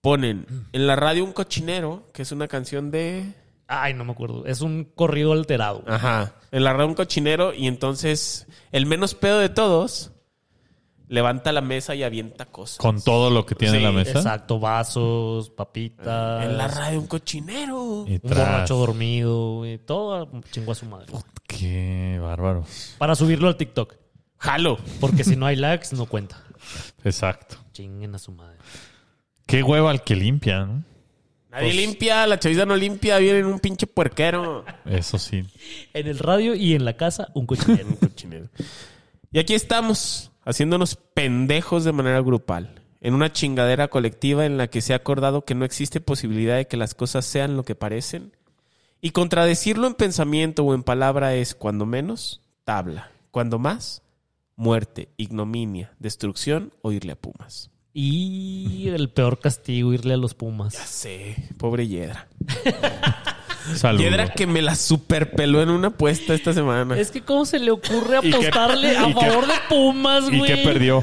Speaker 4: ponen en la radio un cochinero, que es una canción de...
Speaker 1: Ay, no me acuerdo. Es un corrido alterado.
Speaker 4: Ajá. En la radio un cochinero y entonces el menos pedo de todos levanta la mesa y avienta cosas.
Speaker 3: ¿Con todo lo que tiene
Speaker 4: Sí,
Speaker 3: la mesa?
Speaker 1: Exacto, vasos, papitas.
Speaker 4: Eh, En la radio un cochinero.
Speaker 3: Y
Speaker 1: Un
Speaker 3: tras.
Speaker 1: borracho dormido, güey, todo chingó a su madre.
Speaker 3: Qué bárbaro.
Speaker 1: Para subirlo al TikTok.
Speaker 4: Jalo.
Speaker 1: Porque si no hay likes, no cuenta.
Speaker 3: Exacto.
Speaker 1: Chinguen a su madre.
Speaker 3: Qué hueva al que limpia, ¿no? Pues
Speaker 4: Nadie limpia, la chaviza no limpia, viene un pinche puerquero.
Speaker 3: Eso sí.
Speaker 1: En el radio y en la casa, un cochinero.
Speaker 4: Un cochinero. Y aquí estamos, haciéndonos pendejos de manera grupal, en una chingadera colectiva en la que se ha acordado que no existe posibilidad de que las cosas sean lo que parecen. Y contradecirlo en pensamiento o en palabra es, cuando menos, tabla, cuando más, muerte, ignominia, destrucción o irle a Pumas.
Speaker 1: y el peor castigo, irle a los Pumas.
Speaker 4: Sí, pobre Yedra.
Speaker 3: Saludos.
Speaker 4: Yedra que me la superpeló en una apuesta esta semana.
Speaker 1: Es que, ¿cómo se le ocurre
Speaker 3: ¿Y qué-
Speaker 1: apostarle a
Speaker 3: y qué-
Speaker 1: favor de Pumas, güey?
Speaker 3: ¿Y qué perdió?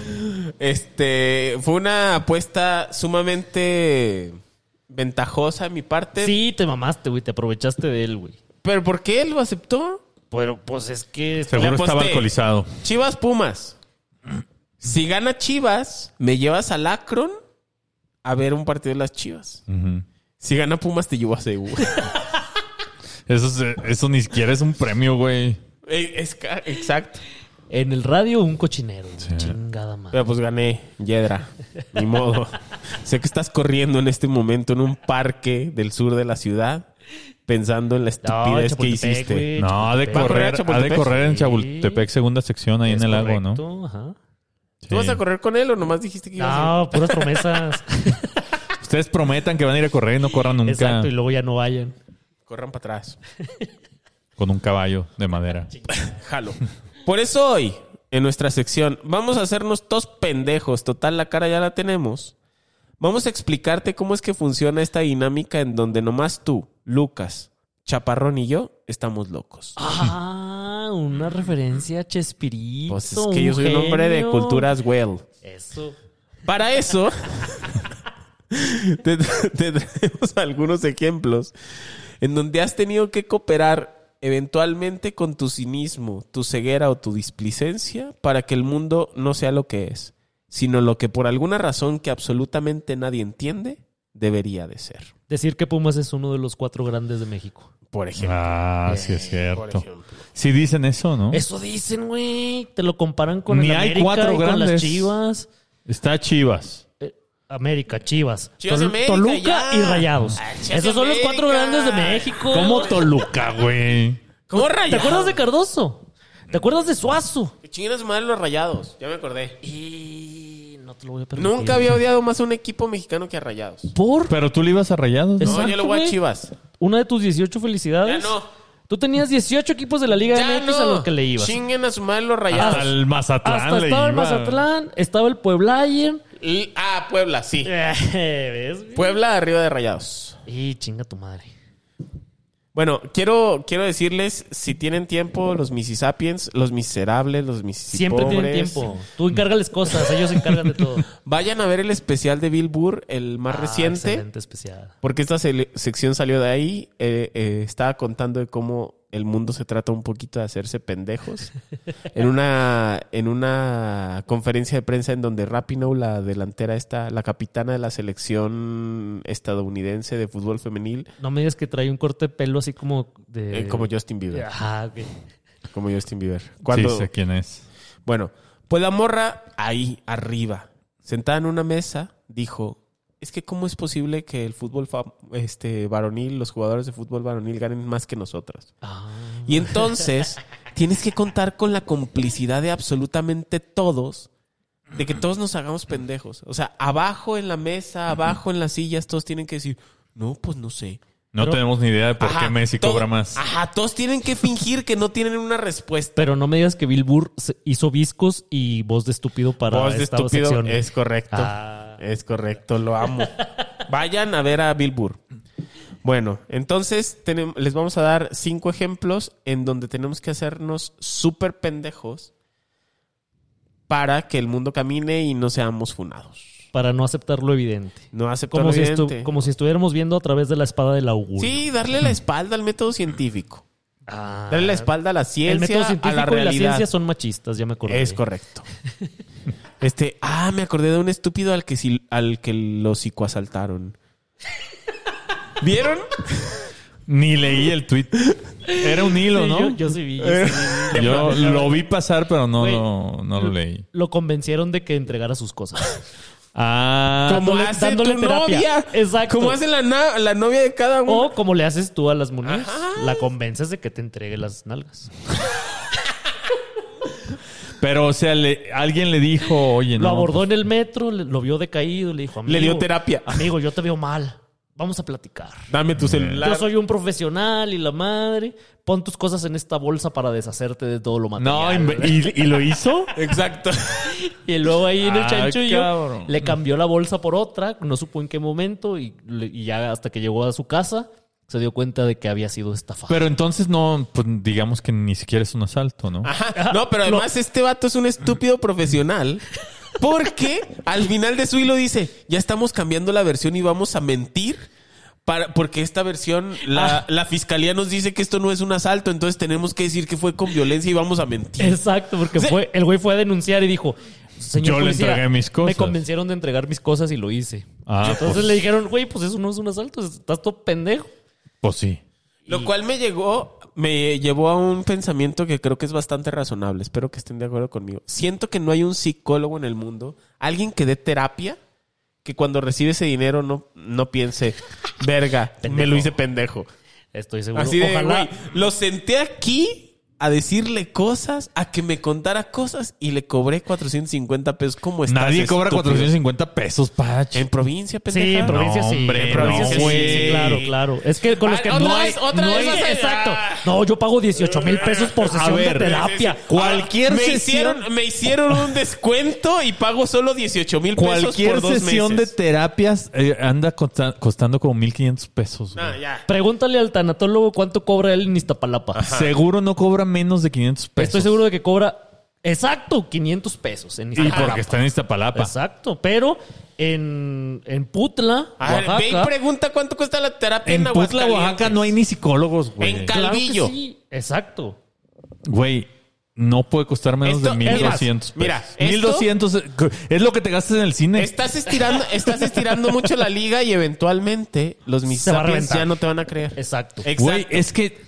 Speaker 4: Este fue una apuesta sumamente ventajosa de mi parte.
Speaker 1: Sí, te mamaste, güey. Te aprovechaste de él, güey.
Speaker 4: Pero ¿por qué él lo aceptó?
Speaker 1: Pero, pues es que.
Speaker 3: Seguro
Speaker 4: Le
Speaker 3: estaba
Speaker 4: aposté.
Speaker 3: alcoholizado.
Speaker 4: Chivas Pumas. Si gana Chivas, me llevas al Akron a ver un partido de las Chivas.
Speaker 3: Ujú.
Speaker 4: Si gana Pumas, te llevo a CU.
Speaker 3: eso, es- eso ni siquiera es un premio, güey.
Speaker 4: Eh, es ca- Exacto.
Speaker 1: En el radio, un cochinero. güey. Chingada madre.
Speaker 4: Pero pues gané, Yedra. Ni modo. sé que estás corriendo en este momento en un parque del sur de la ciudad pensando en la estupidez
Speaker 1: Chapultepec,
Speaker 4: que hiciste.
Speaker 1: güey.
Speaker 3: No, ha de
Speaker 1: Chapultepec.
Speaker 4: correr
Speaker 3: correr,
Speaker 4: a
Speaker 3: ha de
Speaker 4: Chapultepec?
Speaker 3: correr en
Speaker 1: Sí.
Speaker 3: Chapultepec, segunda sección, ahí en
Speaker 1: Es
Speaker 3: el lago, ¿no?
Speaker 1: correcto, Ajá.
Speaker 4: ¿Tú vas
Speaker 3: Sí.
Speaker 4: a correr con él o nomás dijiste que ibas a
Speaker 1: No, puras promesas.
Speaker 3: Ustedes prometan que van a ir a correr y no corran nunca
Speaker 1: Exacto, y luego ya no vayan.
Speaker 4: Corran para atrás.
Speaker 3: con un caballo de madera.
Speaker 4: Jalo. Por eso hoy, en nuestra sección, vamos a hacernos dos pendejos. Total, la cara ya la tenemos. Vamos a explicarte cómo es que funciona esta dinámica en donde nomás tú, Lucas, Chaparrón y yo estamos locos.
Speaker 1: Ah, una referencia a Chespirito.
Speaker 4: Pues es que yo soy un hombre de
Speaker 1: genio.
Speaker 4: culturas well.
Speaker 1: Eso.
Speaker 4: Para eso, te, te traemos algunos ejemplos en donde has tenido que cooperar eventualmente con tu cinismo, tu ceguera o tu displicencia para que el mundo no sea lo que es, sino lo que por alguna razón que absolutamente nadie entiende debería de ser.
Speaker 1: Decir que Pumas es uno de los cuatro grandes de México.
Speaker 4: Por ejemplo.
Speaker 3: Ah, sí es cierto. Sí dicen eso, ¿no?
Speaker 1: Eso dicen, güey. Te lo comparan con
Speaker 3: Ni
Speaker 1: el
Speaker 3: hay
Speaker 1: América
Speaker 3: cuatro
Speaker 1: y con las
Speaker 3: grandes.
Speaker 1: Chivas.
Speaker 3: Está Chivas.
Speaker 1: Eh, América, Chivas,
Speaker 4: Chivas
Speaker 1: Tol-
Speaker 4: América,
Speaker 1: Toluca
Speaker 4: ya.
Speaker 1: y Rayados.
Speaker 4: Ah, Chivas
Speaker 1: Esos son los
Speaker 4: América.
Speaker 1: cuatro grandes de México.
Speaker 3: ¿Cómo Toluca, güey?
Speaker 4: ¿Cómo
Speaker 1: ¿Te
Speaker 4: rayados?
Speaker 1: acuerdas de Cardoso? ¿Te acuerdas de Suazo?
Speaker 4: Que chinguen a su madre los rayados, ya me acordé.
Speaker 1: Y no te lo voy a permitir.
Speaker 4: Nunca había odiado más a un equipo mexicano que a rayados.
Speaker 1: Por
Speaker 3: Pero tú le ibas a Rayados. ¿no?
Speaker 1: Es-
Speaker 4: No, yo le voy a
Speaker 1: güey.
Speaker 4: Chivas.
Speaker 1: una de tus 18
Speaker 4: Ya
Speaker 1: felicidades.
Speaker 4: no.
Speaker 1: Tú tenías 18 equipos de la Liga
Speaker 4: Ya
Speaker 1: MX a los que le ibas. Ah,
Speaker 4: Chinguen a su madre los rayados.
Speaker 3: Hasta el Mazatlán
Speaker 1: Hasta
Speaker 3: le
Speaker 1: estaba el
Speaker 3: iba.
Speaker 1: Mazatlán, estaba el Pueblayer.
Speaker 4: L- Ah, Puebla, sí.
Speaker 1: ¿Ves? güey?
Speaker 4: Puebla arriba de rayados.
Speaker 1: Y chinga tu madre.
Speaker 4: Bueno, quiero, quiero decirles, si tienen tiempo, los Mississappians, los miserables, los
Speaker 1: Siempre
Speaker 4: Mississipobres.
Speaker 1: tienen tiempo. Tú encárgales cosas, ellos se encargan de todo.
Speaker 4: Vayan a ver el especial de Bill Burr, el más
Speaker 1: Ah,
Speaker 4: reciente,
Speaker 1: Excelente especial.
Speaker 4: porque esta sele- sección salió de ahí. Eh, eh, estaba contando de cómo el mundo se trata un poquito de hacerse pendejos. en, una, en una conferencia de prensa en donde Rapinoe, la delantera esta, la capitana de la selección estadounidense de fútbol femenil,
Speaker 1: No me digas que trae un corte de pelo así como de.
Speaker 4: Eh, como Justin Bieber.
Speaker 1: Ajá, ok.
Speaker 4: Como Justin Bieber.
Speaker 3: Sí,
Speaker 4: Cuando,
Speaker 3: sé quién es.
Speaker 4: Bueno, pues la morra ahí, arriba, sentada en una mesa, dijo: Es que, ¿cómo es posible que el fútbol fa- este, varonil, los jugadores de fútbol varonil ganen más que nosotras?
Speaker 1: Ah,
Speaker 4: Y
Speaker 3: Mm.
Speaker 4: entonces tienes que contar con la complicidad de absolutamente todos, de que todos nos hagamos pendejos. O sea, abajo en la mesa, abajo en las sillas, todos tienen que decir: No, pues no sé.
Speaker 3: No
Speaker 1: Pero- Ah.
Speaker 3: tenemos ni idea de por
Speaker 4: Ajá,
Speaker 3: qué Messi
Speaker 4: todo-
Speaker 3: cobra más.
Speaker 4: Ajá, todos tienen que fingir que no tienen una respuesta.
Speaker 1: Pero no me digas que Bill Burr se- hizo viscos y voz de estúpido para
Speaker 4: Voz de
Speaker 1: esta
Speaker 4: estúpido
Speaker 1: sección.
Speaker 4: es correcto.
Speaker 1: Ah.
Speaker 4: Es correcto, lo amo. Vayan a ver a Bill Burr. Bueno, entonces tenem- les vamos a dar cinco ejemplos en donde tenemos que hacernos súper pendejos para que el mundo camine y no seamos funados.
Speaker 1: Para no aceptar lo evidente.
Speaker 4: No aceptar
Speaker 1: Como,
Speaker 4: lo
Speaker 1: si, estu-
Speaker 4: evidente.
Speaker 1: como si estuviéramos viendo a través de la espada del augurio.
Speaker 4: Sí, darle la espalda al método científico.
Speaker 1: Ah.
Speaker 4: Darle la espalda a la
Speaker 1: El
Speaker 4: ciencia,
Speaker 1: método
Speaker 4: a la
Speaker 1: científico y la
Speaker 4: realidad.
Speaker 1: ciencia son machistas, ya me acordé.
Speaker 4: es correcto. este, ah, me acordé de un estúpido al que sí- al que lo psicoasaltaron. ¿Vieron?
Speaker 3: Ni leí el tweet. Era un hilo,
Speaker 1: Sí,
Speaker 3: ¿no?
Speaker 1: yo,
Speaker 3: yo,
Speaker 1: yo sí vi. yo sí vi.
Speaker 3: lo vi pasar, pero no,
Speaker 1: Güey.
Speaker 3: lo, no lo leí.
Speaker 1: Lo convencieron de que entregara sus cosas.
Speaker 3: Ah,
Speaker 1: ¿Cómo?
Speaker 4: Como
Speaker 1: dándole-
Speaker 4: hace
Speaker 1: dándole
Speaker 4: tu
Speaker 1: terapia.
Speaker 4: novia.
Speaker 1: Exacto. Oh,
Speaker 4: Como hace la, na- la novia de cada uno.
Speaker 1: O como le haces tú a las muñecas,
Speaker 4: Ajá.
Speaker 1: la convences de que te entregue las nalgas.
Speaker 3: pero o sea, le- alguien le dijo, oye,
Speaker 1: Lo
Speaker 3: no, pues,
Speaker 1: abordó en el metro, le- lo vio decaído, le dijo, amigo,
Speaker 4: pues. Le dio terapia.
Speaker 1: Amigo, yo te veo mal. Vamos a platicar.
Speaker 4: Dame tu celular.
Speaker 1: Yo soy un profesional y la madre. Pon tus cosas en esta bolsa para deshacerte de todo lo
Speaker 3: No,
Speaker 1: material.
Speaker 3: inve- ¿y, y lo hizo?
Speaker 4: Exacto.
Speaker 1: Y luego ahí en el
Speaker 3: Ah,
Speaker 1: chanchullo
Speaker 3: cabrón.
Speaker 1: le cambió la bolsa por otra, no supo en qué momento y, le- y ya hasta que llegó a su casa se dio cuenta de que había sido estafado.
Speaker 3: Pero entonces no, pues digamos que ni siquiera es un asalto, ¿no?
Speaker 4: Ajá. No, pero además este vato es un estúpido profesional. Porque al final de su hilo dice, ya estamos cambiando la versión y vamos a mentir. Para, porque esta versión, la, la fiscalía nos dice que esto no es un asalto, entonces tenemos que decir que fue con violencia y vamos a mentir.
Speaker 1: Exacto, porque
Speaker 4: Sí.
Speaker 1: fue, el güey fue a denunciar y dijo, señor
Speaker 3: Yo le
Speaker 1: policía,
Speaker 3: entregué mis
Speaker 1: Me
Speaker 3: cosas".
Speaker 1: convencieron de entregar mis cosas y lo hice.
Speaker 3: Ah,
Speaker 1: entonces
Speaker 3: pues.
Speaker 1: le dijeron, güey, pues eso no es un asalto, estás todo pendejo.
Speaker 3: Pues sí.
Speaker 4: Lo cual me llegó, me llevó a un pensamiento que creo que es bastante razonable. Espero que estén de acuerdo conmigo. Siento que no hay un psicólogo en el mundo, alguien que dé terapia, que cuando recibe ese dinero no, no piense, verga, me lo hice pendejo.
Speaker 1: Estoy seguro.
Speaker 4: Así de,
Speaker 1: Ojalá.
Speaker 4: güey, lo senté aquí a decirle cosas, a que me contara cosas y le cobré 450 pesos. ¿Cómo estás?
Speaker 3: Nadie cobra
Speaker 4: estúpido?
Speaker 3: 450 pesos, Pach.
Speaker 4: En provincia, pendeja.
Speaker 1: Sí, en provincia
Speaker 3: No,
Speaker 1: sí.
Speaker 3: hombre,
Speaker 1: en provincia
Speaker 3: no,
Speaker 1: sí, sí, sí,
Speaker 3: güey.
Speaker 1: claro, claro. Es que con los
Speaker 4: Ah,
Speaker 1: que
Speaker 4: otra
Speaker 1: no
Speaker 4: vez,
Speaker 1: hay-
Speaker 4: otra
Speaker 1: no
Speaker 4: vez
Speaker 1: hay-
Speaker 4: vas a- ah.
Speaker 1: exacto. No, yo pago 18 mil pesos por sesión
Speaker 3: ver,
Speaker 1: de terapia.
Speaker 3: Cualquier
Speaker 4: Ah, me
Speaker 3: sesión-
Speaker 4: Hicieron, me hicieron un descuento y pago solo 18 mil pesos
Speaker 3: Cualquier
Speaker 4: por dos
Speaker 3: sesión de
Speaker 4: meses.
Speaker 3: terapias eh, anda costa- costando como 1500 pesos. güey.
Speaker 4: Ah, ya.
Speaker 1: Pregúntale al tanatólogo cuánto cobra él en Iztapalapa.
Speaker 3: Seguro no cobra menos de 500 Ah, pesos.
Speaker 1: Estoy seguro de que cobra exacto 500 pesos en
Speaker 3: Y
Speaker 1: Iztapalapa.
Speaker 3: porque está en Iztapalapa.
Speaker 1: Exacto, pero en, en Putla,
Speaker 4: A ver, ve y
Speaker 1: Oaxaca,
Speaker 4: pregunta cuánto cuesta la terapia en,
Speaker 3: En Putla,
Speaker 4: Aguascalientes.
Speaker 3: Oaxaca no hay ni psicólogos, güey.
Speaker 4: En Cal-
Speaker 1: claro que
Speaker 4: Calvillo.
Speaker 1: sí, Exacto.
Speaker 3: Güey, no puede costar menos
Speaker 4: Esto-
Speaker 3: de
Speaker 4: es
Speaker 1: más,
Speaker 3: 1200 pesos.
Speaker 4: mira, esto-
Speaker 3: 1200 eh, es lo que te gastas en el cine.
Speaker 4: Estás estirando, estás estirando mucho la liga y eventualmente los
Speaker 1: Se va a
Speaker 4: misapiens
Speaker 1: reventar.
Speaker 4: ya no te van a creer.
Speaker 1: Exacto.
Speaker 4: Exacto.
Speaker 3: Güey, es que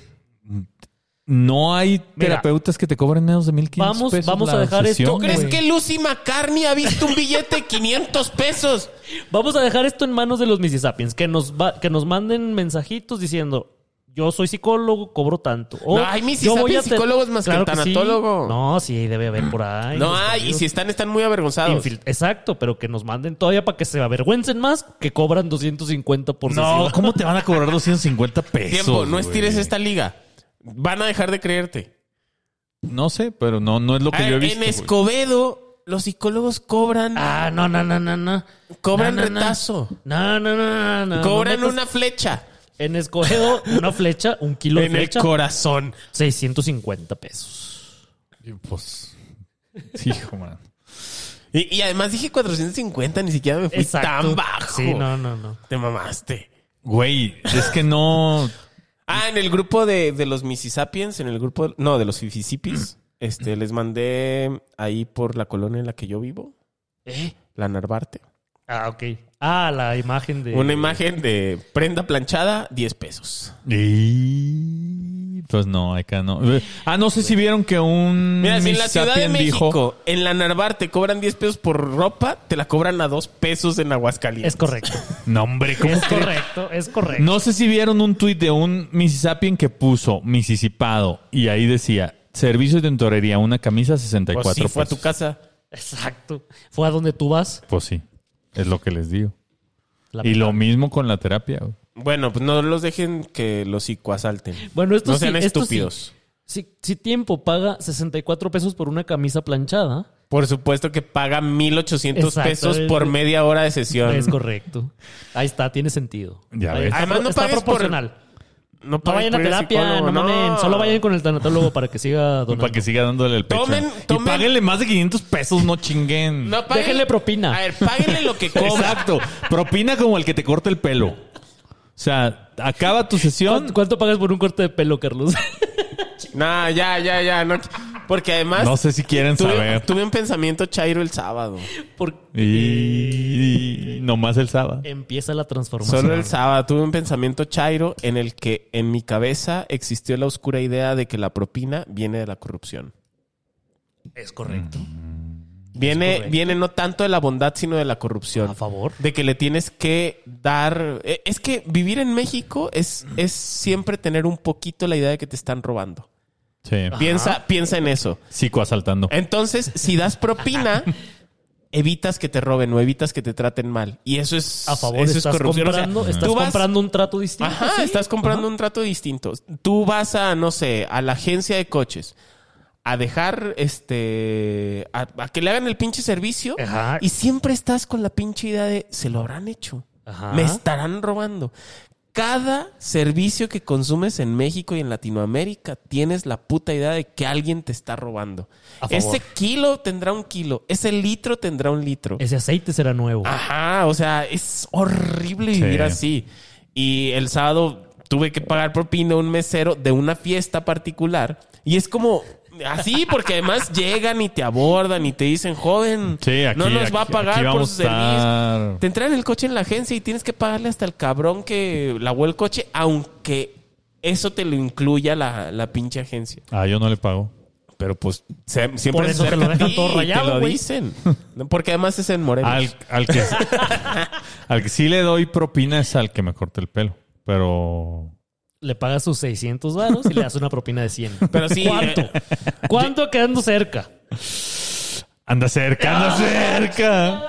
Speaker 3: no hay
Speaker 1: Mira,
Speaker 3: terapeutas que te cobren menos de 1500
Speaker 1: vamos-
Speaker 3: pesos.
Speaker 1: vamos a
Speaker 3: la
Speaker 1: dejar esto-
Speaker 3: sesión,
Speaker 4: ¿Tú crees
Speaker 3: güey.
Speaker 4: que Lucy McCartney ha visto un billete de 500 pesos?
Speaker 1: Vamos a dejar esto en manos de los Mississippians, que nos va- que nos manden mensajitos diciendo yo soy psicólogo, cobro tanto. O
Speaker 4: No, hay Missy
Speaker 1: yo voy
Speaker 4: Sapiens
Speaker 1: a ter-
Speaker 4: psicólogos más que
Speaker 1: sí.
Speaker 4: tanatólogo.
Speaker 1: No, sí, debe haber por ahí.
Speaker 4: no
Speaker 1: Los
Speaker 4: hay, y
Speaker 1: perdidos.
Speaker 4: si están, están muy avergonzados.
Speaker 1: Infil- Exacto, pero que nos manden todavía para que se avergüencen más que cobran 250 por
Speaker 3: No,
Speaker 1: sesión.
Speaker 3: ¿cómo te van a cobrar 250 pesos?
Speaker 4: Tiempo, no
Speaker 3: güey?
Speaker 4: estires esta liga. Van a dejar de creerte.
Speaker 3: No sé, pero no, no es lo que
Speaker 4: Ah,
Speaker 3: yo he visto.
Speaker 4: en
Speaker 3: güey.
Speaker 4: Escobedo, los psicólogos cobran,
Speaker 1: Ah, no, no, no, no, no.
Speaker 4: cobran
Speaker 1: No, no, no.
Speaker 4: retazo,
Speaker 1: No, no, no, no, no.
Speaker 4: cobran
Speaker 1: No metas-
Speaker 4: una flecha
Speaker 1: En Escobedo, una flecha, un kilo de
Speaker 4: en el
Speaker 1: flecha,
Speaker 4: corazón.
Speaker 1: 650 pesos.
Speaker 3: Y, Pues, hijo, man.
Speaker 4: Y, y además dije 450, ni siquiera me fui tan bajo.
Speaker 1: Sí, no, no, no.
Speaker 4: Te mamaste.
Speaker 3: Güey, es que no.
Speaker 4: Ah, en el grupo de, de los Mississippians, en el grupo, no, de los Fifisipis, este, les mandé ahí por la colonia en la que yo vivo,
Speaker 1: ¿Eh?
Speaker 4: la Narvarte,
Speaker 1: Ah, ok. Ah, la imagen de...
Speaker 4: una imagen de prenda planchada, 10 pesos.
Speaker 3: Y- Pues no, acá no. Ah, no sé si vieron que un.
Speaker 4: Mira, si en la
Speaker 3: Miss
Speaker 4: Ciudad de
Speaker 3: Sapien dijo-
Speaker 4: México, en la Narvar te cobran 10 pesos por ropa, te la cobran a 2 pesos en Aguascalientes.
Speaker 1: Es correcto.
Speaker 3: no, hombre, ¿cómo
Speaker 1: Es
Speaker 3: crees?
Speaker 1: correcto, es correcto.
Speaker 3: No sé si vieron un tuit de un Mississippian que puso Mississippado y ahí decía: Servicios de entorería, una camisa 64
Speaker 4: Pues sí, fue a
Speaker 3: pesos.
Speaker 4: tu casa.
Speaker 1: Exacto. Fue a donde tú vas.
Speaker 3: Pues sí, es lo que les digo.
Speaker 1: La-
Speaker 3: Y lo mismo con la terapia. güey.
Speaker 4: Bueno, pues no los dejen que los psicoasalten.
Speaker 1: Bueno, esto
Speaker 4: no
Speaker 1: sí,
Speaker 4: sean
Speaker 1: esto
Speaker 4: estúpidos.
Speaker 1: sí. Si, si tiempo paga 64 pesos por una camisa planchada,
Speaker 4: Por supuesto que paga 1800
Speaker 1: Exacto.
Speaker 4: pesos por media hora de sesión.
Speaker 1: Es correcto. Ahí está, tiene sentido.
Speaker 3: Ya
Speaker 1: Ahí
Speaker 3: ves.
Speaker 1: está,
Speaker 4: Además, no
Speaker 1: está
Speaker 4: pagues por-
Speaker 1: proporcional. No vayan
Speaker 4: pagues por
Speaker 1: a
Speaker 4: ir al
Speaker 1: terapia,
Speaker 4: psicólogo,
Speaker 1: no mamen. Solo vayan con el tanatólogo para que siga donando.
Speaker 3: Pues Para que siga dándole el pecho.
Speaker 4: Tomen, tomen.
Speaker 3: Y páguenle más de 500 pesos, no chinguen.
Speaker 4: No, paguen-
Speaker 1: Déjenle propina.
Speaker 4: A ver, páguenle lo que cobra.
Speaker 3: Exacto. Propina como el que te corta el pelo. O sea, acaba tu sesión.
Speaker 1: ¿Cuánto, cuánto pagas por un corte de pelo, Carlos?
Speaker 4: No, ya, ya, ya. no. Porque además
Speaker 3: No sé si quieren
Speaker 4: tuve,
Speaker 3: saber.
Speaker 4: tuve un pensamiento chairo el sábado.
Speaker 1: Por-
Speaker 3: Y, y nomás el sábado.
Speaker 1: Empieza la transformación.
Speaker 4: Solo el sábado tuve un pensamiento chairo en el que en mi cabeza existió la oscura idea de que la propina viene de la corrupción.
Speaker 1: Es correcto.
Speaker 3: Mm.
Speaker 4: Viene,
Speaker 1: correcto. Ah,
Speaker 4: viene no tanto de la bondad, sino de la corrupción.
Speaker 1: A favor.
Speaker 4: De que le tienes que dar. eh, Es que vivir en México es, es siempre tener un poquito la idea de que te están robando.
Speaker 3: Sí.
Speaker 4: Piensa, piensa en eso.
Speaker 3: Psicoasaltando.
Speaker 4: Entonces, si das propina, evitas que te roben o evitas que te traten mal. Y eso es.
Speaker 1: A favor,
Speaker 4: eso es
Speaker 1: estás,
Speaker 4: corrupción. O sea,
Speaker 1: comprando, estás
Speaker 4: tú vas-
Speaker 1: comprando un trato distinto.
Speaker 4: Ajá,
Speaker 1: sí.
Speaker 4: estás comprando un trato distinto. Tú vas a, no sé, a la agencia de coches a dejar este a, a que le hagan el pinche servicio
Speaker 1: Ajá.
Speaker 4: y siempre estás con la pinche idea de se lo habrán hecho.
Speaker 1: Ajá.
Speaker 4: Me estarán robando. Cada servicio que consumes en México y en Latinoamérica tienes la puta idea de que alguien te está robando.
Speaker 1: A favor.
Speaker 4: Ese kilo tendrá un kilo, ese litro tendrá un litro.
Speaker 1: Ese aceite será nuevo.
Speaker 4: Ajá, o sea, es horrible vivir
Speaker 3: Sí.
Speaker 4: así. Y el sábado tuve que pagar propina a un mesero de una fiesta particular. Y es como así, porque además llegan y te abordan y te dicen, joven,
Speaker 3: Sí, aquí,
Speaker 4: no nos va a
Speaker 3: aquí-
Speaker 4: pagar
Speaker 3: aquí
Speaker 4: por
Speaker 3: vamos a
Speaker 4: su servicio.
Speaker 3: estar.
Speaker 4: Te entran el coche en la agencia y tienes que pagarle hasta el cabrón que lavó el coche, aunque eso te lo incluya la, la pinche agencia.
Speaker 3: Ah, yo no le pago.
Speaker 4: Pero pues se- siempre
Speaker 1: Por
Speaker 4: se
Speaker 1: eso te lo
Speaker 4: acercan a
Speaker 1: dejan
Speaker 4: ti
Speaker 1: todo
Speaker 4: y
Speaker 1: rayado,
Speaker 4: Te lo
Speaker 1: güey.
Speaker 4: dicen. No, Porque además es en Morelos.
Speaker 3: Al, al que, al que sí le doy propina es al que me corta el pelo. Pero
Speaker 1: Le pagas sus 600 varos y le das una propina de 100.
Speaker 4: Pero sí, eh,
Speaker 1: ¿Cuánto? ¿Cuánto quedando cerca?
Speaker 3: anda cerca, anda cerca.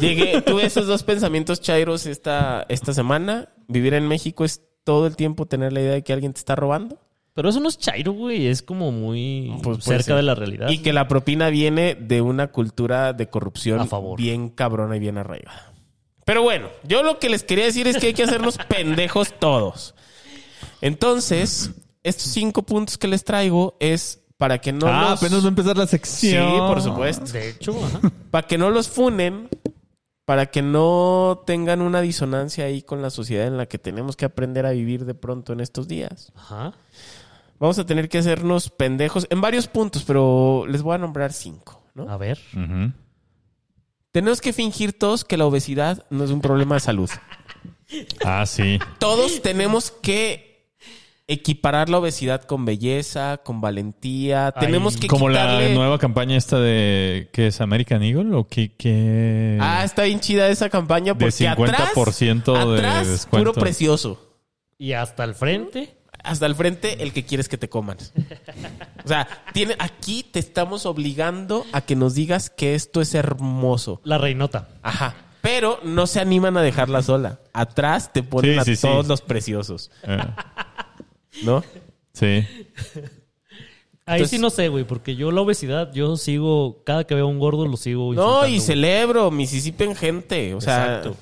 Speaker 4: Llegué, tuve esos dos pensamientos chairos esta, esta semana. Vivir en México es todo el tiempo tener la idea de que alguien te está robando.
Speaker 1: Pero eso no es chairo, güey. Es como muy
Speaker 4: Pues, pues,
Speaker 1: cerca
Speaker 4: sí.
Speaker 1: de la realidad.
Speaker 4: Y que la propina viene de una cultura de corrupción
Speaker 1: A favor.
Speaker 4: bien cabrona y bien arraigada. Pero bueno, yo lo que les quería decir es que hay que hacernos pendejos todos. Entonces, estos cinco puntos que les traigo es para que no
Speaker 3: ah,
Speaker 4: los-
Speaker 3: apenas va a empezar la
Speaker 4: Sí,
Speaker 3: sección.
Speaker 4: por supuesto.
Speaker 1: De hecho, ajá.
Speaker 4: Para que no los funen, para que no tengan una disonancia ahí con la sociedad en la que tenemos que aprender a vivir de pronto en estos días.
Speaker 1: Ajá.
Speaker 4: Vamos a tener que hacernos pendejos en varios puntos, pero les voy a nombrar cinco. ¿no?
Speaker 3: Ah.
Speaker 1: A ver.
Speaker 3: Ujú.
Speaker 4: Tenemos que fingir todos que la obesidad no es un problema de salud.
Speaker 3: Ah, sí.
Speaker 4: Todos tenemos que equiparar la obesidad con belleza, con valentía.
Speaker 1: Ay,
Speaker 4: Tenemos que
Speaker 3: Como la
Speaker 4: quitarle-
Speaker 3: nueva campaña esta de... ¿Qué es? ¿American Eagle o qué? qué?
Speaker 4: Ah, está bien chida esa campaña
Speaker 3: De
Speaker 4: porque
Speaker 3: 50%
Speaker 4: atrás,
Speaker 3: de
Speaker 4: atrás
Speaker 3: descuento.
Speaker 4: puro precioso.
Speaker 1: Y hasta el frente.
Speaker 4: hasta el frente el que quieres que te coman. O sea, tiene, aquí te estamos obligando a que nos digas que esto es hermoso.
Speaker 1: La reinota.
Speaker 4: Ajá. Pero no se animan a dejarla sola. Atrás te ponen
Speaker 3: Sí,
Speaker 4: a
Speaker 3: sí, sí.
Speaker 4: todos los preciosos,
Speaker 3: Eh,
Speaker 4: ¿no?
Speaker 3: sí.
Speaker 1: Ahí
Speaker 4: Entonces-
Speaker 1: sí no sé, güey, porque yo la obesidad, yo sigo, cada que veo a un gordo lo sigo.
Speaker 4: No,
Speaker 1: insultando,
Speaker 4: y
Speaker 1: güey.
Speaker 4: celebro, Mississippi gente. O sea,
Speaker 1: Exacto.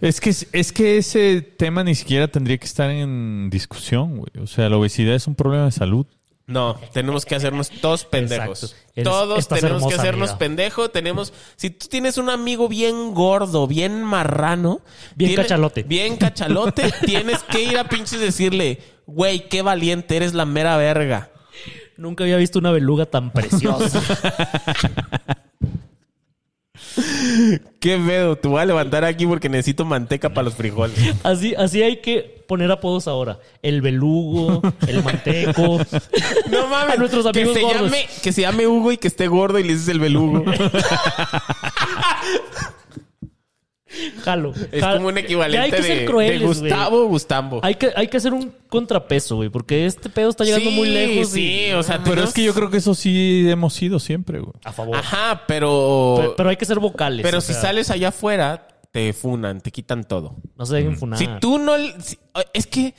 Speaker 3: Es que, es que ese tema ni siquiera tendría que estar en discusión, güey. O sea, la obesidad es un problema de salud.
Speaker 4: No, tenemos que hacernos todos pendejos.
Speaker 1: Exacto. Eres-
Speaker 4: todos
Speaker 1: estás
Speaker 4: tenemos que
Speaker 1: hermosa,
Speaker 4: hacernos
Speaker 1: amiga.
Speaker 4: pendejo. Tenemos, si tú tienes un amigo bien gordo, bien marrano,
Speaker 1: Bien cachalote.
Speaker 4: bien cachalote, tienes que ir a pinches decirle, güey, qué valiente, eres la mera verga.
Speaker 1: Nunca había visto una beluga tan preciosa.
Speaker 4: Qué pedo, te voy a levantar aquí porque necesito manteca para los frijoles.
Speaker 1: así, así hay que poner apodos ahora. El belugo, el manteco.
Speaker 4: No mames,
Speaker 1: A nuestros amigos
Speaker 4: que se
Speaker 1: gordos.
Speaker 4: llame, que se llame Hugo y que esté gordo y le dices el belugo.
Speaker 1: Jalo.
Speaker 4: Es
Speaker 1: jalo.
Speaker 4: como un
Speaker 1: Ya
Speaker 4: equivalente
Speaker 1: hay que
Speaker 4: de,
Speaker 1: ser
Speaker 4: de
Speaker 1: crueles, güey.
Speaker 4: Gustavo Gustambo.
Speaker 1: Hay que, hay que hacer un contrapeso, güey, porque este pedo está llegando
Speaker 4: Sí,
Speaker 1: muy lejos.
Speaker 4: Sí,
Speaker 1: y-
Speaker 4: o sea,
Speaker 3: Pero es que yo creo que eso sí hemos sido siempre, güey.
Speaker 1: A favor.
Speaker 4: Ajá,
Speaker 1: Pero, pero hay que ser vocales.
Speaker 4: Pero
Speaker 1: o
Speaker 4: si
Speaker 1: sea,
Speaker 4: sales allá afuera, te funan, te quitan todo.
Speaker 3: Ah.
Speaker 1: No se dejen funar.
Speaker 4: Si tú no... si- es que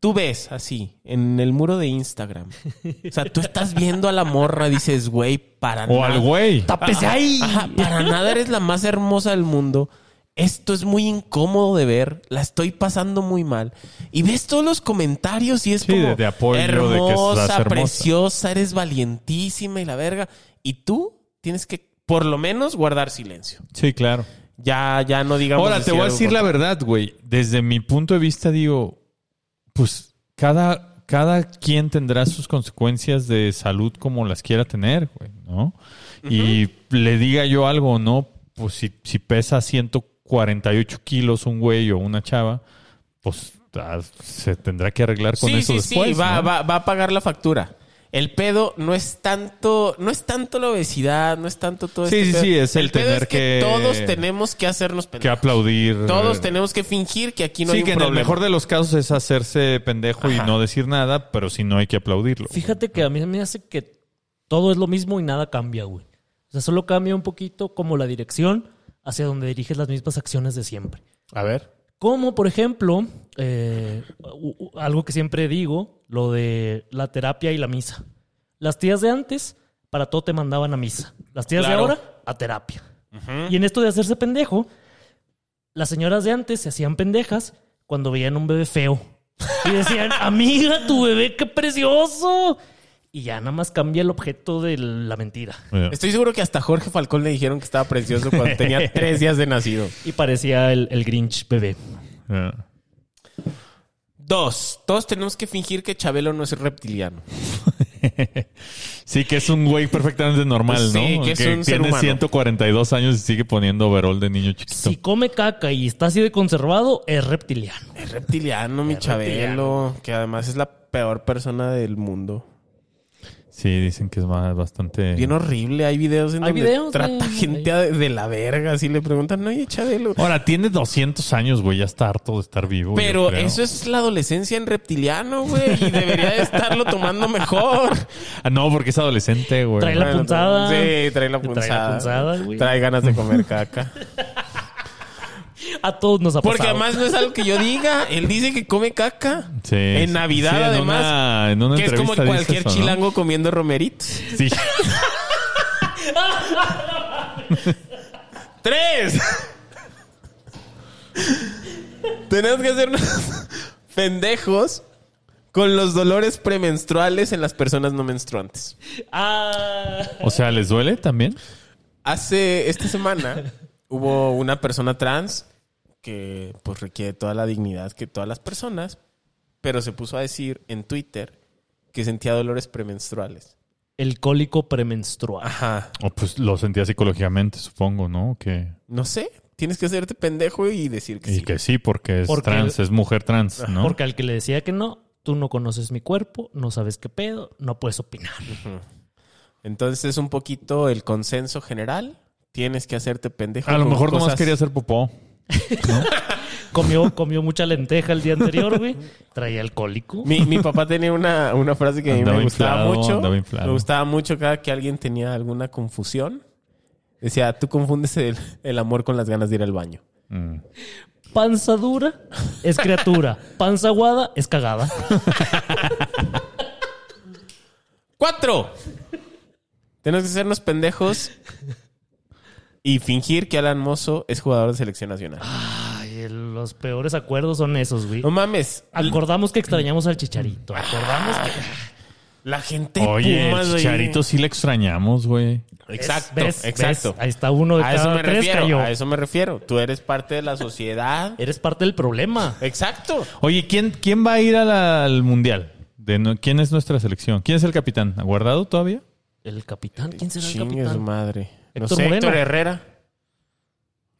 Speaker 4: Tú ves así, en el muro de Instagram. O sea, tú estás viendo a la morra, dices, güey, para
Speaker 3: O al güey.
Speaker 1: ¡Tápese ahí!
Speaker 4: Ajá, para nada eres la más hermosa del mundo. Esto es muy incómodo de ver. La estoy pasando muy mal. Y ves todos los comentarios y es
Speaker 3: Sí,
Speaker 4: como
Speaker 3: de- de apoyo, de que estás hermosa".
Speaker 4: preciosa, eres valientísima y la verga. Y tú tienes que, por lo menos, guardar silencio.
Speaker 3: Sí, claro.
Speaker 4: Ya, ya no digamos.
Speaker 3: Ahora, te voy a
Speaker 4: algo
Speaker 3: decir la
Speaker 4: contra-
Speaker 3: verdad, güey. Desde mi punto de vista, digo, pues cada, cada quien tendrá sus consecuencias de salud como las quiera tener, güey, ¿no? Y le diga yo algo o no, pues si, si pesa 148 kilos un güey o una chava, pues ah, se tendrá que arreglar con
Speaker 4: Sí,
Speaker 3: eso
Speaker 4: sí,
Speaker 3: después.
Speaker 4: sí, va,
Speaker 3: ¿no?
Speaker 4: va, va a pagar la factura. El pedo no es tanto, no es tanto la obesidad, no es tanto todo
Speaker 3: Sí,
Speaker 4: este
Speaker 3: sí, sí,
Speaker 4: pedo.
Speaker 3: es el
Speaker 4: pedo
Speaker 3: tener que-
Speaker 4: todos tenemos que hacernos
Speaker 3: Que
Speaker 4: pendejos.
Speaker 3: aplaudir. eh,
Speaker 4: Todos tenemos que fingir que aquí no
Speaker 3: sí,
Speaker 4: hay un
Speaker 3: que en el
Speaker 4: problema.
Speaker 3: mejor de los casos es hacerse pendejo y
Speaker 4: Ajá.
Speaker 3: no decir nada, pero si no hay que aplaudirlo.
Speaker 1: Fíjate que a mí me hace que todo es lo mismo y nada cambia, güey. O sea, solo cambia un poquito como la dirección hacia donde diriges las mismas acciones de siempre.
Speaker 4: A ver.
Speaker 1: Como, por ejemplo, eh, u- u- algo que siempre digo, lo de la terapia y la misa. Las tías de antes, para todo te mandaban a misa. Las tías
Speaker 4: Claro.
Speaker 1: de ahora, a terapia. Y en esto de hacerse pendejo, las señoras de antes se hacían pendejas cuando veían un bebé feo. Y decían, amiga, tu bebé, qué precioso. Y ya nada más cambia el objeto de la mentira.
Speaker 3: Mira.
Speaker 4: Estoy seguro que hasta Jorge Falcón le dijeron que estaba precioso cuando tenía tres días de nacido.
Speaker 1: Y parecía el, el Grinch bebé.
Speaker 3: Ah.
Speaker 4: Dos, todos tenemos que fingir que Chabelo no es reptiliano.
Speaker 3: Sí, que es un güey perfectamente normal,
Speaker 4: Sí,
Speaker 3: ¿no?
Speaker 4: que es un ser
Speaker 3: tiene
Speaker 4: humano.
Speaker 3: 142 años y sigue poniendo overol de niño chiquito.
Speaker 1: Si come caca y está así de conservado, es reptiliano.
Speaker 4: Es reptiliano, mi
Speaker 1: Es
Speaker 4: Chabelo, que además es la peor persona del mundo.
Speaker 3: Sí, dicen que es más- bastante...
Speaker 4: Bien horrible, hay videos en
Speaker 1: Hay
Speaker 4: donde
Speaker 1: videos,
Speaker 4: trata
Speaker 1: güey.
Speaker 4: gente a- de la verga, así le preguntan, oye Chabelo.
Speaker 3: Ahora, tiene 200 años, güey, ya está harto de estar vivo.
Speaker 4: Pero eso es la adolescencia en reptiliano, güey, y debería de estarlo tomando mejor.
Speaker 3: Ah, no, porque es adolescente, güey.
Speaker 1: Trae la-
Speaker 4: Bueno,
Speaker 1: punzada.
Speaker 4: Sí, trae la
Speaker 1: Trae la
Speaker 4: punzada.
Speaker 1: punzada, güey.
Speaker 4: Trae ganas de comer caca.
Speaker 1: A todos nos ha
Speaker 4: Porque
Speaker 1: pasado.
Speaker 4: además no es algo que yo diga. Él dice que come caca.
Speaker 3: Sí,
Speaker 4: En
Speaker 3: sí,
Speaker 4: Navidad,
Speaker 3: sí, en
Speaker 4: además.
Speaker 3: una- en una
Speaker 4: que es como
Speaker 3: entrevista dice
Speaker 4: cualquier
Speaker 3: eso, ¿no?
Speaker 4: chilango comiendo romeritos.
Speaker 3: Sí.
Speaker 4: ¡Tres! Tenemos que hacernos pendejos con los dolores premenstruales en las personas no menstruantes.
Speaker 1: Ah.
Speaker 3: O sea, ¿les duele también?
Speaker 4: Hace esta semana hubo una persona trans que pues requiere toda la dignidad que todas las personas, pero se puso a decir en Twitter que sentía dolores premenstruales.
Speaker 1: El cólico premenstrual.
Speaker 4: Ajá.
Speaker 3: O pues lo sentía psicológicamente, supongo, ¿no? Que...
Speaker 4: No sé, tienes que hacerte pendejo y decir que
Speaker 3: Y
Speaker 4: sí.
Speaker 3: que sí, porque es
Speaker 1: Porque-
Speaker 3: trans, es mujer trans, ¿no?
Speaker 1: Porque al que le decía que no, tú no conoces mi cuerpo, no sabes qué pedo, no puedes opinar.
Speaker 4: Entonces es un poquito el consenso general. Tienes que hacerte pendejo.
Speaker 3: A lo
Speaker 4: con
Speaker 3: mejor nomás
Speaker 4: cosas-
Speaker 3: quería hacer popó.
Speaker 1: Comió, comió mucha lenteja el día anterior, güey. Traía el cólico.
Speaker 4: Mi, mi papá tenía una, una frase que a mí
Speaker 3: Andaba
Speaker 4: me gustaba
Speaker 3: inflado, andaba
Speaker 4: mucho.
Speaker 3: inflado.
Speaker 4: Me gustaba mucho cada que alguien tenía alguna confusión. Decía, tú confundes el, el amor con las ganas de ir al baño.
Speaker 3: Mm.
Speaker 1: Panza dura es criatura. Panza aguada es cagada.
Speaker 4: ¡Cuatro! Tenemos que hacernos pendejos y fingir que Alan Mozo es jugador de selección nacional.
Speaker 3: Ah.
Speaker 1: Ay, el- los peores acuerdos son esos, güey.
Speaker 4: No mames.
Speaker 1: Acordamos que extrañamos al chicharito.
Speaker 4: Ah,
Speaker 1: Acordamos que.
Speaker 4: La gente
Speaker 3: Oye,
Speaker 4: Pumas,
Speaker 3: el
Speaker 4: güey.
Speaker 3: Chicharito sí le extrañamos, güey.
Speaker 4: Exacto,
Speaker 1: ¿Ves?
Speaker 4: exacto.
Speaker 1: ¿Ves? Ahí está uno de
Speaker 4: a
Speaker 1: cada
Speaker 4: eso me
Speaker 1: tres
Speaker 4: refiero,
Speaker 1: cayó.
Speaker 4: a eso me refiero. Tú eres parte de la sociedad.
Speaker 1: Eres parte del problema.
Speaker 4: Exacto.
Speaker 3: Oye, ¿quién, quién va a ir a la- al mundial? De no- ¿Quién es nuestra selección? ¿Quién es el capitán? ¿Guardado todavía?
Speaker 1: El capitán. ¿Quién será el
Speaker 4: Chingue su
Speaker 1: capitán?
Speaker 4: madre. No
Speaker 1: Héctor
Speaker 4: sé,
Speaker 1: Moreno.
Speaker 4: Héctor Herrera.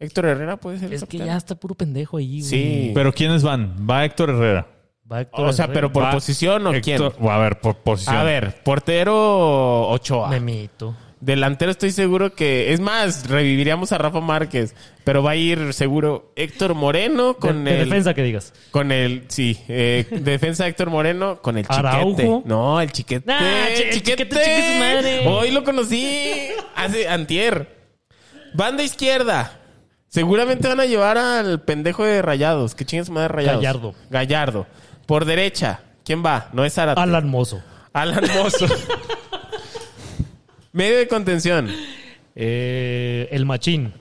Speaker 4: Héctor Herrera puede ser el
Speaker 1: Es que
Speaker 4: capitán.
Speaker 1: ya está puro pendejo ahí, güey.
Speaker 4: Sí.
Speaker 3: ¿Pero quiénes van? Va Héctor Herrera.
Speaker 1: Va Héctor
Speaker 4: O sea,
Speaker 1: Herrera.
Speaker 4: pero por
Speaker 3: Va
Speaker 4: posición o
Speaker 3: Héctor- o a ver, por posición.
Speaker 4: quién. Em. A ver, portero Ochoa.
Speaker 1: Memito.
Speaker 4: Delantero estoy seguro que es más, reviviríamos a Rafa Márquez, pero va a ir seguro Héctor Moreno con
Speaker 1: De- de
Speaker 4: el
Speaker 1: defensa que digas.
Speaker 4: con el sí, eh, defensa Héctor Moreno con el
Speaker 1: Araujo.
Speaker 4: chiquete. No, el chiquete.
Speaker 1: Nah, chi- el chiquete, chingue su madre.
Speaker 4: Hoy lo conocí hace antier. Banda izquierda. Seguramente van a llevar al pendejo de Rayados. Que chingue su madre de Rayados.
Speaker 1: Gallardo.
Speaker 4: Gallardo. Por derecha. ¿Quién va? No es Zárate.
Speaker 1: Alan Mozo.
Speaker 4: Alan Mozo. Medio de contención.
Speaker 1: Eh, el Machín.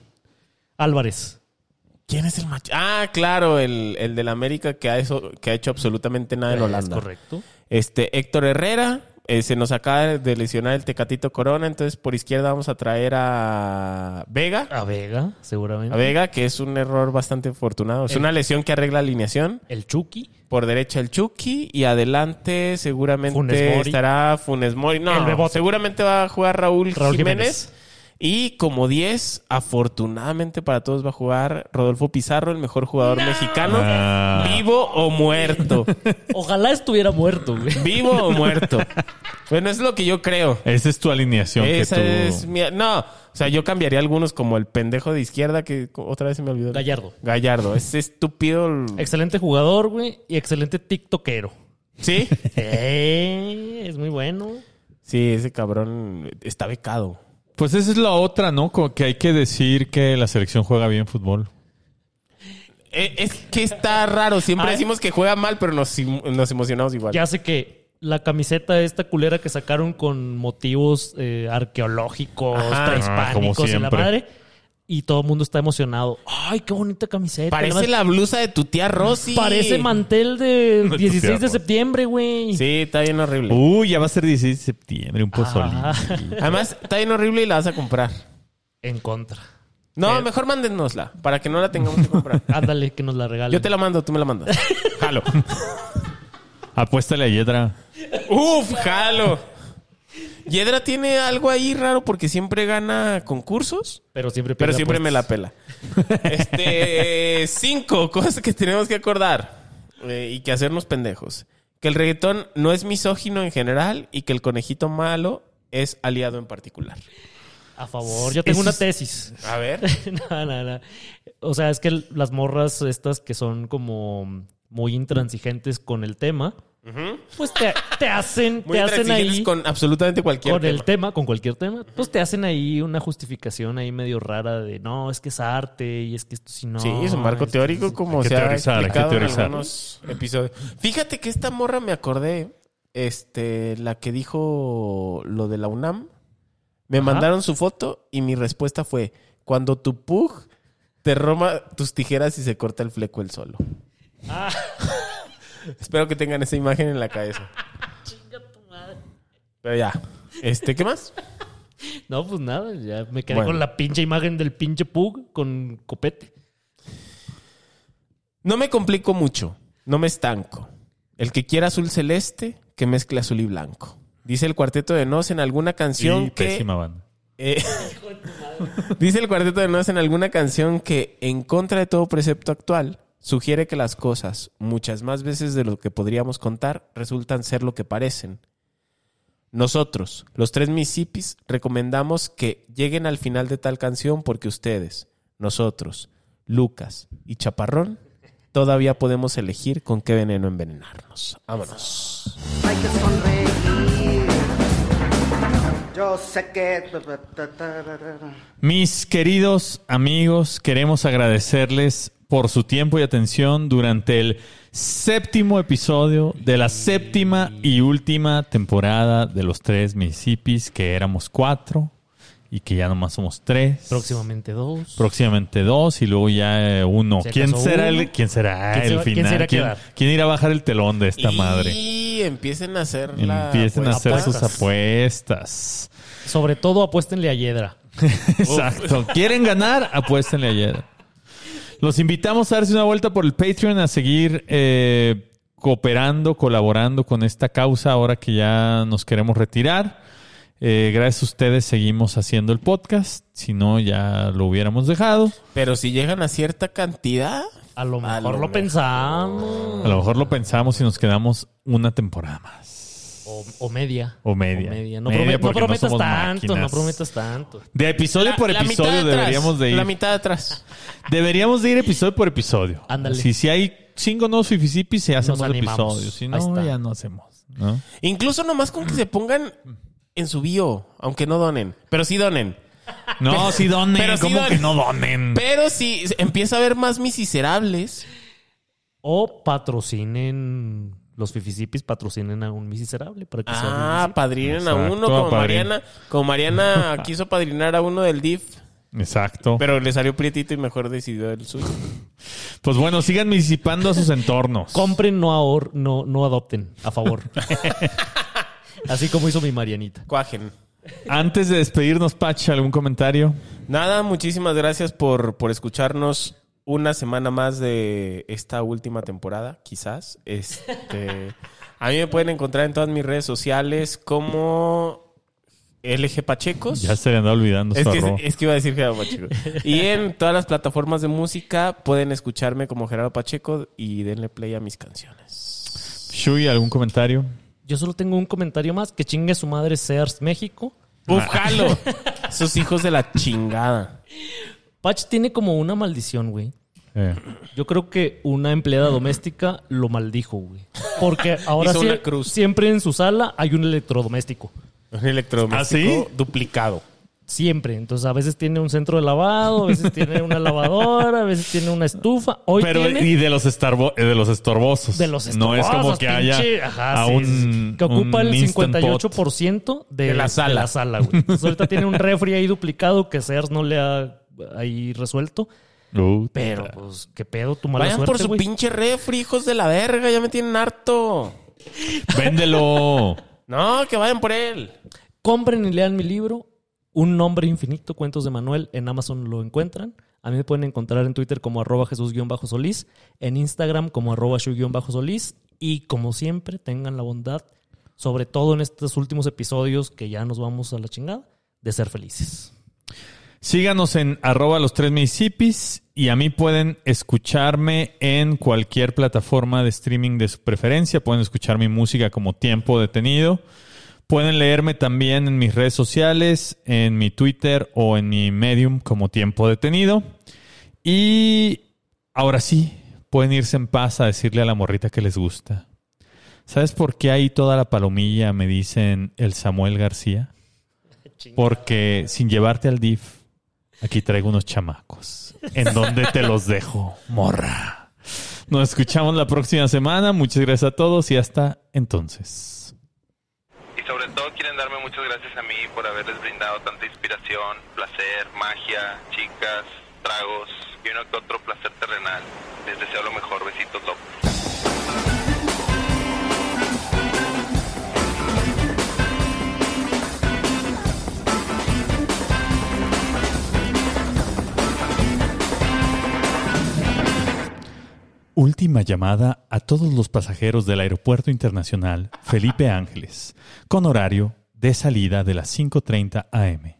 Speaker 1: Álvarez.
Speaker 4: ¿Quién es el macho? Ah, claro, el, el del América que ha, eso- que ha hecho absolutamente nada en
Speaker 1: Es
Speaker 4: Holanda.
Speaker 1: correcto.
Speaker 4: Este, Héctor Herrera. eh, se nos acaba de lesionar el Tecatito Corona. Entonces, por izquierda vamos a traer a Vega.
Speaker 1: A Vega, seguramente.
Speaker 4: A Vega, que es un error bastante afortunado. Es
Speaker 1: El-
Speaker 4: una lesión que arregla alineación.
Speaker 1: El Chucky.
Speaker 4: Por derecha el Chucky y adelante seguramente
Speaker 1: Funes Mori.
Speaker 4: estará Funes Mori.
Speaker 1: El
Speaker 4: No,
Speaker 1: Bebote.
Speaker 4: seguramente va a jugar Raúl,
Speaker 1: Raúl
Speaker 4: Jiménez. Y como 10, afortunadamente para todos va a jugar Rodolfo Pizarro, el mejor jugador mexicano,
Speaker 3: Ah.
Speaker 4: vivo o muerto.
Speaker 1: Ojalá estuviera muerto, güey.
Speaker 4: vivo o muerto. Bueno, es lo que yo creo.
Speaker 3: Esa es tu alineación. que
Speaker 4: Esa
Speaker 3: tú-
Speaker 4: es mi... No, o sea, yo cambiaría algunos como el pendejo de izquierda que otra vez se me olvidó.
Speaker 1: Gallardo.
Speaker 4: Gallardo, es estúpido. el-
Speaker 1: Excelente jugador, güey. Y excelente tiktokero.
Speaker 4: ¿Sí?
Speaker 1: Eh, es muy bueno.
Speaker 4: Sí, ese cabrón está becado.
Speaker 3: Pues esa es la otra, ¿no? Co- Que hay que decir que la selección juega bien fútbol.
Speaker 4: Eh, Es que está raro. Siempre
Speaker 1: Ah,
Speaker 4: decimos que juega mal, pero nos, im- nos emocionamos igual.
Speaker 1: Ya sé que la camiseta esta culera que sacaron con motivos eh, arqueológicos,
Speaker 4: Ajá,
Speaker 1: prehispánicos
Speaker 3: Ah, como
Speaker 1: y la
Speaker 3: siempre.
Speaker 1: madre. Y todo el mundo está emocionado. ¡Ay, qué bonita camiseta!
Speaker 4: Parece la blusa de tu tía Rosy.
Speaker 1: Parece mantel de
Speaker 3: tu
Speaker 1: 16 de
Speaker 3: tierra.
Speaker 1: septiembre, güey.
Speaker 4: Sí, está bien horrible.
Speaker 3: Uy, ya va a ser 16 de septiembre, un
Speaker 1: Ah,
Speaker 3: pozolito.
Speaker 4: Además, está bien horrible y la vas a comprar.
Speaker 1: en contra.
Speaker 4: No,
Speaker 1: Eh.
Speaker 4: mejor mándenosla para que no la tengamos que comprar.
Speaker 1: Ándale, que nos la regalen.
Speaker 4: Yo te la mando, tú me la mandas. Jalo.
Speaker 3: Apuéstale a Yedra.
Speaker 4: Uf, jalo. Yedra tiene algo ahí raro porque siempre gana concursos.
Speaker 1: Pero siempre
Speaker 4: Pero
Speaker 1: pierde
Speaker 4: siempre me la
Speaker 1: apuestas.
Speaker 4: pela. Este, cinco cosas que tenemos que acordar eh, y que hacernos pendejos. Que el reggaetón no es misógino en general y que el conejito malo es aliado en particular.
Speaker 1: A favor, yo tengo
Speaker 4: Eso
Speaker 1: una
Speaker 4: es-
Speaker 1: tesis.
Speaker 4: A ver.
Speaker 1: no, no, no. O sea, es que el- las morras estas que son como muy intransigentes con el tema, pues te, te hacen,
Speaker 4: Muy
Speaker 1: te hacen
Speaker 4: intransigentes
Speaker 1: ahí con,
Speaker 4: con absolutamente cualquier
Speaker 1: el
Speaker 4: tema.
Speaker 1: tema, con cualquier tema, pues te hacen ahí una justificación ahí medio rara de no, es que es arte y es que esto si no.
Speaker 4: Sí, es un marco
Speaker 1: es que
Speaker 4: teórico
Speaker 1: es-
Speaker 4: como
Speaker 3: este, Hay que
Speaker 4: se
Speaker 3: teorizar,
Speaker 4: ha
Speaker 3: hay que
Speaker 4: explicado en
Speaker 3: teorizar.
Speaker 4: algunos episodios. Fíjate que esta morra me acordé, este, la que dijo lo de la UNAM. Me mandaron su foto y mi respuesta fue, cuando tu pug te roma tus tijeras y se corta el fleco el solo.
Speaker 3: Ah.
Speaker 4: Espero que tengan esa imagen en la cabeza. Pero ya. Este, ¿qué más?
Speaker 1: No, pues nada, ya me quedé
Speaker 4: Bueno.
Speaker 1: con la pinche imagen del pinche pug con copete.
Speaker 4: No me complico mucho, no me estanco. El que quiera azul celeste, que mezcle azul y blanco. Dice el cuarteto de Nos en alguna canción
Speaker 3: Y
Speaker 4: que.
Speaker 3: pésima banda.
Speaker 4: eh, dice el cuarteto de Nos en alguna canción que, en contra de todo precepto actual, sugiere que las cosas, muchas más veces de lo que podríamos contar, resultan ser lo que parecen. Nosotros, los tres Mississippis, recomendamos que lleguen al final de tal canción porque ustedes, nosotros, Lucas y Chaparrón, todavía podemos elegir con qué veneno envenenarnos. Vámonos.
Speaker 5: Hay que sonreír. Yo sé que.
Speaker 3: Mis queridos amigos, queremos agradecerles por su tiempo y atención durante el séptimo episodio de la séptima y última temporada de los tres municipios, que éramos cuatro y que ya nomás somos tres.
Speaker 1: Próximamente dos.
Speaker 3: Próximamente dos y luego ya eh, uno.
Speaker 1: Si
Speaker 3: ¿Quién
Speaker 1: acaso
Speaker 3: será,
Speaker 1: uno.
Speaker 3: el, ¿Quién será
Speaker 1: ¿Quién se
Speaker 3: el
Speaker 1: va- quién
Speaker 3: final?
Speaker 1: se irá a
Speaker 3: ¿Quién,
Speaker 1: quedar?
Speaker 3: quién irá a bajar el telón de esta madre?
Speaker 4: Y empiecen a hacer la
Speaker 3: Empiecen a hacer
Speaker 4: apuesta.
Speaker 3: sus apuestas.
Speaker 1: Sobre todo apuéstenle a Yedra.
Speaker 3: Exacto. ¿Quieren ganar? Apuéstenle ayer. Los invitamos a darse una vuelta por el Patreon, a seguir eh, cooperando, colaborando con esta causa ahora que ya nos queremos retirar. Eh, gracias a ustedes seguimos haciendo el podcast. Si no, ya lo hubiéramos dejado.
Speaker 4: Pero si llegan a cierta cantidad,
Speaker 1: A lo mejor lo,
Speaker 4: mejor.
Speaker 1: pensamos.
Speaker 3: A lo mejor lo pensamos y nos quedamos una temporada más.
Speaker 1: O, o media.
Speaker 3: O media.
Speaker 1: O No, prome-
Speaker 3: Media
Speaker 1: no
Speaker 3: porque no
Speaker 1: prometas
Speaker 3: somos
Speaker 1: tanto,
Speaker 3: máquinas.
Speaker 1: no prometas tanto.
Speaker 3: De episodio por
Speaker 4: la mitad
Speaker 3: episodio
Speaker 4: de atrás,
Speaker 3: deberíamos de ir.
Speaker 4: La mitad de atrás.
Speaker 3: Deberíamos de ir episodio por episodio.
Speaker 1: Ándale.
Speaker 3: Si, si hay cinco nuevos fifisipis, se hacen
Speaker 1: Nos
Speaker 3: más
Speaker 1: animamos.
Speaker 3: episodios. Si
Speaker 1: Ahí
Speaker 3: no,
Speaker 1: está.
Speaker 3: ya no hacemos. ¿no?
Speaker 4: Incluso nomás con que se pongan en su bio, aunque no donen. Pero sí donen.
Speaker 3: No, si donen.
Speaker 4: Pero sí
Speaker 3: ¿Cómo
Speaker 4: donen.
Speaker 3: que no donen?
Speaker 4: Pero si empieza a haber más miserables,
Speaker 1: O patrocinen, los fifisipis patrocinen a un miserable para que sea
Speaker 4: Ah,
Speaker 1: Miss
Speaker 4: padrinen a
Speaker 3: Exacto,
Speaker 4: uno como
Speaker 3: apadrin-
Speaker 4: Mariana. Como Mariana quiso padrinar a uno del DIF,
Speaker 3: Exacto.
Speaker 4: pero le salió prietito y mejor decidió el suyo.
Speaker 3: pues bueno, sigan disipando a sus entornos.
Speaker 1: Compren, no ahor, no, no adopten, a favor. Así como hizo mi Marianita.
Speaker 4: Cuajen.
Speaker 3: Antes de despedirnos, Pacha, ¿algún comentario?
Speaker 4: Nada, muchísimas gracias por, por escucharnos una semana más de esta última temporada, quizás. Este, a mí me pueden encontrar en todas mis redes sociales como LG Pachecos.
Speaker 3: Ya se le anda olvidando
Speaker 4: Es
Speaker 3: su
Speaker 4: que,
Speaker 3: arroba.
Speaker 4: es que iba a decir Gerardo Pacheco. Y en todas las plataformas de música pueden escucharme como Gerardo Pacheco y denle play a mis canciones.
Speaker 3: Shui, ¿algún comentario?
Speaker 1: Yo solo tengo un comentario más. Que chingue su madre Sears México.
Speaker 4: ¡Uf, jalo! Sus hijos de la chingada.
Speaker 1: Patch tiene como una maldición, güey.
Speaker 3: Eh,
Speaker 1: Yo creo que una empleada doméstica lo maldijo, güey. Porque ahora
Speaker 4: Hizo
Speaker 1: sí,
Speaker 4: una cruz.
Speaker 1: siempre en su sala hay un electrodoméstico.
Speaker 4: Un electrodoméstico
Speaker 3: ¿Ah,
Speaker 4: duplicado.
Speaker 1: Siempre. Entonces, a veces tiene un centro de lavado, a veces tiene una lavadora, a veces tiene una estufa. Hoy
Speaker 3: Pero,
Speaker 1: tiene
Speaker 3: y de los, estarbo- eh, de los estorbosos.
Speaker 1: de los
Speaker 3: No es como
Speaker 1: estorbosos,
Speaker 3: que haya
Speaker 1: pinche, ajá,
Speaker 3: a
Speaker 1: sí,
Speaker 3: un-
Speaker 1: sí, que ocupa
Speaker 3: un
Speaker 1: el
Speaker 3: Instant Pot.
Speaker 1: 58% de,
Speaker 4: De la
Speaker 1: de
Speaker 4: sala.
Speaker 1: la sala, güey. Entonces, ahorita tiene un refri ahí duplicado que Sears no le ha ahí resuelto.
Speaker 3: Uh,
Speaker 1: Pero, pues, qué pedo, tu mala
Speaker 4: Vayan
Speaker 1: suerte,
Speaker 4: por su
Speaker 1: güey.
Speaker 4: pinche refri, hijos de la verga. Ya me tienen harto.
Speaker 3: Véndelo.
Speaker 4: No, que vayan por él.
Speaker 1: Compren y lean mi libro, Un Nombre Infinito, Cuentos de Manuel. En Amazon lo encuentran. A mí me pueden encontrar en Twitter como arroba Jesús-Solís, en Instagram como arroba Shu-Solís. Y como siempre, tengan la bondad, sobre todo en estos últimos episodios que ya nos vamos a la chingada, de ser felices.
Speaker 3: Síganos en arroba los tres municipios y a mí pueden escucharme en cualquier plataforma de streaming de su preferencia. Pueden escuchar mi música como tiempo detenido. Pueden leerme también en mis redes sociales, en mi Twitter o en mi Medium como tiempo detenido. Y ahora sí, pueden irse en paz a decirle a la morrita que les gusta. ¿Sabes por qué ahí toda la palomilla me dicen el Samuel García? Porque sin llevarte al DIF, aquí traigo unos chamacos. ¿En dónde te los dejo, morra? Nos escuchamos la próxima semana. Muchas gracias a todos y hasta entonces.
Speaker 2: Y sobre todo quieren darme muchas gracias a mí por haberles brindado tanta inspiración, placer, magia, chicas, tragos y uno que otro placer terrenal. Les deseo lo mejor. Besitos, locos.
Speaker 3: Última llamada a todos los pasajeros del Aeropuerto Internacional Felipe Ángeles, con horario de salida de las 5.30 am.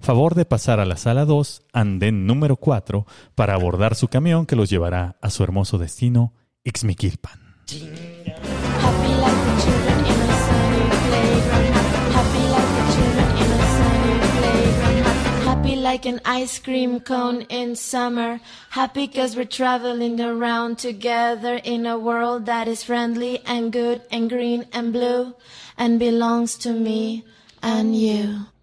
Speaker 3: Favor de pasar a la sala 2, andén número 4, para abordar su camión que los llevará a su hermoso destino, Ixmiquilpan.
Speaker 6: Happy like the children in a sunny playground. Happy like the children in a sunny playground. Happy like an ice cream cone in summer. Happy cause we're traveling around together in a world that is friendly and good and green and blue and belongs to me and you.